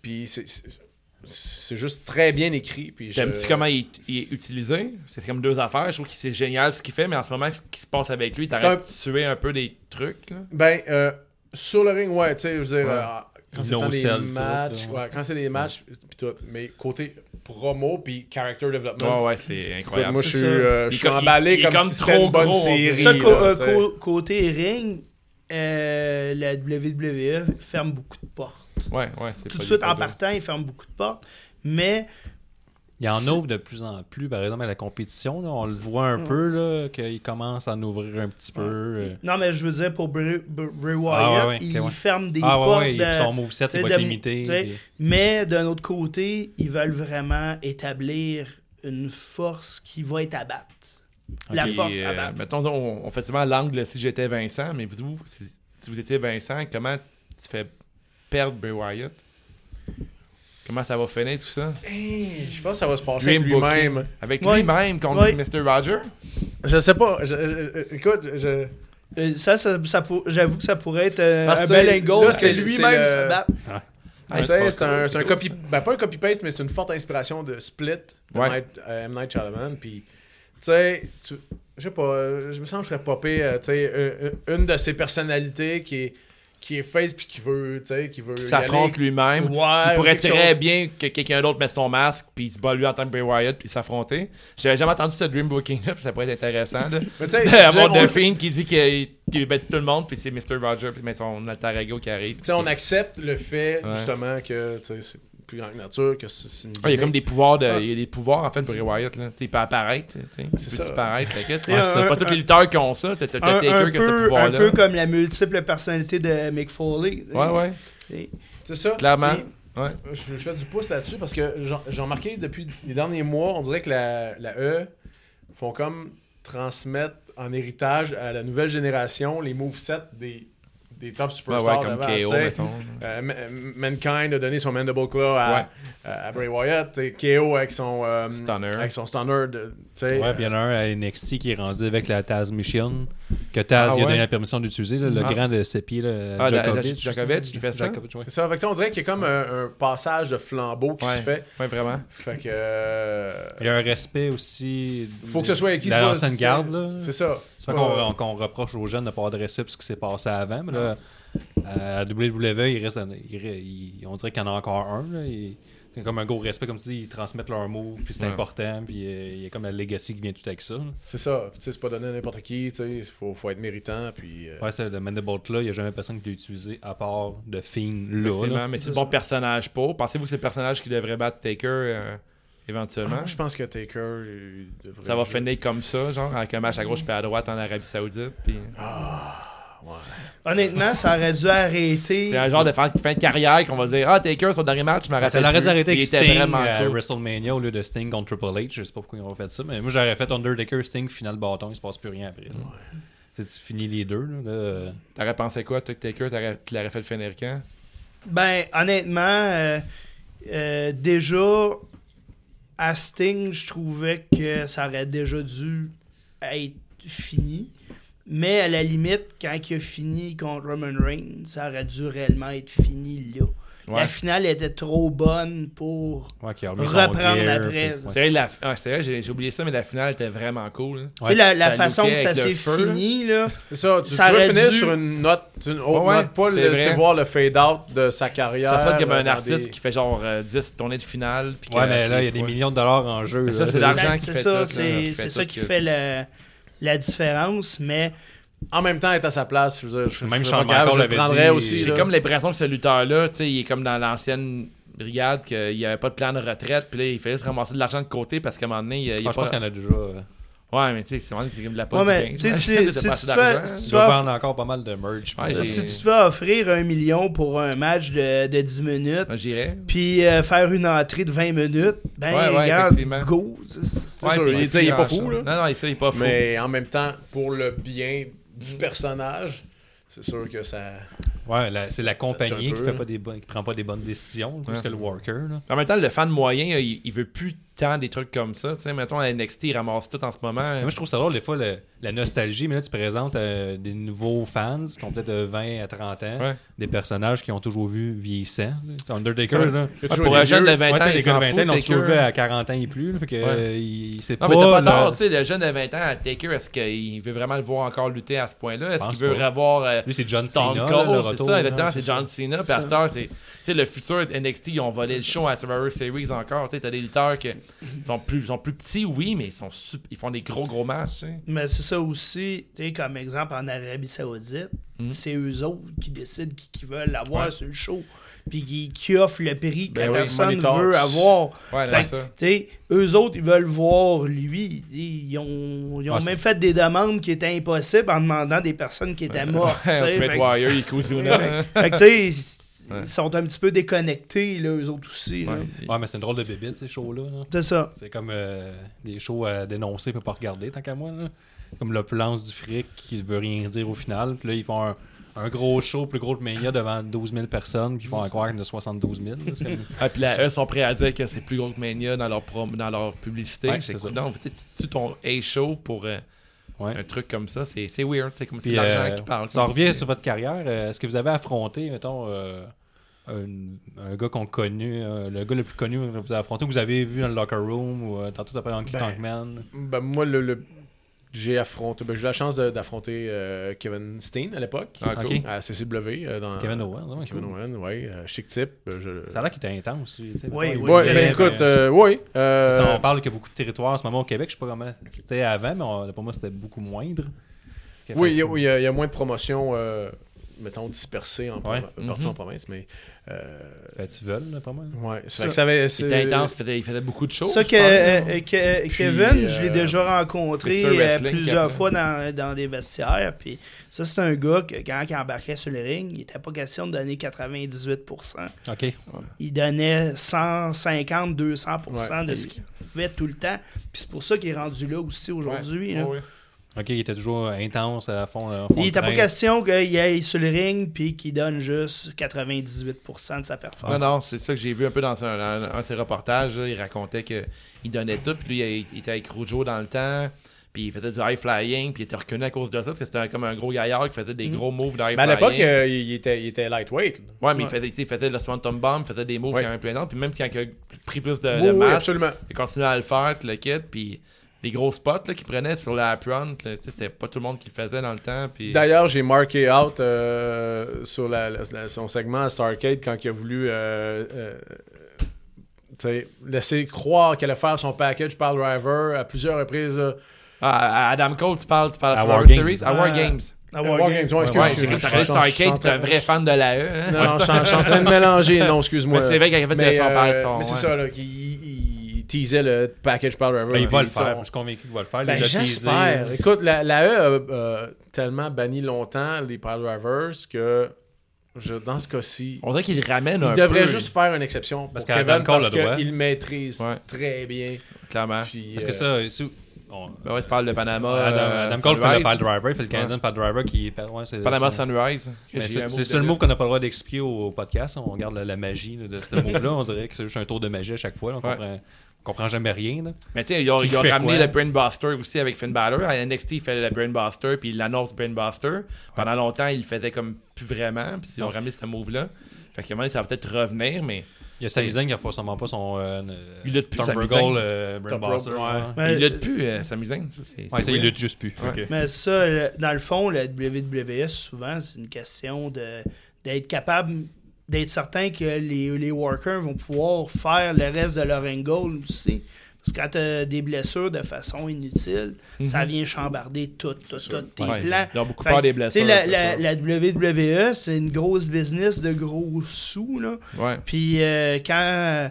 D: puis c'est- c'est c'est juste très bien écrit. Puis je-
A: J'aime-tu comment il, il est utilisé? C'est comme deux affaires. Je trouve que c'est génial ce qu'il fait, mais en ce moment, ce qui se passe avec lui, t'arrêtes de tuer un peu des trucs. Là.
D: Ben, euh, sur le ring, ouais, tu sais, je veux dire,
A: Ouais.
D: euh, quand c'est
B: No
D: dans des
B: sell,
D: matchs,
B: tout, là.
D: ouais, quand c'est des matchs, pis tout, mais côté promo puis character development,
A: Ouais, ouais, c'est
D: écoute,
A: incroyable.
D: moi je suis,
E: C'est ça.
D: euh, je
A: Il
D: suis
A: est comme-
D: emballé
A: il est
D: comme,
A: comme
D: si c'était
A: trop
D: une bonne
A: gros, on
D: série.
A: dirait.
E: Ça, co-
D: là,
E: euh,
D: tu sais.
E: co- côté ring, euh, la WWE ferme beaucoup de portes.
A: Ouais, ouais, c'est
E: Tout
A: pas
E: de
A: du
E: suite,
A: tout
E: en
A: de-
E: partant, ils ferment beaucoup de portes. Mais
B: Il en ouvre de plus en plus, par exemple, à la compétition. là, on le voit un peu, là, qu'il commence à en ouvrir un petit peu. euh.
E: Non, mais je veux dire, pour Bray, Br- Bray
B: Ah,
E: Wyatt,
B: ouais, ouais,
E: il
B: ok, ouais.
E: ferme des
B: Ah,
E: portes.
B: ouais, ouais,
E: de-
B: son moveset, il va
E: de-
B: être
E: de-
B: limité.
E: tu sais,
B: puis-
E: Mais d'un autre côté, ils veulent vraiment établir une force qui va être à battre. La
A: Puis,
E: force
A: euh,
E: à battre.
A: mettons, on, on fait souvent l'angle si j'étais Vincent, mais vous, si, si vous étiez Vincent, comment tu fais perdre Bray Wyatt? Comment ça va finir tout ça?
D: Je pense que ça va se passer
A: Lui
D: avec lui-même.
A: Avec
E: Ouais.
A: lui-même contre
E: Ouais.
A: Mr. Roger?
D: Je sais pas. je- je- je- écoute, je.
E: Euh, Ça, ça, ça pour- j'avoue que ça pourrait être euh,
D: Parce
E: un
D: que
E: bel
D: là,
E: angle
D: c'est-
E: que
D: c'est
E: lui-même
D: le-
E: se batte.
A: Ah,
D: Tu
A: c'est
D: sais,
A: pas
D: c'est un,
A: cool,
D: c'est un
A: cool,
D: copy, ben pas un copy-paste, mais c'est une forte inspiration de Split de
A: Ouais.
D: Night- euh, M. Night Shyamalan. Puis, tu sais, tu- je sais pas, euh, je me sens que je ferais popper, euh, tu sais, euh, euh, une de ses personnalités qui est, qui est face puis qui veut, tu sais, qui veut.
A: qui
D: y
A: s'affronte
D: aller.
A: lui-même.
D: Ouais,
A: il
D: ou
A: pourrait
D: quelque
A: très
D: chose.
A: bien que quelqu'un d'autre mette son masque, puis il se bat lui en tant que Bray Wyatt, puis s'affronter. J'avais jamais entendu ce Dream Booking-là, puis ça pourrait être intéressant. Là.
D: Mais tu sais, je veux dire,
A: Avoir
D: on-
A: The Fiend qui dit qu'il qu'il battit tout le monde, puis c'est Mr. Roger, puis mais son alter ego qui arrive.
D: tu sais, on accepte le fait,
A: Ouais.
D: justement, que, tu sais, c'est plus grand que nature, que c'est c'est une.
A: Ah, il y a comme des pouvoirs, de,
D: Ah.
A: il y a des pouvoirs en fait pour Bray Wyatt. Là. Tu sais, Il peut apparaître, tu sais, il peut
D: ça.
A: disparaître. fait que, tu sais,
E: Ouais,
A: c'est
E: un-
A: pas tous les lutteurs qui ont ça. T'as t'as
E: Un, un
A: Taker qui a ce
E: peu, un
A: pouvoir-là.
E: peu comme la multiple personnalité de Mick Foley.
A: Ouais, ouais,
D: C'est ça.
A: clairement.
D: Et-
A: Ouais.
D: Je, je fais du pouce là-dessus parce que j'en- j'ai remarqué depuis les derniers mois, on dirait que la, la E font comme transmettre en héritage à la nouvelle génération les movesets des, des top
A: Ouais,
D: superstars
A: ouais, comme
D: d'avant,
A: KO,
D: tu sais.
A: mettons.
D: Euh, Ma- Mankind a donné son Mandible Claw à,
A: Ouais.
D: à Bray Wyatt, et KO avec son, euh,
A: Stunner.
D: Avec son stunner de- tu sais,
B: Ouais, puis il y en a un à NXT qui est rendu avec la Taz Mission, que Taz
A: Ah
B: il a
A: ouais?
B: donné la permission d'utiliser, là, le
A: Ah.
B: grand de ses pieds, là,
A: Ah, la- la-
B: Djokovic.
A: Djokovic, qui fait ça?
B: Djokovic, ouais.
D: C'est ça. Fait que, tu sais, on dirait qu'il y a comme un, un passage de flambeau qui se
A: Ouais.
D: fait.
A: ouais, vraiment.
D: Fait que. euh,
B: Il y a un respect aussi.
D: faut que ce soit acquis.
B: La
D: c'est pas-
B: l'ancienne
D: c'est-
B: garde, là.
D: C'est ça.
B: C'est pas
D: Ouais,
B: qu'on
D: ouais.
B: qu'on reproche aux jeunes de ne pas avoir de respect pour ce qui s'est passé avant, mais là,
D: Ah.
B: à WWE, E, il reste, il re- il- on dirait qu'il y en a encore un. là. Il- C'est comme un gros respect, comme tu dis, ils transmettent leur mot, puis c'est
A: Ouais.
B: important, puis euh, il y a comme la legacy qui vient tout avec ça. là.
D: C'est ça. Tu sais, c'est pas donné à n'importe qui. Tu sais, il faut, faut être méritant. Puis, euh,
B: Ouais, c'est le Mandibolt là, il n'y a jamais personne qui l'a utilisé à part de Fiend là.
A: Effectivement,
B: là.
A: mais c'est le bon personnage pour. Pensez-vous que c'est le personnage qui devrait battre Taker euh, éventuellement?
B: Ah,
D: moi, je pense que Taker. euh, devrait
A: Ça va
D: jouer.
A: finir comme ça, genre, avec un match à
B: Mm.
A: gauche puis à droite en Arabie Saoudite. Puis...
B: Ah.
E: Honnêtement, ça aurait dû arrêter.
A: C'est un genre de fin, fin de carrière qu'on va dire Ah, Taker, son dernier match, je me rappelle.
B: Ah, Ça l'aurait
A: plus.
B: arrêté
A: Il
B: avec
A: était
B: Sting euh,
A: vraiment
B: à
A: cool.
B: WrestleMania au lieu de Sting contre Triple H. Je sais pas pourquoi ils ont fait ça, mais moi j'aurais fait Undertaker, Sting, final bâton, il se passe plus rien après. là. Tu sais, Tu finis les deux. Là, là.
A: T'aurais pensé quoi, toi, que Taker, t'aurais- tu l'aurais fait le finir quand
E: Ben, honnêtement, euh, euh, déjà, à Sting, je trouvais que ça aurait déjà dû être fini. Mais à la limite, quand il a fini contre Roman Reigns, ça aurait dû réellement être fini là.
A: Ouais.
E: La finale était trop bonne pour.
B: Ouais, qui a remis son
E: Reprendre
B: gear,
E: après,
B: puis- ouais.
A: C'est vrai, la- ah, c'est vrai, j'ai j'ai oublié ça, mais la finale était vraiment cool. hein.
E: tu sais, la, la
A: ça
E: façon
A: lookait
E: que ça
A: avec le
E: s'est
A: feu, là.
E: fini, là.
D: C'est ça. Tu,
E: Ça
D: tu veux
E: aurait
D: finir
E: dû-
D: sur une note, sur une haute
A: Ouais, ouais,
D: note, pas
A: c'est
D: laisser
A: vrai.
D: voir le fade-out de sa carrière.
A: Ça fait comme
D: euh,
A: un
D: dans
A: artiste
D: des-
A: qui fait genre euh, 10 tournées de finale. puis que-
B: Ouais, mais là, il y
A: des
B: a des
A: fois-
B: millions de dollars en jeu.
A: Mais ça,
B: là.
A: c'est l'argent
E: Ben,
A: qui
E: C'est
A: fait tout,
E: ça,
A: là,
E: c'est
A: qui fait
E: c'est ça
A: tout
E: qui
A: que-
E: fait la, la différence. Mais
D: En même temps, est à sa place. Je veux dire, je,
B: Même
D: je suis
B: Shawn
D: pas capable,
B: Michaels
D: je le
B: l'avait
D: prendrais
B: dit,
D: aussi.
A: J'ai
D: là.
A: comme l'impression que ce lutteur-là, tu sais, il est comme dans l'ancienne brigade, qu'il n'y avait pas de plan de retraite, puis là, il fallait juste ramasser de l'argent de côté parce qu'à un moment donné, il y a, il y
B: Ah,
A: a
B: je pense
A: pas.
B: qu'il y en a déjà. euh,
A: Ouais, mais tu sais, c'est vraiment- c'est comme de la
E: Ouais,
A: poste
E: mais, tu sais, si, si tu te fais- si
B: Tu
E: tu
B: dois
E: vas-
B: vendre encore pas mal de merch. puis
A: Ouais,
B: ça.
A: j'ai-
E: si tu te fais offrir un million pour un match de, de 10 minutes,
A: J'irais.
E: puis euh, faire une entrée de 20 minutes, ben
A: Ouais, ouais,
E: regarde,
A: effectivement.
E: go. C'est- c'est-
D: sûr,
A: puis
D: il-
A: c'est
D: tu sais, il est pas
A: grand,
D: fou,
A: ça.
D: là.
A: Non, non, il ça, il est pas fou.
D: Mais en même temps, pour le bien du personnage, c'est sûr que ça.
B: Ouais, la- c'est la
D: c'est
B: compagnie qui
D: un peu,
B: fait
D: là.
B: pas des bonnes- qui prend pas des bonnes décisions, plus
A: Ouais.
B: que le worker. là.
A: En même temps, le fan moyen, il, il veut plus tant des trucs comme ça. Tu sais, mettons, à NXT, il ramasse tout en ce moment.
B: Mais Moi, je trouve ça drôle, des fois, le- la nostalgie. Mais là, tu présentes euh, des nouveaux fans qui ont peut-être euh, 20 à 30 ans,
A: Ouais.
B: des personnages qui ont toujours vu vieillissant. Undertaker,
A: Ouais.
B: là.
A: Ouais, Ah, pour un jeune de 20
B: Ouais, tu
A: ans,
B: sais, les
A: il
B: gars
A: s'en
B: de 20 ans,
A: fout,
B: ils l'ont toujours vu
A: Taker.
B: à 40 ans et plus. là, fait que, euh, il, il sait
A: Non, mais
B: pas.
A: t'as pas
B: là.
A: tort, tu sais, le jeune de 20 ans, Taker, est-ce qu'il veut vraiment le voir encore lutter à ce point-là? Est-ce
B: pense
A: qu'il veut
B: pas.
A: revoir euh,
B: Lui, c'est John
A: Stone
B: Cena, là,
A: Cold,
B: le
A: c'est
B: retour.
A: ça,
B: là,
A: exactement, c'est
B: ça.
A: John Cena. Puis à cette heure, c'est tu sais, le futur NXT, ils ont volé le show à Survivor Series encore. Tu sais, t'as des lutteurs qui sont plus, sont plus petits, oui, mais ils, sont sup- ils font des gros, gros matchs. tu sais.
E: Mais c'est ça aussi, tu sais, comme
A: Hmm.
E: exemple en Arabie Saoudite, c'est eux autres qui décident qui, qui veulent avoir sur le show. puis qui, qui offre le prix que
D: Ben
E: la
D: oui,
E: personne
D: Money Talks.
E: veut avoir.
A: Ouais,
E: Fait
A: non,
E: que,
A: ça.
E: tu sais, eux autres, ils veulent voir lui. Ils ont, ils ont
F: Ah,
E: même fait des demandes qui étaient impossibles en demandant des personnes qui étaient mortes. tu sais. Fait
A: Ultimate
E: que-
A: Warrior, Yokozuna.
E: fait que, tu sais,
A: Ouais.
E: ils sont un petit peu déconnectés, là, eux autres aussi. là.
B: Ouais, mais c'est une drôle de bébite, ces shows-là. là.
E: C'est ça.
B: C'est comme euh, des shows à dénoncer peut pas regarder, tant qu'à moi. là. Comme le plance du fric qui veut rien dire au final. Puis là, ils font un, un gros show, plus gros que Mania, devant 12 000 personnes, qui font à croire qu'il y en a 72 000. là. C'est comme-
A: Ah, puis là, eux sont prêts à dire que c'est plus gros que Mania dans leur, prom- dans leur publicité.
B: Ouais,
A: c'est
B: c'est ça.
A: Non, tu sais, tu tues ton A-show pour euh,
B: Ouais.
A: un truc comme ça. C'est c'est weird. C'est comme c'est
B: Puis,
A: l'argent
B: euh,
A: qui parle.
B: Ça
A: comme
B: revient
A: si-
B: sur votre carrière. Euh, Est-ce que vous avez affronté, mettons, euh, un, un gars qu'on connu, euh, le gars le plus connu que vous avez affronté, que vous avez vu dans le locker room ou euh, tantôt t'appelles Honky
D: Ben,
B: Tonk Man?
D: Ben, moi, le, le- j'ai affronté. ben, j'ai eu la chance de- d'affronter euh, Kevin Steen à l'époque.
A: Ah, cool.
B: Ok.
D: À CCW. euh, dans,
B: Kevin Owens, ouais,
D: Kevin
B: cool.
D: Owen, ouais. euh, chic type. euh, je-
B: Ça a l'air qu'il était intense. lui, tu sais,
E: Oui,
B: mettons,
E: oui,
B: il-
D: Ouais,
E: très,
D: ben, écoute, euh, oui. euh,
B: Ça, on parle qu'il y a beaucoup de territoires en ce moment au Québec. Je sais pas comment c'était avant, mais on- pour moi, c'était beaucoup moindre.
D: Oui, il y, a- oui, il y a- il y a moins de promotions, euh, mettons, dispersées en,
B: Ouais. mm-hmm.
D: provi- partout en province, mais... euh,
B: Fait, tu veux, là, pas mal.
D: ouais, c'est vrai que ça avait...
A: C'était intense. il faisait- Il faisait beaucoup de choses.
E: Ça
A: Oh, je
E: que,
A: pense, non?
E: euh, que-
D: Puis,
E: Kevin, je l'ai
D: euh,
E: déjà rencontré
A: Mr.
E: euh,
A: Wrestling,
E: plusieurs
A: Kevin.
E: fois dans, dans des vestiaires. Puis ça, c'est un gars que quand il embarquait sur le ring, il n'était pas question de donner 98%.
B: OK.
E: Il donnait 150, 200%
D: Ouais.
E: de ce qu'il pouvait tout le temps. Puis c'est pour ça qu'il est rendu là aussi aujourd'hui. là.
A: Ouais, ouais.
B: OK, il était toujours intense à fond. là, à
E: Il
B: fond
E: n'était
B: de
E: pas
B: train.
E: question qu'il aille sur le ring puis qu'il donne juste 98% de sa
A: Non,
E: performance.
A: non, c'est ça que j'ai vu un peu dans un, un- un de ses reportages. là. il racontait qu'il donnait tout, puis lui, il, il était avec Rougeau dans le temps, puis il faisait du high-flying, puis il était reconnu à cause de ça, parce que c'était comme un gros gaillard qui faisait
E: Mm.
A: des gros moves de high-flying.
D: Mais à l'époque, euh, il, était, il était lightweight. là.
A: Ouais, mais il faisait, tu sais, il faisait le Swanton Bomb, il faisait des moves
D: Ouais.
A: quand même plus énormes, puis même quand il a pris plus de,
D: Oui,
A: de
D: oui,
A: masse,
D: absolument.
A: il continuait à le faire, tout le kit, puis des gros spots là, qu'il prenait sur la apron, là, tu sais, c'était pas tout le monde qui le faisait dans le temps, puis...
D: D'ailleurs, j'ai marqué out euh, sur la- la- la- son segment à Starcade quand il a voulu euh, euh, tu sais, laisser croire qu'elle allait faire son package par driver à plusieurs reprises. euh,
A: Ah, à Adam Cole, tu parles, tu parles
B: À
A: à
B: War
A: Survivor
B: Games.
A: Series, à War
E: Ah.
A: Games.
E: Ah,
D: euh,
E: War
D: War
E: Game.
D: Games. Ouais, excuse,
A: Ouais,
D: excuse,
A: j'ai quand
D: je-
A: t'as
D: je- je-
A: Starcade,
D: je-
A: t'es un vrai fan de la E, hein?
D: Non, non, je suis en- je suis en train de mélanger. Non, excuse-moi.
A: Mais c'est vrai qu'il avait
D: Mais,
A: fait son
D: euh,
A: père, son-
D: mais c'est
A: ouais.
D: ça, là, qu'il il- il teasait le package par driver.
B: Ben, il va le
D: Puis,
B: faire. Je
D: on-
B: suis convaincu qu'il va le faire.
D: Ben,
B: Il l'a teasé.
D: j'espère. Écoute, la, la E a euh, tellement banni longtemps les pile drivers que je, dans ce cas-ci,
A: On dirait qu'il le ramène un
D: il
A: peu.
D: devrait juste faire une exception
B: Parce
D: parce
B: qu'Adam
D: Kevin
B: Cole
D: parce
B: a le droit. Ah,
D: qu'il maîtrise
A: Ouais.
D: très bien.
A: Clairement.
D: Puis,
B: Parce
D: euh,
B: que ça, si- on-
A: Ben ouais, tu parles de Panama. euh,
B: Adam, Adam Cole fait le
A: Sunrise.
B: pile driver, il fait le 15 e pile driver qui est. ouais, c'est-
A: Panama
B: c'est-
A: Sunrise. J'ai
B: Mais
A: eu un
B: C'est
A: mot
B: c'est
A: de
B: le seul
A: lutte.
B: move qu'on n'a pas le droit d'expliquer au, au podcast. On regarde la, la magie là, de ce move-là. On dirait que c'est juste un tour de magie à chaque fois. là. On
A: Ouais.
B: comprend, on comprend jamais rien. là.
A: Mais tu sais, ils ont,
B: Qui
A: ils ont
B: fait
A: ramené
B: quoi?
A: le Brainbuster aussi avec Finn Balor. À NXT, il fait le Brainbuster, puis il l'annonce Brainbuster. Pendant longtemps, il le faisait comme plus vraiment, puis ils ont ramené ce move-là. Fait que à un moment donné, ça va peut-être revenir, mais
B: Il y a Sami Zayn qui a fait sûrement pas son. euh, euh,
A: Il lutte plus,
B: Tom
A: Sami
B: Burgol,
A: Zayn.
B: euh, Brain
D: Top
B: Buster,
D: rope,
B: ouais.
D: ouais.
E: Ouais,
A: il lutte plus, euh, Sami Zayn. Ça, c'est-
B: Ouais,
A: c'est
B: ça, il
A: weird.
B: lutte juste plus.
A: Ouais.
B: Ok.
E: Mais ça, le- dans le fond, la WWE, souvent, c'est une question de d'être capable, d'être certain que les, les workers vont pouvoir faire le reste de leur angle aussi. Parce que quand tu des blessures de façon inutile, ça vient chambarder tout, tout, tout tes
A: Mhm. Ouais,
E: plans.
A: Ils ont beaucoup
E: Fait
A: peur
E: que,
A: des
E: tu sais,
A: blessures.
E: la,
A: c'est
E: la-
A: sûr.
E: la WWE, c'est une grosse business de gros sous. Là.
A: Ouais.
E: Puis euh, quand.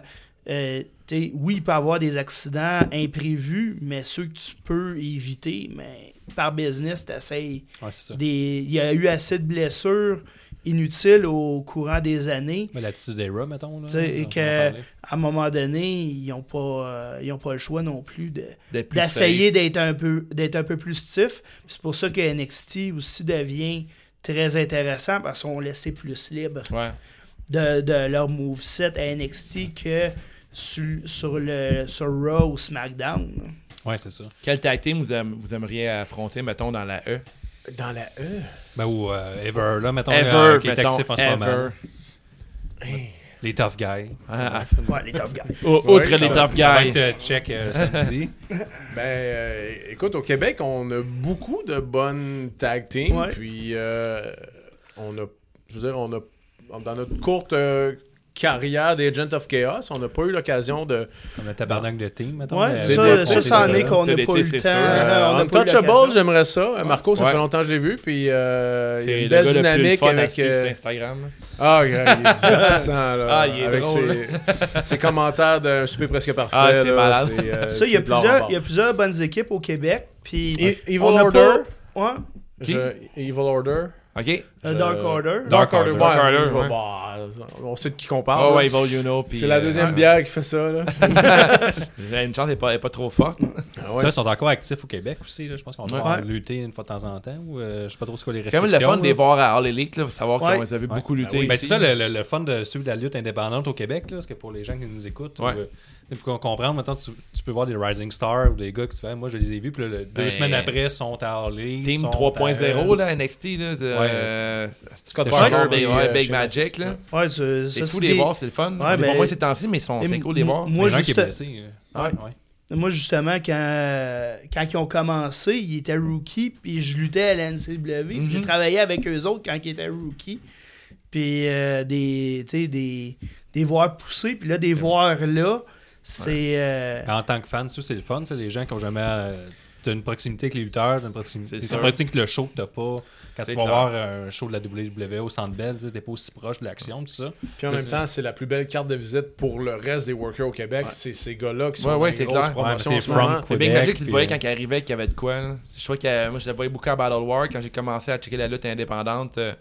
E: euh, t'sais, oui, il peut y avoir des accidents imprévus, mais ceux que tu peux éviter, mais par business, t'essayes.
B: Ouais, c'est ça.
E: Des... Il y a eu assez de blessures inutiles au courant des années.
B: Mais l'attitude des Raw, mettons. Là,
E: Tu sais,
B: on
E: et
B: en
E: que-
B: parlait.
E: À un moment donné, ils n'ont pas, euh, ils ont pas le choix non plus de,
A: D'être plus
E: d'essayer d'être un peu d'être un peu plus stiff. Puis C'est pour ça que NXT aussi devient très intéressant parce qu'on laissait plus libre
A: safe. Ouais.
E: de, de leur moveset à NXT que sur, sur le sur Raw ou SmackDown.
B: Ouais, c'est ça.
A: Quel tag team vous, aime- vous aimeriez affronter, mettons, dans la E
D: Dans la E,
B: Ben, ou euh, Ever, là, mettons.
A: Ever,
B: euh, qui est
A: mettons,
B: actif en ce moment.
A: Ever.
B: Les Tough Guys.
A: Ah, ah.
E: Ouais, les top guys.
A: Au- Outre les
D: Ouais, ça-
A: tough
B: Ça va
A: guys.
B: être, euh, check euh, samedi.
D: ben, euh, écoute, au Québec, on a beaucoup de bonnes tag teams.
E: Ouais.
D: Puis, euh, on a, je veux dire, on a, dans notre courte euh, carrière d'Agent of Chaos. On n'a pas eu l'occasion de.
B: Comme le tabarnak de team, mettons. Euh,
E: Ouais,
B: mais-
D: c'est
E: ça,
D: des-
E: ça, ça en
D: des-
E: est qu'on
I: de
E: n'a pas
I: l'été,
E: eu le
I: c'est
E: temps.
I: sûr.
E: euh, on n'a pas eu
D: Untouchable,
E: l'occasion.
D: j'aimerais ça. Euh, Marco, ça
A: Ouais.
D: fait longtemps que je l'ai vu. Puis euh, il y a
I: C'est
D: une
I: le
D: belle
I: gars le plus
D: dynamique
I: fun à
D: avec.
I: suivre
D: euh,
I: sur Instagram.
D: Ah, regarde, il est divertissant, là.
I: Ah, il est
D: avec
I: drôle.
D: Ses, ses commentaires d'un souper presque parfait.
I: Ah, c'est
D: là,
I: malade.
D: c'est, euh,
E: Ça, il y,
D: c'est
E: a
D: de l'or en
E: plusieurs,
D: barre.
E: il y a plusieurs bonnes équipes au Québec. Puis
D: E- Evil
E: on n'a
D: Order.
E: Pas... Ouais,
A: Qui?
D: Je- Evil Order.
A: OK?
E: euh, Dark Order.
D: Dark Order.
A: Order. Dark
D: ouais,
A: Order,
D: Evil-
A: ouais.
D: bah, on sait de qui qu'on parle.
A: Oh,
D: là.
A: ouais, Evil You Know. puis,
D: c'est la
A: euh,
D: deuxième bière qui fait ça. Là.
A: Une chance, elle n'est pas, elle est pas trop forte.
D: Ah
B: Ça,
D: ouais.
B: ils sont encore actifs au Québec aussi. Là. Je pense qu'on doit
E: Ouais.
B: lutter une fois de temps en temps. Ou, euh, je sais pas trop ce qu'est les
A: C'est quand
B: restrictions.
A: même le fun de les
B: là.
A: voir à All Elite, là, savoir
E: Ouais.
A: qu'ils avaient
B: Ouais.
A: beaucoup lutté.
B: Ben oui, ben,
A: ici.
B: c'est ça le, le- le fun de suivre la lutte indépendante au Québec, là, parce que pour les gens qui nous écoutent,
A: Ouais.
B: ou, euh, tu sais, pour qu'on comprenne, maintenant tu, tu peux voir des Rising Stars ou des gars que tu fais, moi je les ai vus, puis là, le- deux
A: Ben,
B: semaines après sont à Harley.
A: Team
B: sont à-
A: 3.0 là, NXT, là, de-
B: Ouais.
A: euh, Scott
D: Parker,
A: Parker, Big,
D: puis,
A: ouais,
D: euh,
A: Big
D: chez-
A: Magic. là.
E: Ouais, c'est
A: C'est
E: ça,
A: fou
E: c'est
A: les
E: des-
A: voir, c'est le fun.
E: Ouais,
A: On les voit
E: ben-
A: moins ces temps-ci, mais ils sont-
E: Et
A: c'est
E: m-
A: cool de les voir.
E: m-
B: Moi,
E: Moi,
B: gens qui est
E: juste-
B: blessé, euh,
E: Ouais.
B: ouais.
E: Moi, justement, quand, quand ils ont commencé, ils étaient rookies, puis je luttais à la NCW. puis
A: Mhm.
E: J'ai travaillé avec eux autres quand ils étaient rookies. Puis euh, des, tu sais, des, des voir pousser, puis là, des voir là, c'est... euh,
B: En tant que fan, ça c'est le fun, c'est les gens qui ont jamais. euh, T'as une proximité avec les lutteurs, t'as une
A: C'est
B: proximité, t'as
A: sûr.
B: une proximité avec le show que t'as pas. Quand
A: C'est
B: tu vas
A: clair.
B: voir euh, un show de la WWE au Centre Bell, tu sais, t'es pas aussi proche de l'action, tout ça.
D: Puis en même temps, c'est la plus belle carte de visite pour le reste des workers au Québec. C'est ces gars-là qui sont
A: Ouais,
D: dans
A: ouais,
D: les
A: c'est
D: grosses
A: clair.
D: promotions
B: Ouais,
D: en
B: c'est
D: ce moment.
B: Frank.
A: Le
B: Québec,
A: Big Magic, tu le
B: puis,
A: voyais
B: euh,
A: quand il arrivait qu'il y avait de quoi. là. Je crois que moi, je le voyais beaucoup à Battle War quand j'ai commencé à checker la lutte indépendante euh,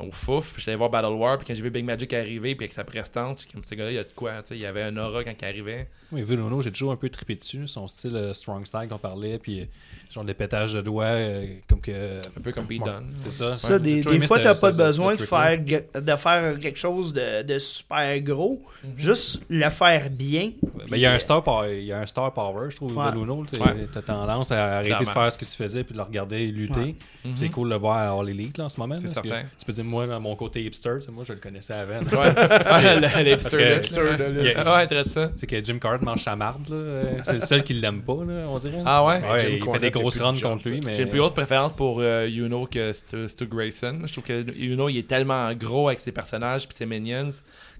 A: au Fouf. J'allais voir Battle War, puis quand j'ai vu Big Magic arriver, puis avec sa prestance, j'étais comme ce gars-là, il y a de quoi. tu sais, Il y avait un aura quand il arrivait.
B: Oui, Velono, j'ai toujours un peu trippé dessus. Son style euh, strong style qu'on parlait, puis euh, genre des pétages de doigts, euh, comme que.
A: Un peu comme Pete
B: Ouais.
A: Dunne.
B: C'est ça.
E: Ça,
B: Ouais, j'ai
E: des,
B: toujours
E: des
B: aimé
E: fois,
B: ce-
E: t'as
B: ce-
E: pas
B: ce-
E: besoin
B: ce
E: de
B: truc-là.
E: faire, ge- de faire quelque chose de, de super gros, juste le faire bien.
B: Ben, Il y, a un star power- il y a un star power, je trouve,
E: Ouais.
B: Velono. T'as
A: Ouais.
B: t'as tendance à arrêter de
A: Clairement.
B: faire ce que tu faisais, puis de le regarder lutter.
E: Ouais.
B: Puis C'est cool de le voir à All Elite là, en ce moment.
A: C'est
B: là, parce que
A: certain.
B: Tu peux dire, moi, dans mon côté hipster, tu sais, moi, je le connaissais avant. là.
A: Ouais, Ouais, les
B: que-
A: hipster lutte, là.
B: Il y a-
A: Ouais, traite ça.
B: C'est que Jim Card mange sa marde, là. euh, C'est le seul qui l'aime pas, là, on dirait. Ben,
A: Ah ouais?
B: Ouais,
D: Jim
B: il fait
D: Cornette,
B: des
D: il y a
B: grosses
D: plus de
B: runs
D: job.
B: contre lui, mais.
A: J'ai une plus grosse préférence pour euh, Yuno que Stu, Stu Grayson. Je trouve que Yuno, il est tellement gros avec ses personnages et ses minions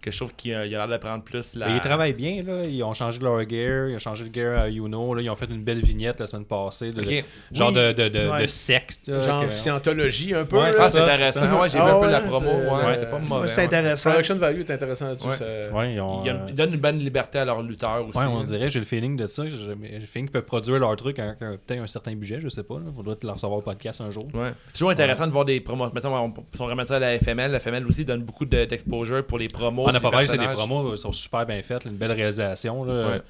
A: que je trouve qu'il a il a l'air de prendre plus la...
B: Mais ils travaillent bien, là. Ils ont changé leur gear, ils ont changé le gear à Uno. Là. Ils ont fait une belle vignette la semaine passée, de,
A: Ok.
B: genre
E: Oui.
B: de, de, de,
E: Ouais.
B: de secte. là,
D: Genre
B: que-
D: scientologie un peu.
B: Ouais,
A: Ah,
D: là.
B: c'est
A: c'est
B: ça, c'est
A: intéressant.
B: ça.
A: Ouais, j'ai
D: Ah
A: vu un peu
D: ouais,
A: la promo.
D: c'est-
A: Ouais,
D: ouais.
A: c'était pas
E: Moi,
A: mauvais.
E: c'est
A: ben ouais.
E: intéressant.
D: Production value est intéressant là-dessus.
A: Ouais.
D: ça-
B: Ouais, ils ont,
A: Il, y a-
B: euh,
A: il donne une bonne liberté à leurs lutteurs aussi. hein.
B: ouais, on dirait, j'ai le feeling de ça. J'ai j'ai le feeling qu'ils peuvent produire leur truc avec un- peut-être un certain budget, je sais pas. Il faudrait leur recevoir le podcast un jour.
A: Ouais. C'est toujours intéressant de voir des promos. Mettons, on, si on remet ça à la FML, la FML aussi donne beaucoup de- d'exposure pour les promos.
B: On n'a
A: les
B: pas parlé, c'est des
A: Oh, personnages.
B: promos, ils sont super bien faites, là, une belle réalisation. là.
A: Ouais.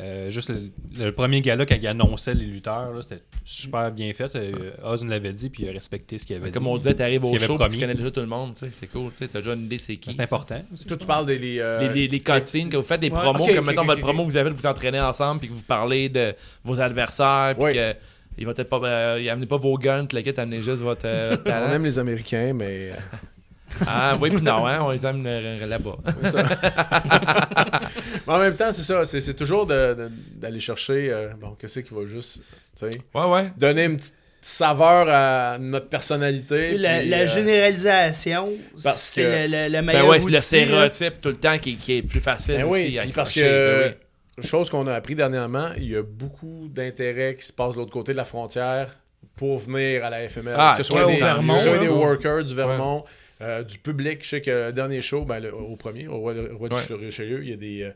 B: Euh, juste le, le premier gala, quand il annonçait les lutteurs, là, c'était super bien fait. Euh, Oz nous l'avait dit, puis il a respecté ce qu'il avait
A: Mais
B: dit.
A: Comme on disait, t'arrives
B: Ce
A: au
B: qu'il avait
A: show, puis tu
B: promis.
A: connais déjà tout le monde. tu sais, C'est cool. tu sais, T'as déjà une idée c'est qui.
B: C'est important. aussi,
D: Toi, tu parles des. les, euh,
A: les, les, les cutscenes que vous faites des promos,
D: Ok,
A: que
D: ok,
A: mettons
D: ok,
A: votre
D: ok.
A: promo que vous avez de vous entraîner ensemble, puis que vous parlez de vos adversaires, puis
D: Ouais.
A: que il va peut-être pas, euh, il amenez pas vos guns, la kit, amenez juste votre euh, votre
D: On
A: talent.
D: aime les Américains, mais.
A: Ah oui, puis non, hein, on les aime euh, là-bas.
D: Mais en même temps, c'est ça. C'est c'est toujours de- de- d'aller chercher. euh, bon, qu'est-ce qui va juste. tu sais,
A: Ouais, ouais.
D: donner une petite saveur à notre personnalité.
E: La,
D: puis,
E: la
D: euh,
E: généralisation,
D: parce
E: c'est
D: que-
E: le, le- le meilleur
A: Ben ouais, c'est
E: outil.
A: le
E: là.
A: stéréotype tout le temps qui, qui est plus facile
D: Ben
A: aussi
D: oui,
A: à
D: puis parce
A: accrocher, ben
D: que,
A: oui.
D: chose qu'on a appris dernièrement, il y a beaucoup d'intérêts qui se passent de l'autre côté de la frontière pour venir à la FML.
A: Ah,
D: que ce soit
E: ouais,
D: des,
E: au Vermont,
D: que ce soit
E: là.
D: des workers du Vermont, euh, du public. Je sais que le dernier show, ben, le- au premier, au Roi, le Roi du Richelieu, il y a des... euh,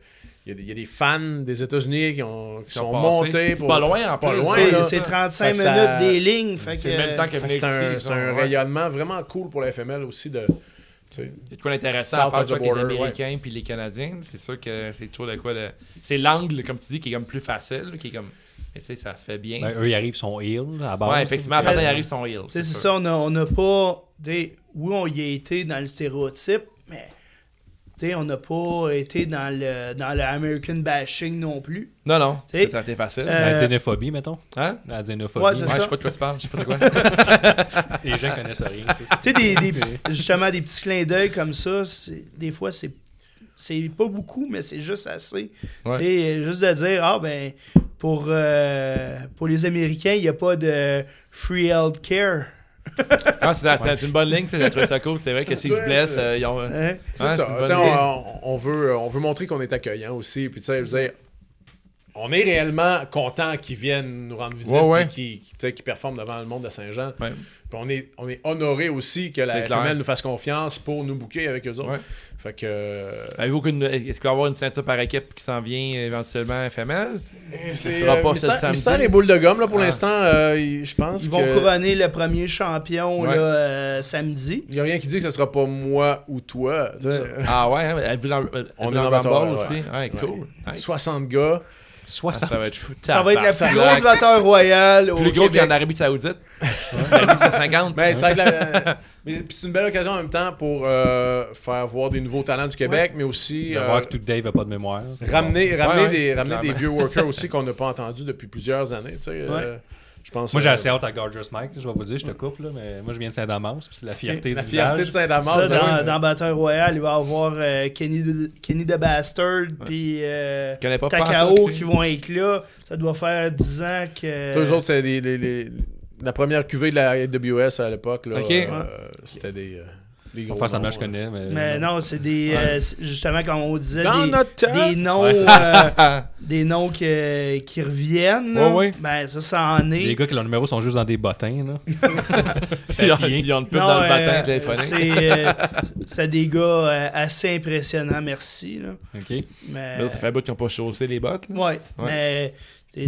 D: il y, a des, il y a des fans des États-Unis qui, ont, qui
A: Ils ont
D: sont
A: passé.
D: montés.
A: C'est
D: pour-
A: pas loin, en
D: c'est pas
A: plus.
D: loin,
E: C'est-
D: là.
E: C'est 35
D: Fait
E: minutes
D: que ça-
E: des lignes. Fait que,
A: C'est le même temps que
D: Fait que C'est
A: venir
D: un,
A: ici,
D: c'est un
A: ouais.
D: rayonnement vraiment cool pour la FML aussi de. tu sais,
A: Il y a de quoi d'intéressant
D: South
A: à faire
D: of the
A: tu vois, avec
D: border,
A: les
D: ouais.
A: Américains puis les Canadiens. C'est sûr que c'est toujours de quoi de... C'est l'angle, comme tu dis, qui est comme plus facile, qui est comme... Et c'est- ça se fait bien.
B: Ben, eux, ils arrivent, sont heal à base.
A: ouais, effectivement, après,
E: Ouais.
A: ils arrivent, ils sont heal.
E: euh, C'est c'est ça, on a- on n'a pas. des- oui, on y a été dans le stéréotype, mais tu sais, on n'a pas été dans le, dans le American bashing non plus.
A: Non, non,
E: T'sais,
A: c'est- ça a été facile.
E: euh,
B: La xénophobie, mettons.
A: Hein?
B: La
E: Ouais,
B: xénophobie.
E: c'est
A: Ouais, je
E: ça.
A: sais pas de quoi tu parles, je sais pas c'est quoi.
B: Les gens connaissent rien. c'est ça.
E: Tu sais, des, des- justement, des petits clins d'œil comme ça, c'est- des fois, c'est c'est pas beaucoup, mais c'est juste assez.
A: Ouais.
E: Et euh, juste de dire, ah ben, pour, euh, pour les Américains, il n'y a pas de free health care.
A: Ah, c'est c'est une bonne ligne, ça, j'ai trouvé ça cool. C'est vrai que s'ils se
D: Ouais,
A: blessent,
D: c'est-
A: euh, ils ont. euh,
E: Hein?
D: C'est
A: Ouais,
D: ça.
A: c'est une
D: Tu sais,
A: bonne idée.
D: on, on veut, on veut montrer qu'on est accueillant aussi. Puis, tu sais, je veux dire, on est réellement content qu'ils viennent nous rendre visite
A: Ouais, ouais.
D: puis qu'ils tu sais, qu'ils performent devant le monde de Saint-Jean.
A: Ouais.
D: Puis on est, on est honoré aussi que
A: C'est
D: la
A: clair.
D: FML nous fasse confiance pour nous bouquer avec eux autres.
A: Ouais.
D: Fait que. euh,
A: Avez-vous aucune. Est-ce qu'il va y avoir une ceinture par équipe qui s'en vient éventuellement FML
D: C'est
A: sera
D: euh,
A: pas ce
D: mystère,
A: samedi.
D: mystère les boules de gomme, là, pour
A: Ah.
D: l'instant, euh, il- je pense
E: Ils
D: que...
E: vont couronner le premier champion
A: Ouais.
E: là, euh, samedi.
D: Il n'y a rien qui dit que ce sera pas moi ou toi. tu sais.
A: Ah ouais, hein, êtes-vous dans,
D: On
A: on
D: est
A: dans
D: dans
A: Rumble
D: Battle,
A: aussi. Ouais, cool. Nice.
D: 60 gars.
A: Ah, ça va être fou.
E: Ça va être la plus
A: Tabarnak.
E: grosse bataille royale au
A: Plus gros
E: Québec. Ben,
A: qu'en Arabie Saoudite. Ben, Arabie 150.
B: Ah
D: Mais ça va être la- euh, mais puis c'est une belle occasion en même temps pour euh, faire voir des nouveaux talents du Québec, mais aussi
B: De
D: euh,
B: voir que tout Dave n'a pas de mémoire. c'est
D: ramener, ramener,
A: ouais,
D: des, ramener des
A: clairement.
D: vieux workers aussi qu'on n'a pas entendus depuis plusieurs années. tu sais, euh, je pense,
B: Moi, j'ai
D: euh,
B: assez hâte à Gorgeous Mike, là, je vais vous le dire, je te coupe, là, mais moi, je viens de Saint-Damas, puis c'est la fierté
D: la
B: du
D: fierté de
B: village.
D: Saint-Damas.
E: Ça,
D: ben
E: dans,
D: oui.
E: dans Battle Royale, il va y avoir euh, Kenny, de- Kenny the Bastard puis euh,
A: Je connais pas
E: Takao
A: pantoute, lui.
E: qui vont être là. Ça doit faire 10 ans que.
D: Eux autres, c'est les- les- les- la première cuvée de la AWS à l'époque. là,
A: Ok.
D: euh, C'était des, euh, des
B: On
D: gros
B: va faire semblant
D: noms,
B: que je
D: là.
B: connais, mais...
E: Mais non, c'est des. euh, c'est justement, comme on disait,
D: Dans
E: des,
D: notre temps.
E: des noms,
B: Ouais, c'est
E: euh, des noms que- qui reviennent. là.
A: Ouais, ouais.
E: Ben, ça, ça en est.
B: Les gars qui leurs numéros sont juste dans des bottins, là.
A: Ils ont- Ils ont une pub
E: Non,
A: dans le
E: euh,
A: patin téléphonique.
E: C'est euh, c'est des gars euh, assez impressionnants, merci. Là.
B: OK?
E: Mais,
A: Là, Ça fait un bout qu'ils n'ont pas chaussé les bottes. là.
E: Ouais, mais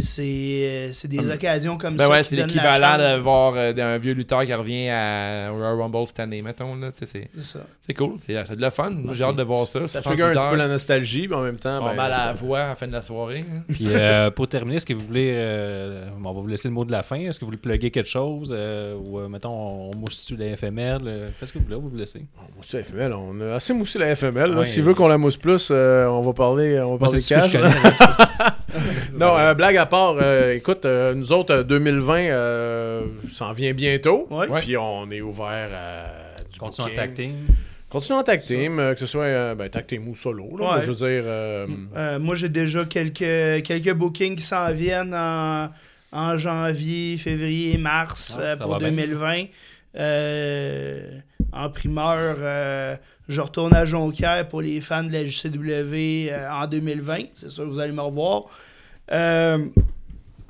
E: c'est- c'est euh, c'est des occasions comme
A: Ben
E: ça.
A: ouais,
E: qui
A: c'est
E: donnent la
A: l'équivalent
E: chance.
A: de voir euh, d'un vieux lutteur qui revient à Royal Rumble cette année, mettons. Là, tu sais, c'est,
E: C'est ça.
A: c'est cool, c'est, c'est de la fun. Moi, j'ai hâte de voir ça.
D: Ça
A: 60
D: figure un petit
A: lutteurs,
D: peu la nostalgie, mais en même temps.
A: pas
D: ben,
A: mal à la
D: ça-
A: voix à la fin de la soirée. hein.
B: Puis euh, pour terminer, est-ce que vous voulez... euh, bon, on va vous laisser le mot de la fin. Est-ce que vous voulez plugger quelque chose? euh, ou, euh, mettons, on mousse-tu la FML? euh, faites ce que vous voulez, on va vous laisser.
D: Mousse la FML, on a assez moussé la FML. là.
B: Ouais.
D: S'il veut qu'on la mousse plus, euh, on va parler, on
B: Moi,
D: va parler
B: c'est ce que
D: cash.
B: je
D: là.
B: connais.
D: non, euh, blague à part, euh, écoute, euh, nous autres, euh, 2020 euh, s'en vient bientôt.
E: Ouais.
A: Ouais.
D: Puis on est ouvert à du
B: Continue en
D: booking.
B: tag team.
D: Continuons en tag team, euh, que ce soit euh, ben, tag team ou solo. là,
E: Ouais.
D: mais je veux dire, euh,
B: Mm.
E: Euh, moi, j'ai déjà quelques, quelques bookings qui s'en viennent en, en janvier, février, mars
B: Ah,
E: euh,
B: ça
E: pour
B: va bien.
E: 2020. Euh, en primeur, euh, je retourne à Jonquière pour les fans de la JCW euh, en 2020. C'est sûr que vous allez me revoir. Euh,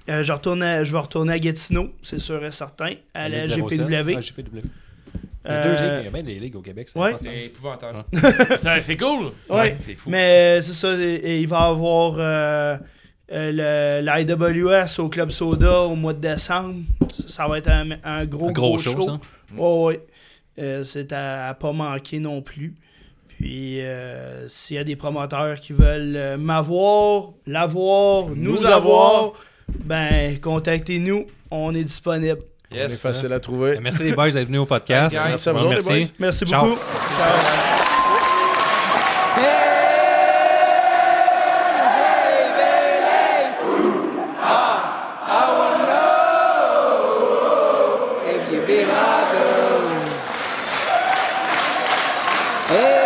E: euh, je, retourne à- je vais retourner à Gatineau, c'est sûr et certain, à la
B: 07.
E: GPW.
B: Ah, GPW. Il y a deux
E: Euh,
B: ligues. Il y a bien des ligues au Québec. ça
E: ouais.
B: passe.
A: C'est épouvantable. Ça, c'est cool.
E: Ouais.
A: c'est fou.
E: Mais c'est ça, et- et il va y avoir euh, euh, le- l'IWS au Club Soda au mois de décembre. Ça, ça va être un, un gros,
B: Un gros show, ça.
E: Ouais, ouais. Euh, c'est à, à pas manquer non plus. Puis, euh, s'il y a des promoteurs qui veulent euh, m'avoir, l'avoir, nous,
D: Nous
E: avoir,
D: avoir.
E: ben, contactez-nous. On est disponible.
D: on est facile à trouver.
B: Euh, Merci les boys d'être venus au podcast.
A: Hey, guys.
D: Merci à vous autres, les
B: Merci.
E: Merci
B: Ciao.
E: beaucoup. Ciao.
I: If you be my girl. Hey.